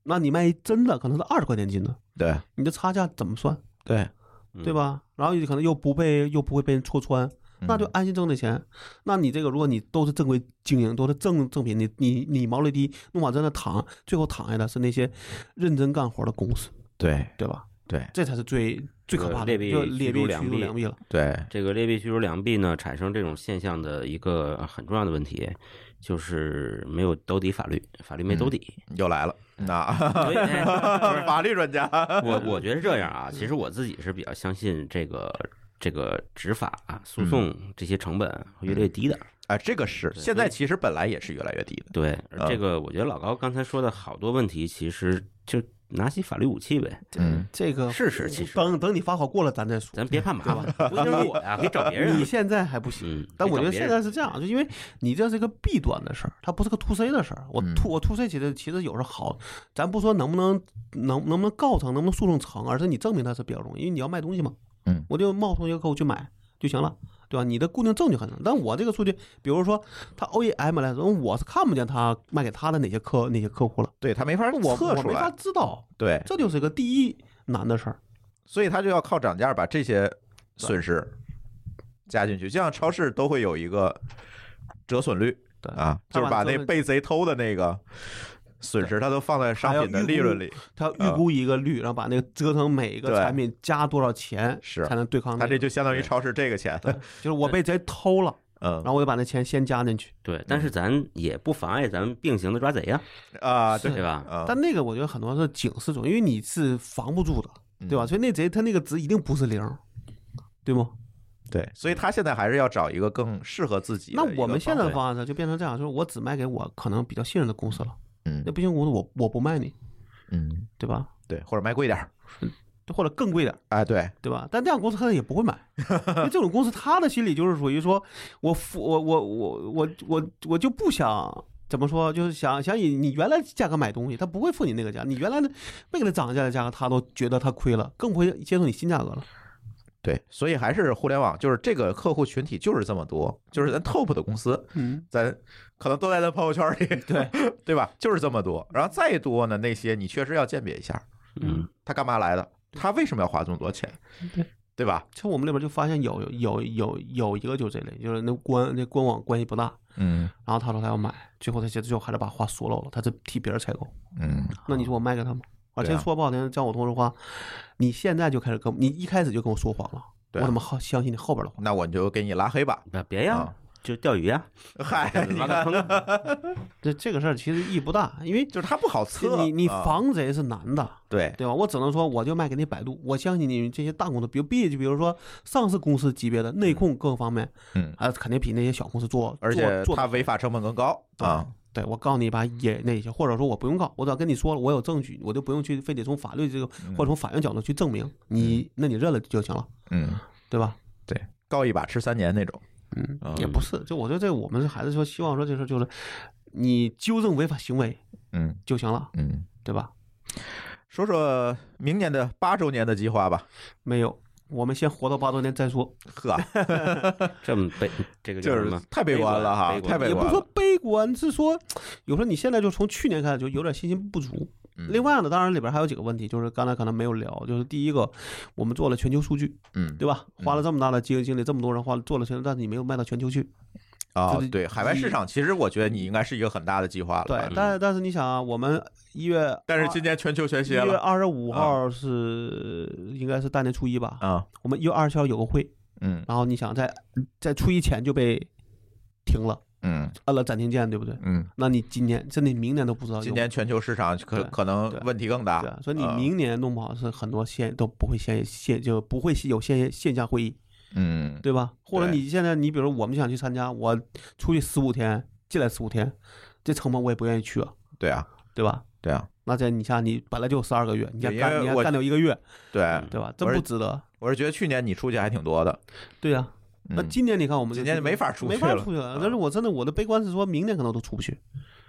Speaker 3: 那你卖一真的可能是二十块钱进的，
Speaker 2: 对
Speaker 3: 你的差价怎么算，
Speaker 2: 对，
Speaker 4: 嗯
Speaker 3: 对？吧？然后有可能又不被又不会被人戳穿，
Speaker 2: 嗯
Speaker 3: 那就安心挣这钱。那你这个如果你都是正规经营，都是正正品，你你你毛利低，弄往在那躺，最后躺下的是那些认真干活的公司，
Speaker 2: 对
Speaker 3: 对吧？
Speaker 2: 对
Speaker 3: 这才是最最可
Speaker 4: 呃
Speaker 3: 怕的，
Speaker 4: 劣币
Speaker 3: 就
Speaker 4: 驱
Speaker 3: 劣
Speaker 4: 逐
Speaker 3: 币
Speaker 4: 良
Speaker 3: 驱逐
Speaker 4: 币
Speaker 3: 良币了。
Speaker 2: 对，
Speaker 4: 这个劣币驱逐良币呢，产生这种现象的一个呃很重要的问题，就是没有兜底法律，法律没
Speaker 3: 嗯
Speaker 4: 兜底。
Speaker 2: 又来了，
Speaker 4: 所 以
Speaker 2: 那
Speaker 4: 哎不 是
Speaker 2: 法律专家，
Speaker 4: 我我觉得是这样
Speaker 3: 嗯
Speaker 4: 啊，其实我自己是比较相信这个这个执法啊、诉
Speaker 3: 嗯
Speaker 4: 讼这些成本会越来越低的。
Speaker 2: 啊，这个是
Speaker 4: 对
Speaker 2: 现在其实本来也是越来越低的，
Speaker 4: 对，
Speaker 3: 嗯
Speaker 4: 而这个我觉得老高刚才说的好多问题，其实就拿起法律武器呗，
Speaker 2: 嗯
Speaker 3: 这个
Speaker 4: 试试。其实
Speaker 3: 等等你发好过了，咱再说。
Speaker 4: 咱别怕麻
Speaker 3: 对
Speaker 4: 烦，不一定是我呀，可以找别人
Speaker 3: 你
Speaker 4: 啊。
Speaker 3: 现在还不行，
Speaker 4: 嗯，
Speaker 3: 但我觉得
Speaker 4: 可以找别
Speaker 3: 现在
Speaker 4: 人
Speaker 3: 是这样，就因为你这是一个弊端的事儿，它不是个 to C 的事儿。我
Speaker 2: 嗯
Speaker 3: to 我 to C 其实其实有时候好，咱不说能不能能能不能告成，能不能诉讼成，而是你证明它是比较容易，因为你要卖东西嘛。
Speaker 2: 嗯，
Speaker 3: 我就冒充一个客户去买就行了，对吧？你的固定证据很少，但我这个数据，比如说他 OEM 来说，我是看不见他卖给他的哪些客哪些客户了，
Speaker 2: 对他没法
Speaker 3: 我
Speaker 2: 测
Speaker 3: 我
Speaker 2: 出
Speaker 3: 没法
Speaker 2: 来，哎
Speaker 3: 知道，
Speaker 2: 对，
Speaker 3: 这就是一个第一难的事儿。
Speaker 2: 所以他就要靠涨价把这些损失加进去，就像超市都会有一个折损率
Speaker 3: 对
Speaker 2: 啊，
Speaker 3: 他
Speaker 2: 就是把
Speaker 3: 把折
Speaker 2: 那
Speaker 3: 损
Speaker 2: 被贼偷的那个损失，他都放在商品的利润里，
Speaker 3: 他要预估一个率，然后把那个折腾每一
Speaker 2: 嗯
Speaker 3: 个
Speaker 2: 对
Speaker 3: 产品加多少钱，
Speaker 2: 是
Speaker 3: 才能对抗那
Speaker 2: 他
Speaker 3: 个
Speaker 2: 这就相当于超市这个钱，
Speaker 3: 就是我被贼偷了，
Speaker 2: 嗯
Speaker 3: 然后我就把那钱先加进去。
Speaker 4: 对，但
Speaker 3: 嗯
Speaker 4: 是咱也不妨碍咱们并行的抓贼呀，
Speaker 2: 啊，对
Speaker 4: 对吧？
Speaker 2: 啊，
Speaker 3: 但那个我觉得很多是警示种，因为你是防不住的，对吧？
Speaker 2: 嗯？
Speaker 3: 所以那贼他那个值一定不是零，对吗？
Speaker 2: 对，所以他现在还是要找一个更适合自己的
Speaker 3: 那
Speaker 2: 一个方法。
Speaker 3: 我们现在的
Speaker 2: 方
Speaker 3: 方案呢，就变成这样，就是我只卖给我可能比较信任的公司了，那
Speaker 2: 嗯
Speaker 3: 不行公司我我不卖你，
Speaker 2: 嗯，
Speaker 3: 对吧？
Speaker 2: 对，或者卖贵点儿，
Speaker 3: 或者更贵点，
Speaker 2: 哎，对，
Speaker 3: 对吧？但这样公司可能也不会买，因为这种公司他的心理就是属于说，我付我我我我我我就不想怎么说，就是想想以你原来价格买东西，他不会付你那个价，你原来的为了涨价的价格，他都觉得他亏了，更不会接受你新价格了。
Speaker 2: 对，所以还是互联网，就是这个客户群体就是这么多，就是咱 top 的公司，
Speaker 3: 嗯，
Speaker 2: 咱可能都在咱朋友圈里，对 对吧？就是这么多，然后再多呢，那些你确实要鉴别一下，
Speaker 4: 嗯，
Speaker 2: 他干嘛来的，他为什么要花这么多钱，
Speaker 3: 对
Speaker 2: 对吧？
Speaker 3: 其实我们里边就发现有有有有一个就这类，就是那官那官网关系不大，
Speaker 2: 嗯
Speaker 3: 然后他说他要买，最后他其实最后还是把话说漏了，他是替别人采购。
Speaker 2: 嗯，
Speaker 3: 那你说我卖给他吗？而
Speaker 2: 对啊
Speaker 3: 且说不好听，讲我同事话，你现在就开始跟你一开始就跟我说谎了，
Speaker 2: 对啊
Speaker 3: 我怎么好相信你后边的话？
Speaker 2: 那我就给你拉黑吧。
Speaker 4: 那别呀
Speaker 2: 啊，
Speaker 4: 就钓鱼 呀，
Speaker 2: 嗨，你
Speaker 4: 挖
Speaker 2: 看
Speaker 4: 个坑啊。
Speaker 3: 这这个事儿其实意义不大，因为
Speaker 2: 就是他不好测，
Speaker 3: 你你
Speaker 2: 啊
Speaker 3: 防贼是难的，
Speaker 2: 对
Speaker 3: 对吧？我只能说我就卖给你百度，我相信你这些大公司，比如毕就比如说上市公司级别的内控各方面，
Speaker 2: 嗯
Speaker 3: 啊，肯定比那些小公司做，
Speaker 2: 而且
Speaker 3: 做
Speaker 2: 他
Speaker 3: 做
Speaker 2: 违法成本更高啊。
Speaker 3: 对我告你一把也那些，或者说我不用告，我只要跟你说了，我有证据，我就不用去
Speaker 2: 嗯
Speaker 3: 非得从法律这个或者从法院角度去证明你，那你认了就行了，
Speaker 2: 嗯，
Speaker 3: 对吧？
Speaker 2: 高一把吃三年那种。
Speaker 3: 嗯
Speaker 2: 嗯，
Speaker 3: 也不是，就我觉得这我们孩子说希望说这事儿就是，你纠正违法行为
Speaker 2: 嗯
Speaker 3: 就行了，
Speaker 2: 嗯，
Speaker 3: 对吧？
Speaker 2: 说说明年的八周年的计划吧。
Speaker 3: 没有，我们先活到八周年再说，
Speaker 2: 呵，
Speaker 4: 这么悲，这个叫
Speaker 2: 就
Speaker 4: 什
Speaker 2: 是
Speaker 4: 么？
Speaker 2: 太悲观了哈
Speaker 4: 悲观
Speaker 2: 太悲
Speaker 3: 也
Speaker 2: 观了
Speaker 3: 不说悲观，是说有时候你现在就从去年开始就有点信心不足。
Speaker 2: 嗯
Speaker 3: 另外呢，当然里边还有几个问题，就是刚才可能没有聊，就是第一个，我们做了全球数据，
Speaker 2: 嗯
Speaker 3: 对吧？花了这么大的精力精力，这么多人花做了全球，但是你没有卖到全球去，
Speaker 2: 啊
Speaker 3: 这是，
Speaker 2: 对海外市场，其实我觉得你应该是一个很大的计划了。
Speaker 3: 嗯对
Speaker 2: 嗯。
Speaker 3: 但但是你想啊，我们一月，
Speaker 2: 但是今年全球全
Speaker 3: 一
Speaker 2: 歇
Speaker 3: 月
Speaker 2: 了
Speaker 3: 二十五号是应该是大年初一吧？
Speaker 2: 啊，
Speaker 3: 我们一月二十七号有个会，
Speaker 2: 嗯
Speaker 3: 然后你想在在初一前就被停了，
Speaker 2: 嗯
Speaker 3: 按了暂停键，对不对？
Speaker 2: 嗯，
Speaker 3: 那你今年甚至明年都不知哦道有，
Speaker 2: 今年全球市场可
Speaker 3: 对
Speaker 2: 可能
Speaker 3: 对
Speaker 2: 问题更大
Speaker 3: 对啊，所以你
Speaker 2: 呃
Speaker 3: 明年弄不好是很多线都不会线线就不会有线线下会议，
Speaker 2: 嗯
Speaker 3: 对吧？或者
Speaker 2: 对
Speaker 3: 你现在你比如我们想去参加，我出去十五天，进来十五天，这成本我也不愿意去啊，
Speaker 2: 对啊
Speaker 3: 对吧？
Speaker 2: 对啊
Speaker 3: 那这你像你本来就十二个月，你
Speaker 2: 对
Speaker 3: 还
Speaker 2: 因
Speaker 3: 干
Speaker 2: 为
Speaker 3: 你还
Speaker 2: 我
Speaker 3: 干掉一个月，
Speaker 2: 对，
Speaker 3: 对吧？真
Speaker 2: 我是
Speaker 3: 不值得。
Speaker 2: 我是觉得去年你出去还挺多的，
Speaker 3: 对呀、那
Speaker 2: 嗯
Speaker 3: 今年你看我们就
Speaker 2: 今年没法出
Speaker 3: 没
Speaker 2: 去
Speaker 3: 法
Speaker 2: 了
Speaker 3: 出去了
Speaker 2: 啊。
Speaker 3: 但是我真的我的悲观是说明年可能都出不去。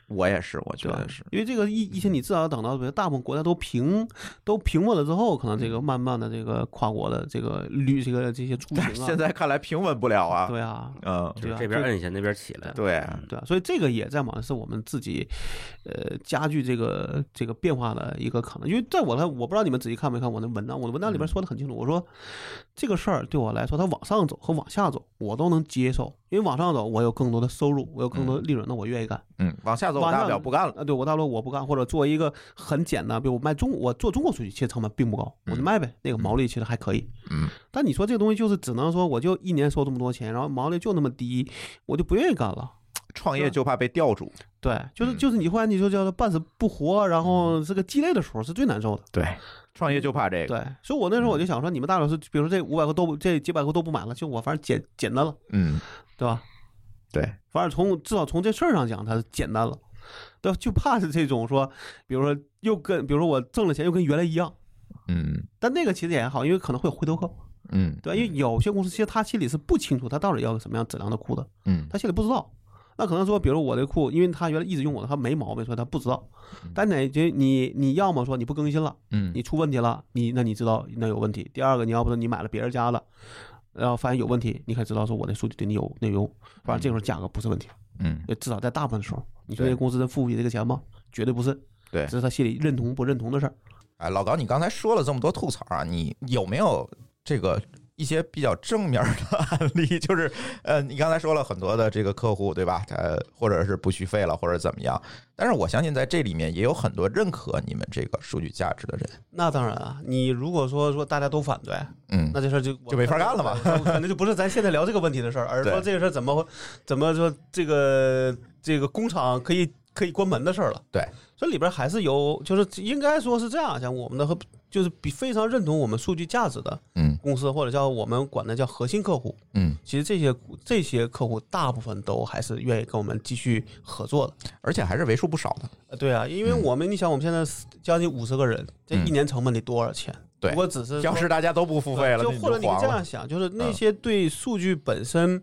Speaker 2: 我也是，我觉
Speaker 3: 对吧
Speaker 2: 得是？
Speaker 3: 因为这个疫疫情，你至少要等到比如大部分国家都平都平稳了之后，可
Speaker 2: 嗯
Speaker 3: 能这个慢慢的这个跨国的这个旅这个这些出行啊，
Speaker 2: 现在看来平稳不了啊，
Speaker 3: 对啊，
Speaker 2: 嗯
Speaker 4: 就是
Speaker 3: 对啊，
Speaker 4: 这边
Speaker 3: 就
Speaker 4: 摁一下，那边起来。
Speaker 2: 对，
Speaker 3: 对啊，所以这个也在嘛，是我们自己呃加剧这个这个变化的一个可能。因为在我看，我不知道你们仔细看没看我的文章，我的文章里
Speaker 2: 嗯
Speaker 3: 边说的很清楚，我说这个事儿对我来说，它往上走和往下走我都能接受，因为往上走我有更多的收入，我有更多的利润，那我愿意干。
Speaker 2: 嗯，往下走我
Speaker 3: 往
Speaker 2: 大
Speaker 3: 上
Speaker 2: 不了不干了，
Speaker 3: 啊，对我大不了我不干，或者做一个很简单，比如我卖中，我做中国数据，其实成本并不高，我就卖呗，那个毛利其实还可以。
Speaker 2: 嗯，
Speaker 3: 但你说这个东西就是只能说我就一年收这么多钱，然后毛利就那么低，我就不愿意干了。
Speaker 2: 创
Speaker 3: 啊
Speaker 2: 业就怕被吊住，
Speaker 3: 对，就是
Speaker 2: 嗯
Speaker 3: 就是你忽然你就叫他半死不活，然后这个鸡肋的时候是最难受的。
Speaker 2: 对，创业就怕这个，
Speaker 3: 对，所以我那时候我就想说，你们大老师，比如说这五百个都不，这几百个都不买了，就我反正简简单了，
Speaker 2: 嗯，
Speaker 3: 对吧？
Speaker 2: 对，
Speaker 3: 反正从至少从这事儿上讲，它是简单了。对吧，就怕是这种说，比如说又跟，比如说我挣了钱又跟原来一样，
Speaker 2: 嗯
Speaker 3: 但那个其实也还好，因为可能会有回头客，
Speaker 2: 嗯，
Speaker 3: 对吧？因为有些公司其实他心里是不清楚他到底要个什么样质量的裤的，
Speaker 2: 嗯
Speaker 3: 他心里不知道。那可能说，比如我这裤，因为他原来一直用我的，他没毛病，所以他不知道。但哪就你你要么说你不更新了，
Speaker 2: 嗯
Speaker 3: 你出问题了，你那你知道那有问题。第二个，你要不是你买了别人家的，然后发现有问题，你可以知道说我的数据对你有内容，反正这时候价格不是问题，
Speaker 2: 嗯，
Speaker 3: 就至少在大部分时候，你说
Speaker 2: 对
Speaker 3: 这个公司真付不起这个钱吗？绝对不是，
Speaker 2: 对
Speaker 3: 只是他心里认同不认同的事儿。
Speaker 5: 哎，老高，你刚才说了这么多吐槽啊，你有没有这个一些比较正面的案例？ 就是呃，你刚才说了很多的这个客户，对吧？他或者是不续费了，或者怎么样？但是我相信在这里面也有很多认可你们这个数据价值的人，
Speaker 3: 那当然啊，你如果说说大家都反对，
Speaker 5: 嗯，
Speaker 3: 那这事儿就
Speaker 5: 就没法干了嘛
Speaker 3: 嘛，可能就不是咱现在聊这个问题的事儿，而是说
Speaker 5: 对
Speaker 3: 这个事儿怎么会怎么说这个这个工厂可以可以关门的事儿了。
Speaker 5: 对，
Speaker 3: 这里边还是有，就是应该说是这样，像我们的和就是比非常认同我们数据价值的
Speaker 5: 嗯
Speaker 3: 公司，或者叫我们管的叫核心客户，
Speaker 5: 嗯，
Speaker 3: 其实这些这些客户大部分都还是愿意跟我们继续合作的。
Speaker 5: 而且还是为数不少的，
Speaker 3: 呃对啊，因为
Speaker 5: 嗯
Speaker 3: 我们、你想，我们现在将近五十个人，这一年成本得多少钱？
Speaker 5: 对
Speaker 3: 如果只是
Speaker 2: 要
Speaker 3: 说
Speaker 2: 是大家都不付费了，
Speaker 3: 就
Speaker 2: 那你
Speaker 3: 或者你
Speaker 2: 黄
Speaker 3: 这样
Speaker 2: 了，
Speaker 3: 想，就是那些对数据本身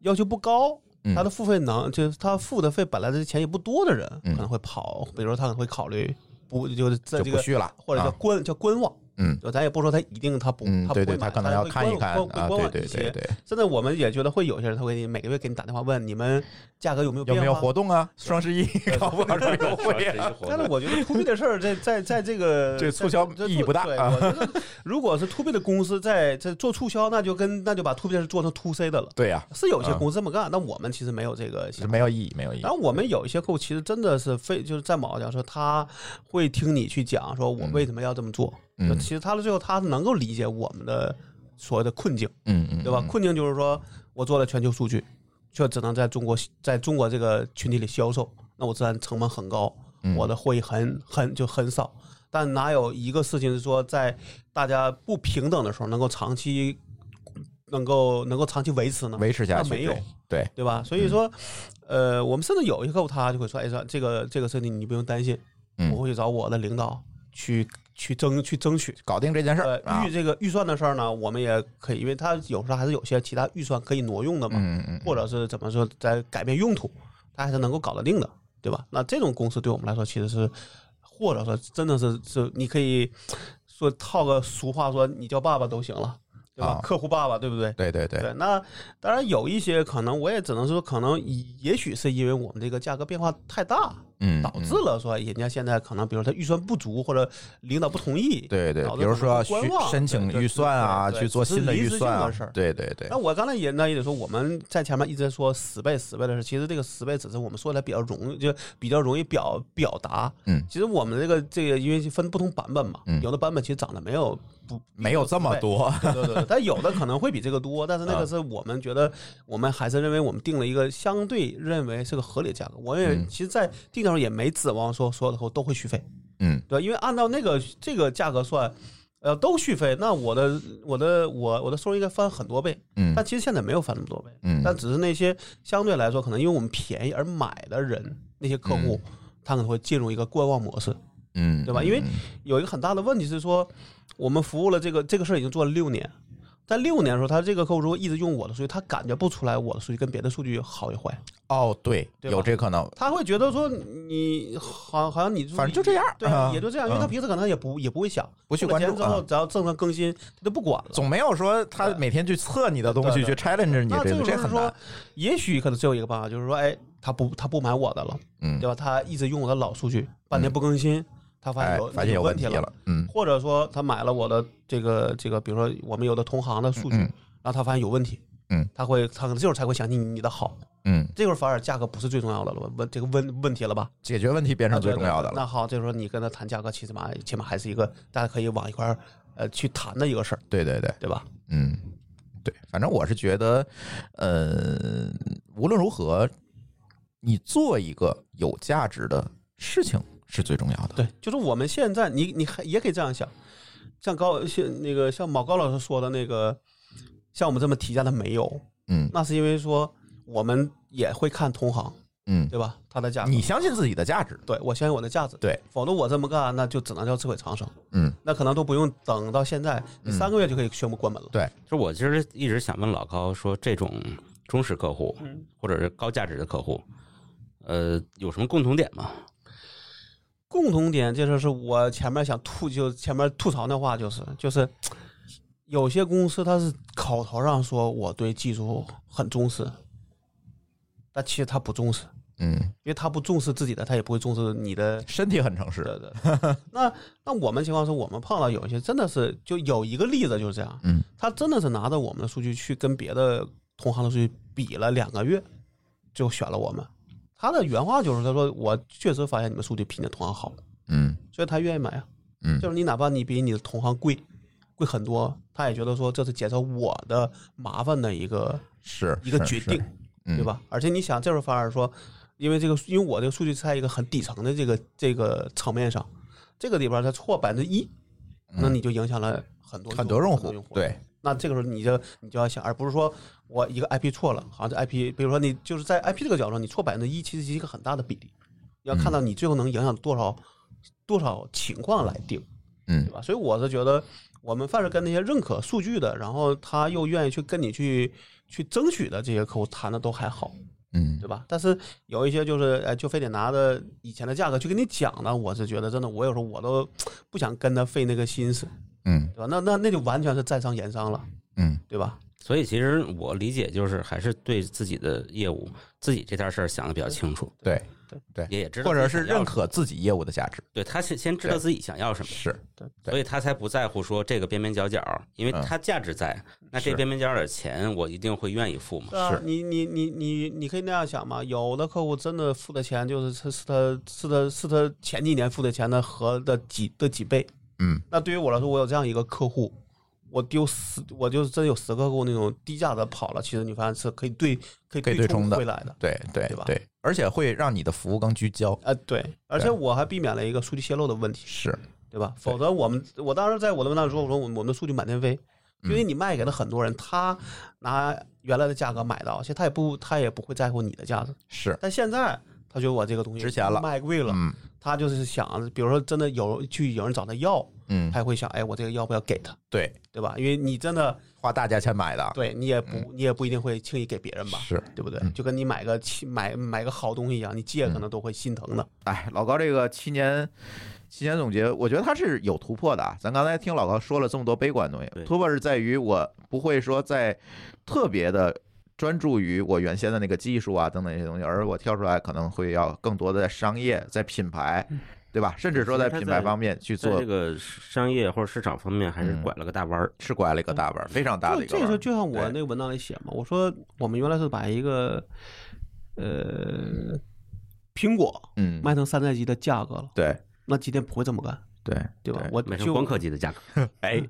Speaker 3: 要求不高，
Speaker 5: 嗯
Speaker 3: 他的付费能就是他付的费本来这钱也不多的人，
Speaker 5: 嗯
Speaker 3: 可能会跑，比如说他可能会考虑不就是在
Speaker 5: 就
Speaker 3: 这
Speaker 5: 不
Speaker 3: 个
Speaker 5: 续了，
Speaker 3: 或者叫
Speaker 5: 啊
Speaker 3: 观、叫观望。
Speaker 5: 嗯
Speaker 3: 就咱也不说他一定他不，
Speaker 5: 嗯，
Speaker 3: 他不
Speaker 5: 对
Speaker 3: 会
Speaker 5: 对，
Speaker 3: 买
Speaker 5: 他可能
Speaker 3: 他
Speaker 5: 要
Speaker 3: 会
Speaker 5: 看一
Speaker 3: 观
Speaker 5: 看
Speaker 3: 望会
Speaker 5: 啊，
Speaker 3: 观
Speaker 5: 对
Speaker 3: 望
Speaker 5: 对
Speaker 3: 一些
Speaker 5: 对对，
Speaker 3: 甚至我们也觉得会有些人他会给你每个月给你打电话问你们价格有没有
Speaker 5: 有
Speaker 3: 变
Speaker 5: 没
Speaker 3: 化，
Speaker 5: 有活动啊？双十一搞 不搞这优
Speaker 4: 这
Speaker 5: 惠
Speaker 4: 是一
Speaker 5: 啊？
Speaker 4: 个活
Speaker 3: 但
Speaker 4: 动
Speaker 3: 是我觉得 to B 的事儿，在在在这个
Speaker 5: 这促销
Speaker 3: 在
Speaker 5: 意义不大
Speaker 3: 对
Speaker 5: 啊
Speaker 3: 我觉得如果是 to B 的公司在在做促销，那就跟那就把 to B 的事做成 to C 的了。
Speaker 5: 对
Speaker 2: 啊
Speaker 5: 呀，
Speaker 3: 是有一些公司这么干，但我们其实没有这个
Speaker 5: 是
Speaker 3: 想法。
Speaker 5: 没有意义，啊没有意义
Speaker 3: 然。后我们有一些客户其实真的是非就是在某角说他会听你去讲，说我为什么要这么做。
Speaker 5: 嗯
Speaker 3: 就其实他的最后他是能够理解我们的所谓的困境，
Speaker 5: 嗯嗯，
Speaker 3: 对吧？
Speaker 5: 嗯
Speaker 3: 困境就是说我做了全球数据，却只能在中国在中国这个群体里销售，那我自然成本很高。
Speaker 5: 嗯
Speaker 3: 我的会很很就很少。但哪有一个事情是说在大家不平等的时候能够长期能够能够长期维持
Speaker 2: 嗯
Speaker 3: 呢？
Speaker 5: 维持嗯下去，
Speaker 3: 那没有
Speaker 5: 对，
Speaker 3: 对吧？所以说，呃，我们甚至有一些客户他就会说，哎，说这个这个事情你不用担心，
Speaker 5: 嗯
Speaker 3: 我会去找我的领导，去去争去争取。
Speaker 2: 搞定这件事儿
Speaker 3: 呃，
Speaker 2: 啊
Speaker 3: 预。这个预算的事儿呢，我们也可以，因为它有时候还是有些其他预算可以挪用的嘛，
Speaker 2: 嗯嗯，
Speaker 3: 或者是怎么说，在改变用途，它还是能够搞得定的，对吧？那这种公司对我们来说，其实是或者说真的是是，你可以说套个俗话说，你叫爸爸都行了，对吧？
Speaker 2: 啊
Speaker 3: 客户爸爸，对不对？
Speaker 2: 对对对，
Speaker 3: 对，那当然有一些可能，我也只能说，可能也许是因为我们这个价格变化太大，
Speaker 2: 嗯，
Speaker 3: 导
Speaker 2: 嗯
Speaker 3: 致了说人家现在可能，比如他预算不足，或者领导不同意。
Speaker 2: 对对
Speaker 3: 导，致
Speaker 2: 比如
Speaker 3: 可
Speaker 2: 说
Speaker 3: 能会观
Speaker 2: 需
Speaker 3: 望
Speaker 2: 申
Speaker 3: 对
Speaker 2: 请
Speaker 3: 对
Speaker 2: 预算啊，
Speaker 3: 对
Speaker 2: 去做
Speaker 3: 只是
Speaker 2: 新的
Speaker 3: 临
Speaker 2: 预
Speaker 3: 时性
Speaker 2: 算
Speaker 3: 的
Speaker 2: 啊
Speaker 3: 事儿，
Speaker 2: 对对对
Speaker 3: 那，我刚才也那也得说，我们在前面一直在说死背死背的事，其实这个死背只是我们说的比较容易，就比较容易表表达。
Speaker 2: 嗯
Speaker 3: 其实我们这个这个因为分不同版本嘛，
Speaker 2: 嗯
Speaker 3: 有的版本其实涨得 没有不
Speaker 2: 没有这么 多，
Speaker 3: 对对对，但有的可能会比这个多，但是那
Speaker 2: 啊
Speaker 3: 个是我们觉得，我们还是认为我们定了一个相对认为是个合理的价格。我也
Speaker 2: 嗯
Speaker 3: 其实，在定价上也没指望说所有的货都会续费，
Speaker 2: 嗯
Speaker 3: 对吧，因为按照那个这个价格算，呃，都续费，那我的我的我我的收入应该翻很多倍，
Speaker 2: 嗯
Speaker 3: 但其实现在没有翻那么多倍，
Speaker 2: 嗯，
Speaker 3: 但只是那些相对来说，可能因为我们便宜而买的人，那些客户，他可能会进入一个观望模式。
Speaker 2: 嗯，
Speaker 3: 对吧因为
Speaker 2: 嗯
Speaker 3: 有一个很大的问题是说，我们服务了这个这个事儿已经做了六年，在六年的时候，他这个客户如果一直用我的数据，他感觉不出来我的数据跟别的数据好与坏，
Speaker 2: 哦对，
Speaker 3: 对
Speaker 2: 有
Speaker 3: 吧
Speaker 2: 这可能，
Speaker 3: 他会觉得说你好好像你
Speaker 2: 反正就这样
Speaker 3: 对
Speaker 2: 啊，
Speaker 3: 也就这样，因为他
Speaker 2: 嗯
Speaker 3: 平时可能也不也不会想，
Speaker 2: 不去关
Speaker 3: 付了
Speaker 2: 注
Speaker 3: 钱之后
Speaker 2: 啊，
Speaker 3: 只要正常更新，他就不管了。
Speaker 2: 总没有说他
Speaker 3: 对
Speaker 2: 每天去测你的东西，
Speaker 3: 对
Speaker 2: 去
Speaker 3: 对
Speaker 2: challenge 你
Speaker 3: 那
Speaker 2: 这
Speaker 3: 这
Speaker 2: 个，
Speaker 3: 个时
Speaker 2: 这
Speaker 3: 候是
Speaker 2: 很
Speaker 3: 说
Speaker 2: 难，，
Speaker 3: 也许可能只有一个办法，就是说，哎，他不他不买我的了，
Speaker 2: 嗯
Speaker 3: 对，吧？他一直用我的老数据，半年不更新，他发现
Speaker 2: 哎
Speaker 3: 有，
Speaker 2: 发现有
Speaker 3: 问
Speaker 2: 题
Speaker 3: 了。
Speaker 2: 了，嗯
Speaker 3: 或者说他买了我的这个这个，比如说我们有的同行的数据，
Speaker 2: 嗯
Speaker 3: 然后他发现有问题，
Speaker 2: 嗯，
Speaker 3: 他会他可能这会儿才会想起你的好，
Speaker 2: 嗯，
Speaker 3: 这会儿反而价格不是最重要的了，问这个问问题了吧？
Speaker 2: 解决问题变成最重要的
Speaker 3: 啊对对对
Speaker 2: 了，
Speaker 3: 那好，这时候你跟他谈价格，起码起码还是一个大家可以往一块儿呃去谈的一个事儿，
Speaker 2: 对对对，
Speaker 3: 对吧？
Speaker 2: 嗯，对，反正我是觉得，呃，无论如何，你做一个有价值的事情是最重要的。
Speaker 3: 对，就是我们现在，你你还也可以这样想，像高像那个像毛高老师说的那个，像我们这么提价的没有，
Speaker 2: 嗯
Speaker 3: 那是因为说我们也会看同行，
Speaker 2: 嗯，
Speaker 3: 对吧？他的价格，
Speaker 2: 你相信自己的价值。
Speaker 3: 对我相信我的价值，
Speaker 2: 对，
Speaker 3: 否则我这么干，那就只能叫自毁长生，
Speaker 2: 嗯，
Speaker 3: 那可能都不用等到现在，你
Speaker 2: 嗯
Speaker 3: 三个月就可以宣布关门了。
Speaker 2: 对
Speaker 4: 就我其实一直想问老高说，这种忠实客户
Speaker 3: 嗯
Speaker 4: 或者是高价值的客户，呃，有什么共同点吗？
Speaker 3: 共同点，这事儿是我前面想吐，就前面吐槽那话，就是就是，有些公司它是口头上说我对技术很重视，但其实他不重视，
Speaker 2: 嗯，
Speaker 3: 因为他不重视自己的，他也不会重视你的。
Speaker 2: 身体很诚实。
Speaker 3: 对对， 那那我们情况是我们碰到有一些真的是就有一个例子就是这样，
Speaker 2: 嗯，
Speaker 3: 他真的是拿着我们的数据去跟别的同行的数据比了两个月，就选了我们。他的原话就是他说我确实发现你们数据比你的同行好，
Speaker 2: 嗯
Speaker 3: 所以他愿意买啊。
Speaker 2: 嗯
Speaker 3: 就是你哪怕你比你的同行贵，贵很多，他也觉得说这是减少我的麻烦的一个
Speaker 2: 是
Speaker 3: 一个
Speaker 2: 是
Speaker 3: 决
Speaker 2: 是
Speaker 3: 定，
Speaker 2: 嗯
Speaker 3: 对吧？而且你想，这时候反而说，因为这个，因为我这个数据在一个很底层的这个这个层面上，这个里边儿它错百分之一，那
Speaker 2: 嗯
Speaker 3: 你就影响了很多
Speaker 2: 很多用户
Speaker 3: 用户，
Speaker 2: 对，
Speaker 3: 那这个时候你就你就要想，而不是说我一个 IP 错了，好像这 IP，比如说你就是在 IP 这个角度，你错百分之一，其实是一个很大的比例，要
Speaker 2: 嗯
Speaker 3: 看到你最后能影响多少、多少情况来定，
Speaker 2: 嗯
Speaker 3: 对吧？所以我是觉得，我们凡是跟那些认可数据的，然后他又愿意去跟你去去争取的这些客户谈的都还好，
Speaker 2: 嗯
Speaker 3: 对吧？但是有一些就是，哎，就非得拿着以前的价格去跟你讲呢，我是觉得真的，我有时候我都不想跟他费那个心思，
Speaker 2: 嗯
Speaker 3: 对吧？那那那就完全是在商言商了，
Speaker 2: 嗯
Speaker 3: 对吧？
Speaker 4: 所以其实我理解就是，还是对自己的业务、自己这件事儿想的比较清楚，
Speaker 2: 对，
Speaker 4: 也也知道
Speaker 2: 或者
Speaker 4: 自
Speaker 2: 是
Speaker 4: 己想要
Speaker 2: 认
Speaker 4: 什么，
Speaker 2: 可自己业务的价值
Speaker 4: 对他先先知道
Speaker 2: 对
Speaker 4: 自己想要什么，
Speaker 2: 是对
Speaker 4: 所以他才不在乎说这个边边角角，因为
Speaker 2: 嗯
Speaker 4: 他价值在，那这
Speaker 2: 是
Speaker 4: 边边角角的钱我一定会愿意付嘛。
Speaker 3: 对啊
Speaker 2: 是，
Speaker 3: 你你你你你可以那样想嘛，有的客户真的付的钱就是是是他是他是他前几年付的钱的和的几的几倍。
Speaker 2: 嗯，
Speaker 3: 那对于我来说，我有这样一个客户，我丢十，我就是真有十个客户那种低价的跑了，其实你发现是可以对可以
Speaker 2: 可以
Speaker 3: 对
Speaker 2: 对冲的
Speaker 3: 回来的。
Speaker 2: 对对
Speaker 3: 对吧
Speaker 2: 对，而且会让你的服务更聚焦
Speaker 3: 啊、对，而且
Speaker 2: 对
Speaker 3: 我还避免了一个数据泄露的问题，
Speaker 2: 是
Speaker 3: 对吧？否则我们我当时在我的文档里说，我说我们我们的数据满天飞，因
Speaker 2: 嗯
Speaker 3: 为你卖给了很多人，他拿原来的价格买到，其实他也不他也不会在乎你的价值，
Speaker 2: 是
Speaker 3: 但现在他觉得我这个东西
Speaker 2: 值钱了
Speaker 3: 卖贵了，
Speaker 2: 嗯
Speaker 3: 他就是想，比如说真的有去有人找他要，
Speaker 2: 嗯
Speaker 3: 他，也会想，哎，我这个要不要给他，
Speaker 2: 对，
Speaker 3: 对吧？因为你真的
Speaker 2: 花大价钱买的，
Speaker 3: 对你也不、你也不一定会轻易给别人吧，
Speaker 2: 是。
Speaker 3: 对不对？
Speaker 2: 嗯
Speaker 3: 就跟你买个亲买买个好东西一样，你借可能都会心疼的。
Speaker 2: 哎，老高这个七年七年总结，我觉得他是有突破的啊。咱刚才听老高说了这么多悲观的东西
Speaker 4: 对，
Speaker 2: 突破是在于我不会说在特别的专注于我原先的那个技术啊等等一些东西，而我跳出来可能会要更多的在商业、在品牌，对吧？甚至说在品牌方面去
Speaker 4: 在
Speaker 2: 做
Speaker 4: 这，个商业或者市场方面还是
Speaker 2: 嗯
Speaker 4: 拐了个大弯儿。
Speaker 2: 是拐了一个大弯儿，非常大的
Speaker 3: 就
Speaker 2: 一个弯
Speaker 3: 这个时候，
Speaker 2: 儿。
Speaker 3: 就像我
Speaker 2: 对
Speaker 3: 那个文章里写嘛，我说我们原来是把一个呃苹果
Speaker 2: 嗯，
Speaker 3: 卖成山寨机的价格了，
Speaker 2: 对
Speaker 3: 那今天不会这么干，
Speaker 2: 对
Speaker 3: 对吧？我
Speaker 4: 买成光
Speaker 3: 就
Speaker 4: 刻机的价格，
Speaker 2: 哎，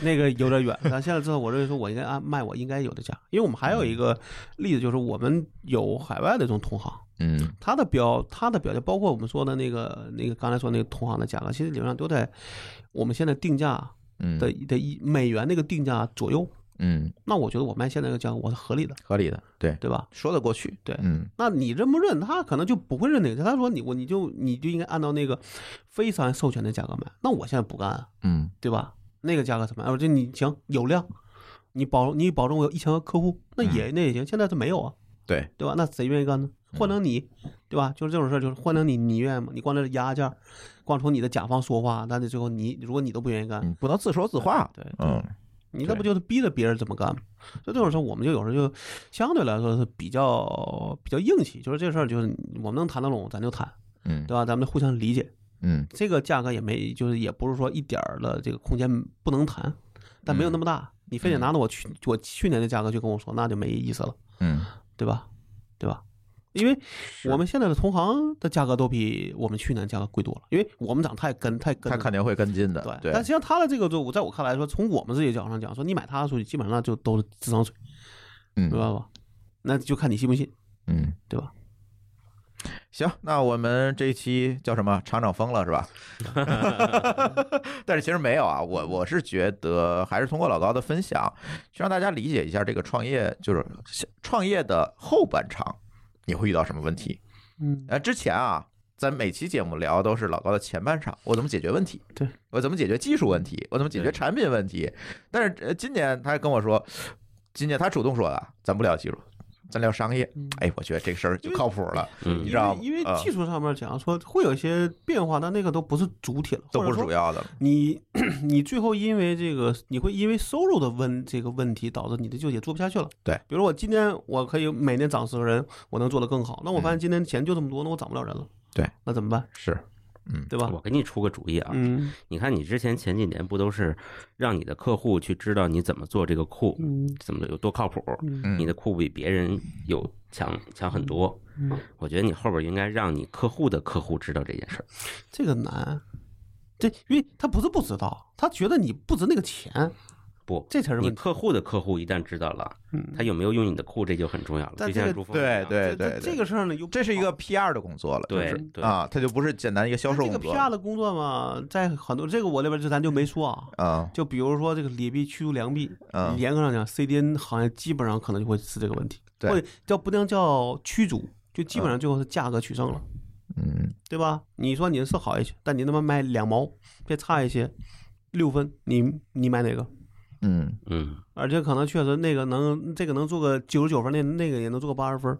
Speaker 3: 那个有点远，但现在之后，我认为说我应该按卖我应该有的价，因为我们还有
Speaker 2: 嗯
Speaker 3: 一个例子，就是我们有海外的这种同行。
Speaker 2: 嗯
Speaker 3: 它的标，它的标价，包括我们说的那个那个刚才说那个同行的价格，其实理论上都在我们现在定价
Speaker 2: 嗯
Speaker 3: 的的一美元那个定价左右。
Speaker 2: 嗯，
Speaker 3: 那我觉得我卖现在这个价格我是合理的，
Speaker 2: 合理的，对，
Speaker 3: 对吧？
Speaker 2: 说得过去，
Speaker 3: 对
Speaker 2: 嗯
Speaker 3: 那你认不认他，可能就不会认那个价。他说你我你就你就应该按照那个非常授权的价格买。那我现在不干啊，
Speaker 2: 嗯
Speaker 3: 对吧？那个价格怎么样？我这你行有量，你保你保证我有一千个客户，那也那也行。现在是没有啊，
Speaker 2: 对
Speaker 3: 对吧？那谁愿意干呢？换成你，对吧？就是这种事儿，就是换成你，你愿意吗？你光在这压价，光从你的甲方说话，那你最后你如果你都不愿意干，
Speaker 2: 你不能自说自话，
Speaker 3: 对，
Speaker 2: 嗯
Speaker 3: 你那不就是逼着别人怎么干吗？所以这种事儿，我们就有时候就相对来说是比较比较硬气，就是这事儿就是我们能谈得拢，咱就谈，
Speaker 2: 嗯
Speaker 3: 对吧？咱们互相理解，
Speaker 2: 嗯
Speaker 3: 这个价格也没就是也不是说一点儿的这个空间不能谈，但没有那么
Speaker 2: 嗯
Speaker 3: 大，你非得拿着我去我去年的价格去跟我说，那就没意思了。
Speaker 2: 嗯，
Speaker 3: 对吧？对吧？因为我们现在的同行的价格都比我们去年价格贵多了，因为我们涨太跟太跟
Speaker 2: 他
Speaker 3: 了，
Speaker 2: 肯定会跟进的，
Speaker 3: 对。
Speaker 2: 对
Speaker 3: 但实际上他的这个就我在我看来说，从我们自己的角度上讲，说你买他的数据，基本上就都是智商税，
Speaker 2: 嗯
Speaker 3: 明白吧？那就看你信不信。
Speaker 2: 嗯，
Speaker 3: 对吧？
Speaker 2: 行，那我们这一期叫什么？厂长疯了是吧？ 但是其实没有啊，我我是觉得还是通过老高的分享，去让大家理解一下这个创业，就是创业的后半场你会遇到什么问题。
Speaker 3: 嗯，
Speaker 2: 呃，之前啊，咱每期节目聊的都是老高的前半场，我怎么解决问题，
Speaker 3: 对
Speaker 2: 我怎么解决技术问题，我怎么解决
Speaker 4: 对
Speaker 2: 产品问题。但是呃今年他跟我说，今年他主动说的，咱不聊技术，咱聊商业。哎，我觉得这个事儿就靠谱了，你
Speaker 4: 嗯
Speaker 2: 知道吗？
Speaker 3: 因为因为
Speaker 2: 嗯
Speaker 3: 技术上面讲说会有一些变化，但那个都不是主体了，
Speaker 2: 都不
Speaker 3: 或者
Speaker 2: 是
Speaker 3: 说
Speaker 2: 主要的了。
Speaker 3: 你 你最后因为这个，你会因为收入的问这个问题，导致你的就业做不下去了。
Speaker 2: 对，
Speaker 3: 比如我今天我可以每年涨十个人，我能做得更好。那我发现今天钱就这么多，那我涨不了人了。
Speaker 2: 嗯对，
Speaker 3: 那怎么办？
Speaker 2: 是，
Speaker 3: 对吧？
Speaker 4: 我给你出个主意啊，
Speaker 3: 嗯
Speaker 4: 你看你之前前几年不都是让你的客户去知道你怎么做这个库，
Speaker 3: 嗯
Speaker 4: 怎么有多靠谱，
Speaker 3: 嗯
Speaker 2: 嗯，
Speaker 4: 你的库比别人有强强很多。
Speaker 3: 嗯，
Speaker 4: 我觉得你后边应该让你客户的客户知道这件事儿。
Speaker 3: 这个难。这因为他不是不知道，他觉得你不值那个钱，
Speaker 4: 不，
Speaker 3: 这才是
Speaker 4: 你
Speaker 3: 问题。
Speaker 4: 客户的客户一旦知道了，
Speaker 3: 嗯
Speaker 4: 他有没有用你的库，这就很重要了。
Speaker 3: 但
Speaker 4: 就
Speaker 3: 这个
Speaker 4: 像朱峰一
Speaker 2: 对
Speaker 4: 样
Speaker 2: 对
Speaker 3: 这
Speaker 2: 对，
Speaker 3: 这这个事哦儿呢，又不
Speaker 2: 这是一个
Speaker 3: 好
Speaker 2: PR 的工作了，
Speaker 4: 啊
Speaker 2: 就
Speaker 4: 对
Speaker 2: 是
Speaker 4: 对
Speaker 2: 啊，它就不是简单一个销售
Speaker 3: 这个
Speaker 2: 工作
Speaker 3: PR 的工作嘛，在很多这个我这边就咱就没说啊，
Speaker 2: 啊，
Speaker 3: 就比如说这个劣币驱逐良币，
Speaker 2: 嗯
Speaker 3: 严格上讲，CDN 行业基本上可能就会是这个问题，
Speaker 2: 对
Speaker 3: 或者叫不能叫驱逐，就基本上最后是价格取胜了，
Speaker 2: 嗯
Speaker 3: 对吧？你说你是好一些，但你他妈卖两毛，别差一些，六分，你你买哪个？
Speaker 2: 嗯
Speaker 4: 嗯，
Speaker 3: 而且可能确实那个能这个能做个九十九分，那那个也能做个八十分，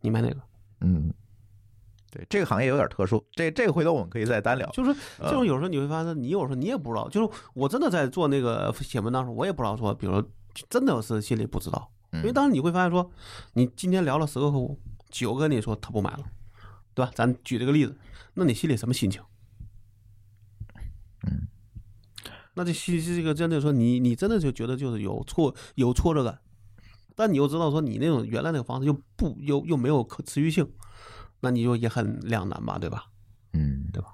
Speaker 3: 你买哪个？
Speaker 2: 嗯，对，这个行业有点特殊，这这个回头我们可以再单聊。
Speaker 3: 就是
Speaker 2: 嗯
Speaker 3: 这种有时候你会发现，你有时候你也不知道，就是我真的在做那个写文章的时候，我也不知道说，比如说真的是心里不知道。因为
Speaker 2: 嗯
Speaker 3: 当时你会发现说，你今天聊了十个客户，九个跟你说他不买了，对吧？咱举这个例子，那你心里什么心情？
Speaker 2: 嗯，
Speaker 3: 那这心这个真的说你你真的就觉得就是有挫有挫折感，但你又知道说你那种原来那个方式又不又又没有可持续性，那你就也很两难吧，对吧？
Speaker 2: 嗯，
Speaker 3: 对吧？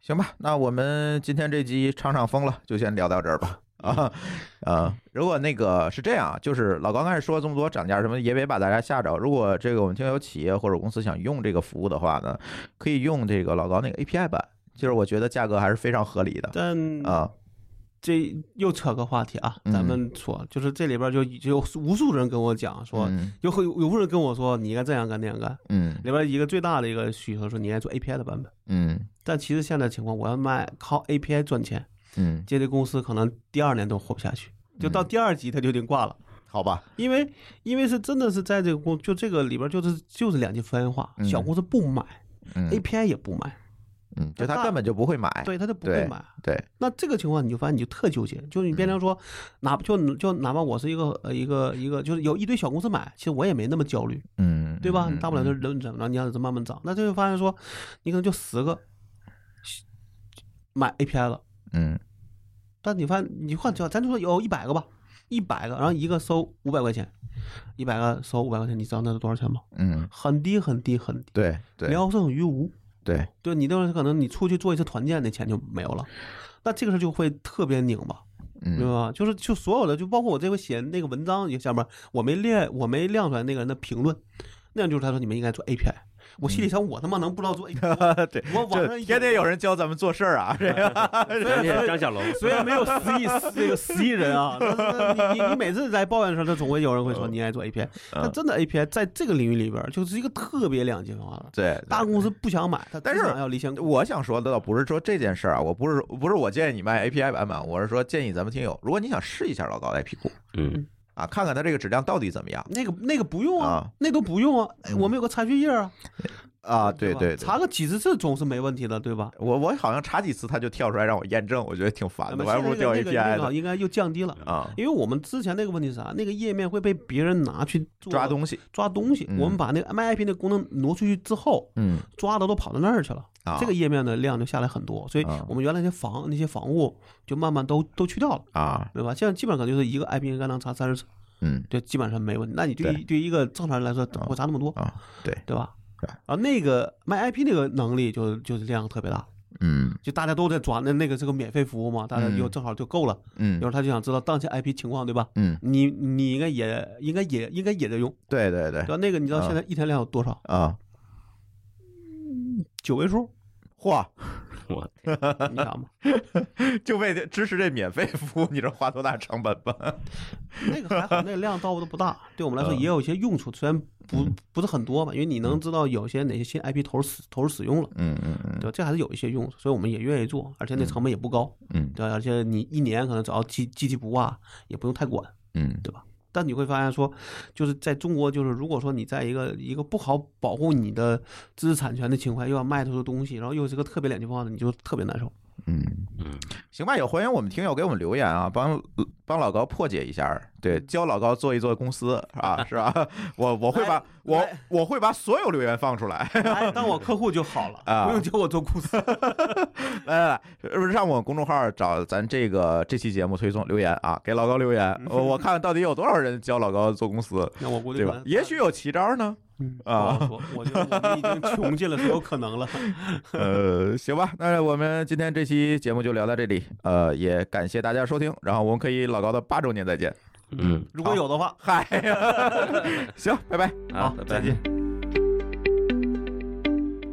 Speaker 2: 行吧，那我们今天这集厂长疯了，就先聊到这儿吧。啊啊！如果那个是这样啊，就是老高刚才说了这么多涨价什么，也别把大家吓着。如果这个我们听友企业或者公司想用这个服务的话呢，可以用这个老高那个 API 版，就是我觉得价格还是非常合理的
Speaker 3: 但
Speaker 2: 啊。
Speaker 3: 这又扯个话题啊，
Speaker 2: 嗯
Speaker 3: 咱们说就是这里边就就有无数人跟我讲说，
Speaker 2: 嗯
Speaker 3: 有有有无数人跟我说你应该这样干那样干，
Speaker 2: 嗯
Speaker 3: 里边一个最大的一个需求说你应该做 API 的版本，
Speaker 2: 嗯
Speaker 3: 但其实现在情况，我要卖靠 API 赚钱，
Speaker 2: 嗯，
Speaker 3: 这类公司可能第二年都活不下去，就到
Speaker 2: 嗯
Speaker 3: 第二级它就已经挂了。
Speaker 2: 好吧，
Speaker 3: 因为因为是真的是在这个公就这个里边就是就是两极分化，
Speaker 2: 嗯
Speaker 3: 小公司不买、
Speaker 2: 嗯
Speaker 3: API 也不买，
Speaker 2: 嗯，就他根本就不会买，
Speaker 3: 对他就不会
Speaker 2: 对
Speaker 3: 买。
Speaker 2: 对，
Speaker 3: 那这个情况你就发现你就特纠结，就
Speaker 2: 嗯
Speaker 3: 是你变成说，哪就就哪怕我是一个呃一个一个就是有一堆小公司买，其实我也没那么焦虑，
Speaker 2: 嗯，
Speaker 3: 对吧？
Speaker 2: 嗯
Speaker 3: 你大不了就人怎么着，你要是慢慢涨，那就会发现说，你可能就十个买 API 了，
Speaker 2: 嗯
Speaker 3: 但你发现你换叫咱就说有一百个吧，一百个，然后一个收五百块钱，一百个收五百块钱，你知道那是多少钱吗？
Speaker 2: 嗯，
Speaker 3: 很低很低很低，
Speaker 2: 对对
Speaker 3: 聊胜于无。
Speaker 2: 对，
Speaker 3: 对你当时可能你出去做一次团建，那钱就没有了。那这个事儿就会特别拧巴，明白
Speaker 2: 嗯
Speaker 3: 吧？就是就所有的，就包括我这回写那个文章也下面，我没列，我没亮出来那个人的评论，那样就是他说你们应该做 API，我心里想我他妈能不知道 做 API？
Speaker 2: 嗯对，
Speaker 3: 我网上
Speaker 2: 这嗯天天有人教咱们做事儿 啊，这个
Speaker 4: 感谢张小龙，
Speaker 3: 虽然没有十亿这个十亿人啊，但是你你你每次来抱怨的时候，他总会有人会
Speaker 2: 嗯
Speaker 3: 说你爱做 API，但真的 API 在这个领域里边儿就是一个特别两极分化的，
Speaker 2: 对
Speaker 3: 大
Speaker 2: 对
Speaker 3: 公司不想买，他
Speaker 2: 但
Speaker 3: 只
Speaker 2: 是
Speaker 3: 想要离线。
Speaker 2: 我想说的倒不是说这件事儿啊，我不是不是我建议你卖 API 版本，我是说建议咱们听友，如果你想试一下老高的 IP 股
Speaker 4: 嗯，
Speaker 2: 啊，看看它这个质量到底怎么样
Speaker 3: 那个那个不用啊，
Speaker 2: 啊
Speaker 3: 那都不用啊，哎我们有个查询页啊，
Speaker 2: 啊，对
Speaker 3: 吧
Speaker 2: 对对，
Speaker 3: 查个几十次总是没问题的，对吧？
Speaker 2: 我我好像查几次它就跳出来让我验证，我觉得挺烦
Speaker 3: 那
Speaker 2: 的，
Speaker 3: 么
Speaker 2: 我还啊不如
Speaker 3: 现
Speaker 2: 调
Speaker 3: 在那个那
Speaker 2: API
Speaker 3: 个
Speaker 2: 的
Speaker 3: 应该又降低了，
Speaker 2: 啊，
Speaker 3: 因为我们之前那个问题是啥？那个页面会被别人拿去做
Speaker 2: 抓东西，
Speaker 3: 抓东西，
Speaker 2: 嗯
Speaker 3: 我们把那个 MIP 的功能挪出去之后，
Speaker 2: 嗯
Speaker 3: 抓的都跑到那儿去了，
Speaker 2: 啊，
Speaker 3: 这个页面的量就下来很多，所以
Speaker 2: 啊
Speaker 3: 我们原来那些房那些房务就慢慢都都去掉了。
Speaker 2: 啊，
Speaker 3: 对吧？现在基本上可能就是一个 IP 应该能查三十次，
Speaker 2: 嗯
Speaker 3: 就基本上没问题。那你对于
Speaker 2: 对
Speaker 3: 对于一个正常人来说，怎么会查那么多，
Speaker 2: 啊，对，
Speaker 3: 对吧
Speaker 2: 对？
Speaker 3: 啊，那个卖 IP 那个能力就就是量特别大，
Speaker 2: 嗯
Speaker 3: 就大家都在抓那那个是个免费服务嘛，大家就
Speaker 2: 嗯
Speaker 3: 正好就够了。有
Speaker 2: 嗯
Speaker 3: 时候他就想知道当前 IP 情况，对吧？
Speaker 2: 嗯，
Speaker 3: 你你应该也应该也应该也在用，
Speaker 2: 对对对
Speaker 3: 对吧？那个你知道
Speaker 2: 啊
Speaker 3: 现在一天量有多少？
Speaker 2: 啊，
Speaker 3: 九位数，
Speaker 2: 嚯，
Speaker 4: 我
Speaker 3: 你想吧，
Speaker 2: 就为这支持这免费服务，你这花多大成本 吧？
Speaker 3: 那个还好，那个量倒都不大，对我们来
Speaker 2: 啊
Speaker 3: 说也有一些用处，虽然不
Speaker 2: 嗯
Speaker 3: 不是很多吧，因为你能知道有些哪些新 IP 投入使投入使用了。
Speaker 2: 嗯嗯嗯
Speaker 3: 对吧，这还是有一些用处，所以我们也愿意做，而且那成本也不高，
Speaker 2: 嗯
Speaker 3: 对吧，而且你一年可能只要积积极不挂，也不用太管。
Speaker 2: 嗯
Speaker 3: 但你会发现说，就是在中国，就是如果说你在一个一个不好保护你的知识产权的情况下，又要卖出的东西，然后又是个特别两极分化的，你就特别难受。
Speaker 2: 嗯
Speaker 4: 嗯，
Speaker 2: 行吧，有欢迎我们听友给我们留言啊，帮帮老高破解一下，对，教老高做一做公司啊，是吧？ 我我会把
Speaker 3: 来
Speaker 2: 我
Speaker 3: 来
Speaker 2: 我会把所有留言放出来，
Speaker 3: 哎，当我客户就好了，
Speaker 2: 啊
Speaker 3: 不用教我做公司。
Speaker 2: 来来来，是不是上我们公众号找咱这个这期节目推送留言啊，给老高留言，我我看看到底有多少人教老高做公司，
Speaker 3: 那我估计
Speaker 2: 对吧？也许有奇招呢。啊
Speaker 3: 啊，不好说我觉得我们已经穷尽了所有可能了。
Speaker 2: 呃，行吧，那我们今天这期节目就聊到这里，呃，也感谢大家收听，然后我们可以老高的八周年再见，
Speaker 4: 嗯，
Speaker 3: 如果有的话，
Speaker 2: 嗨， 行，拜拜。
Speaker 4: 好，啊拜拜
Speaker 2: 再见。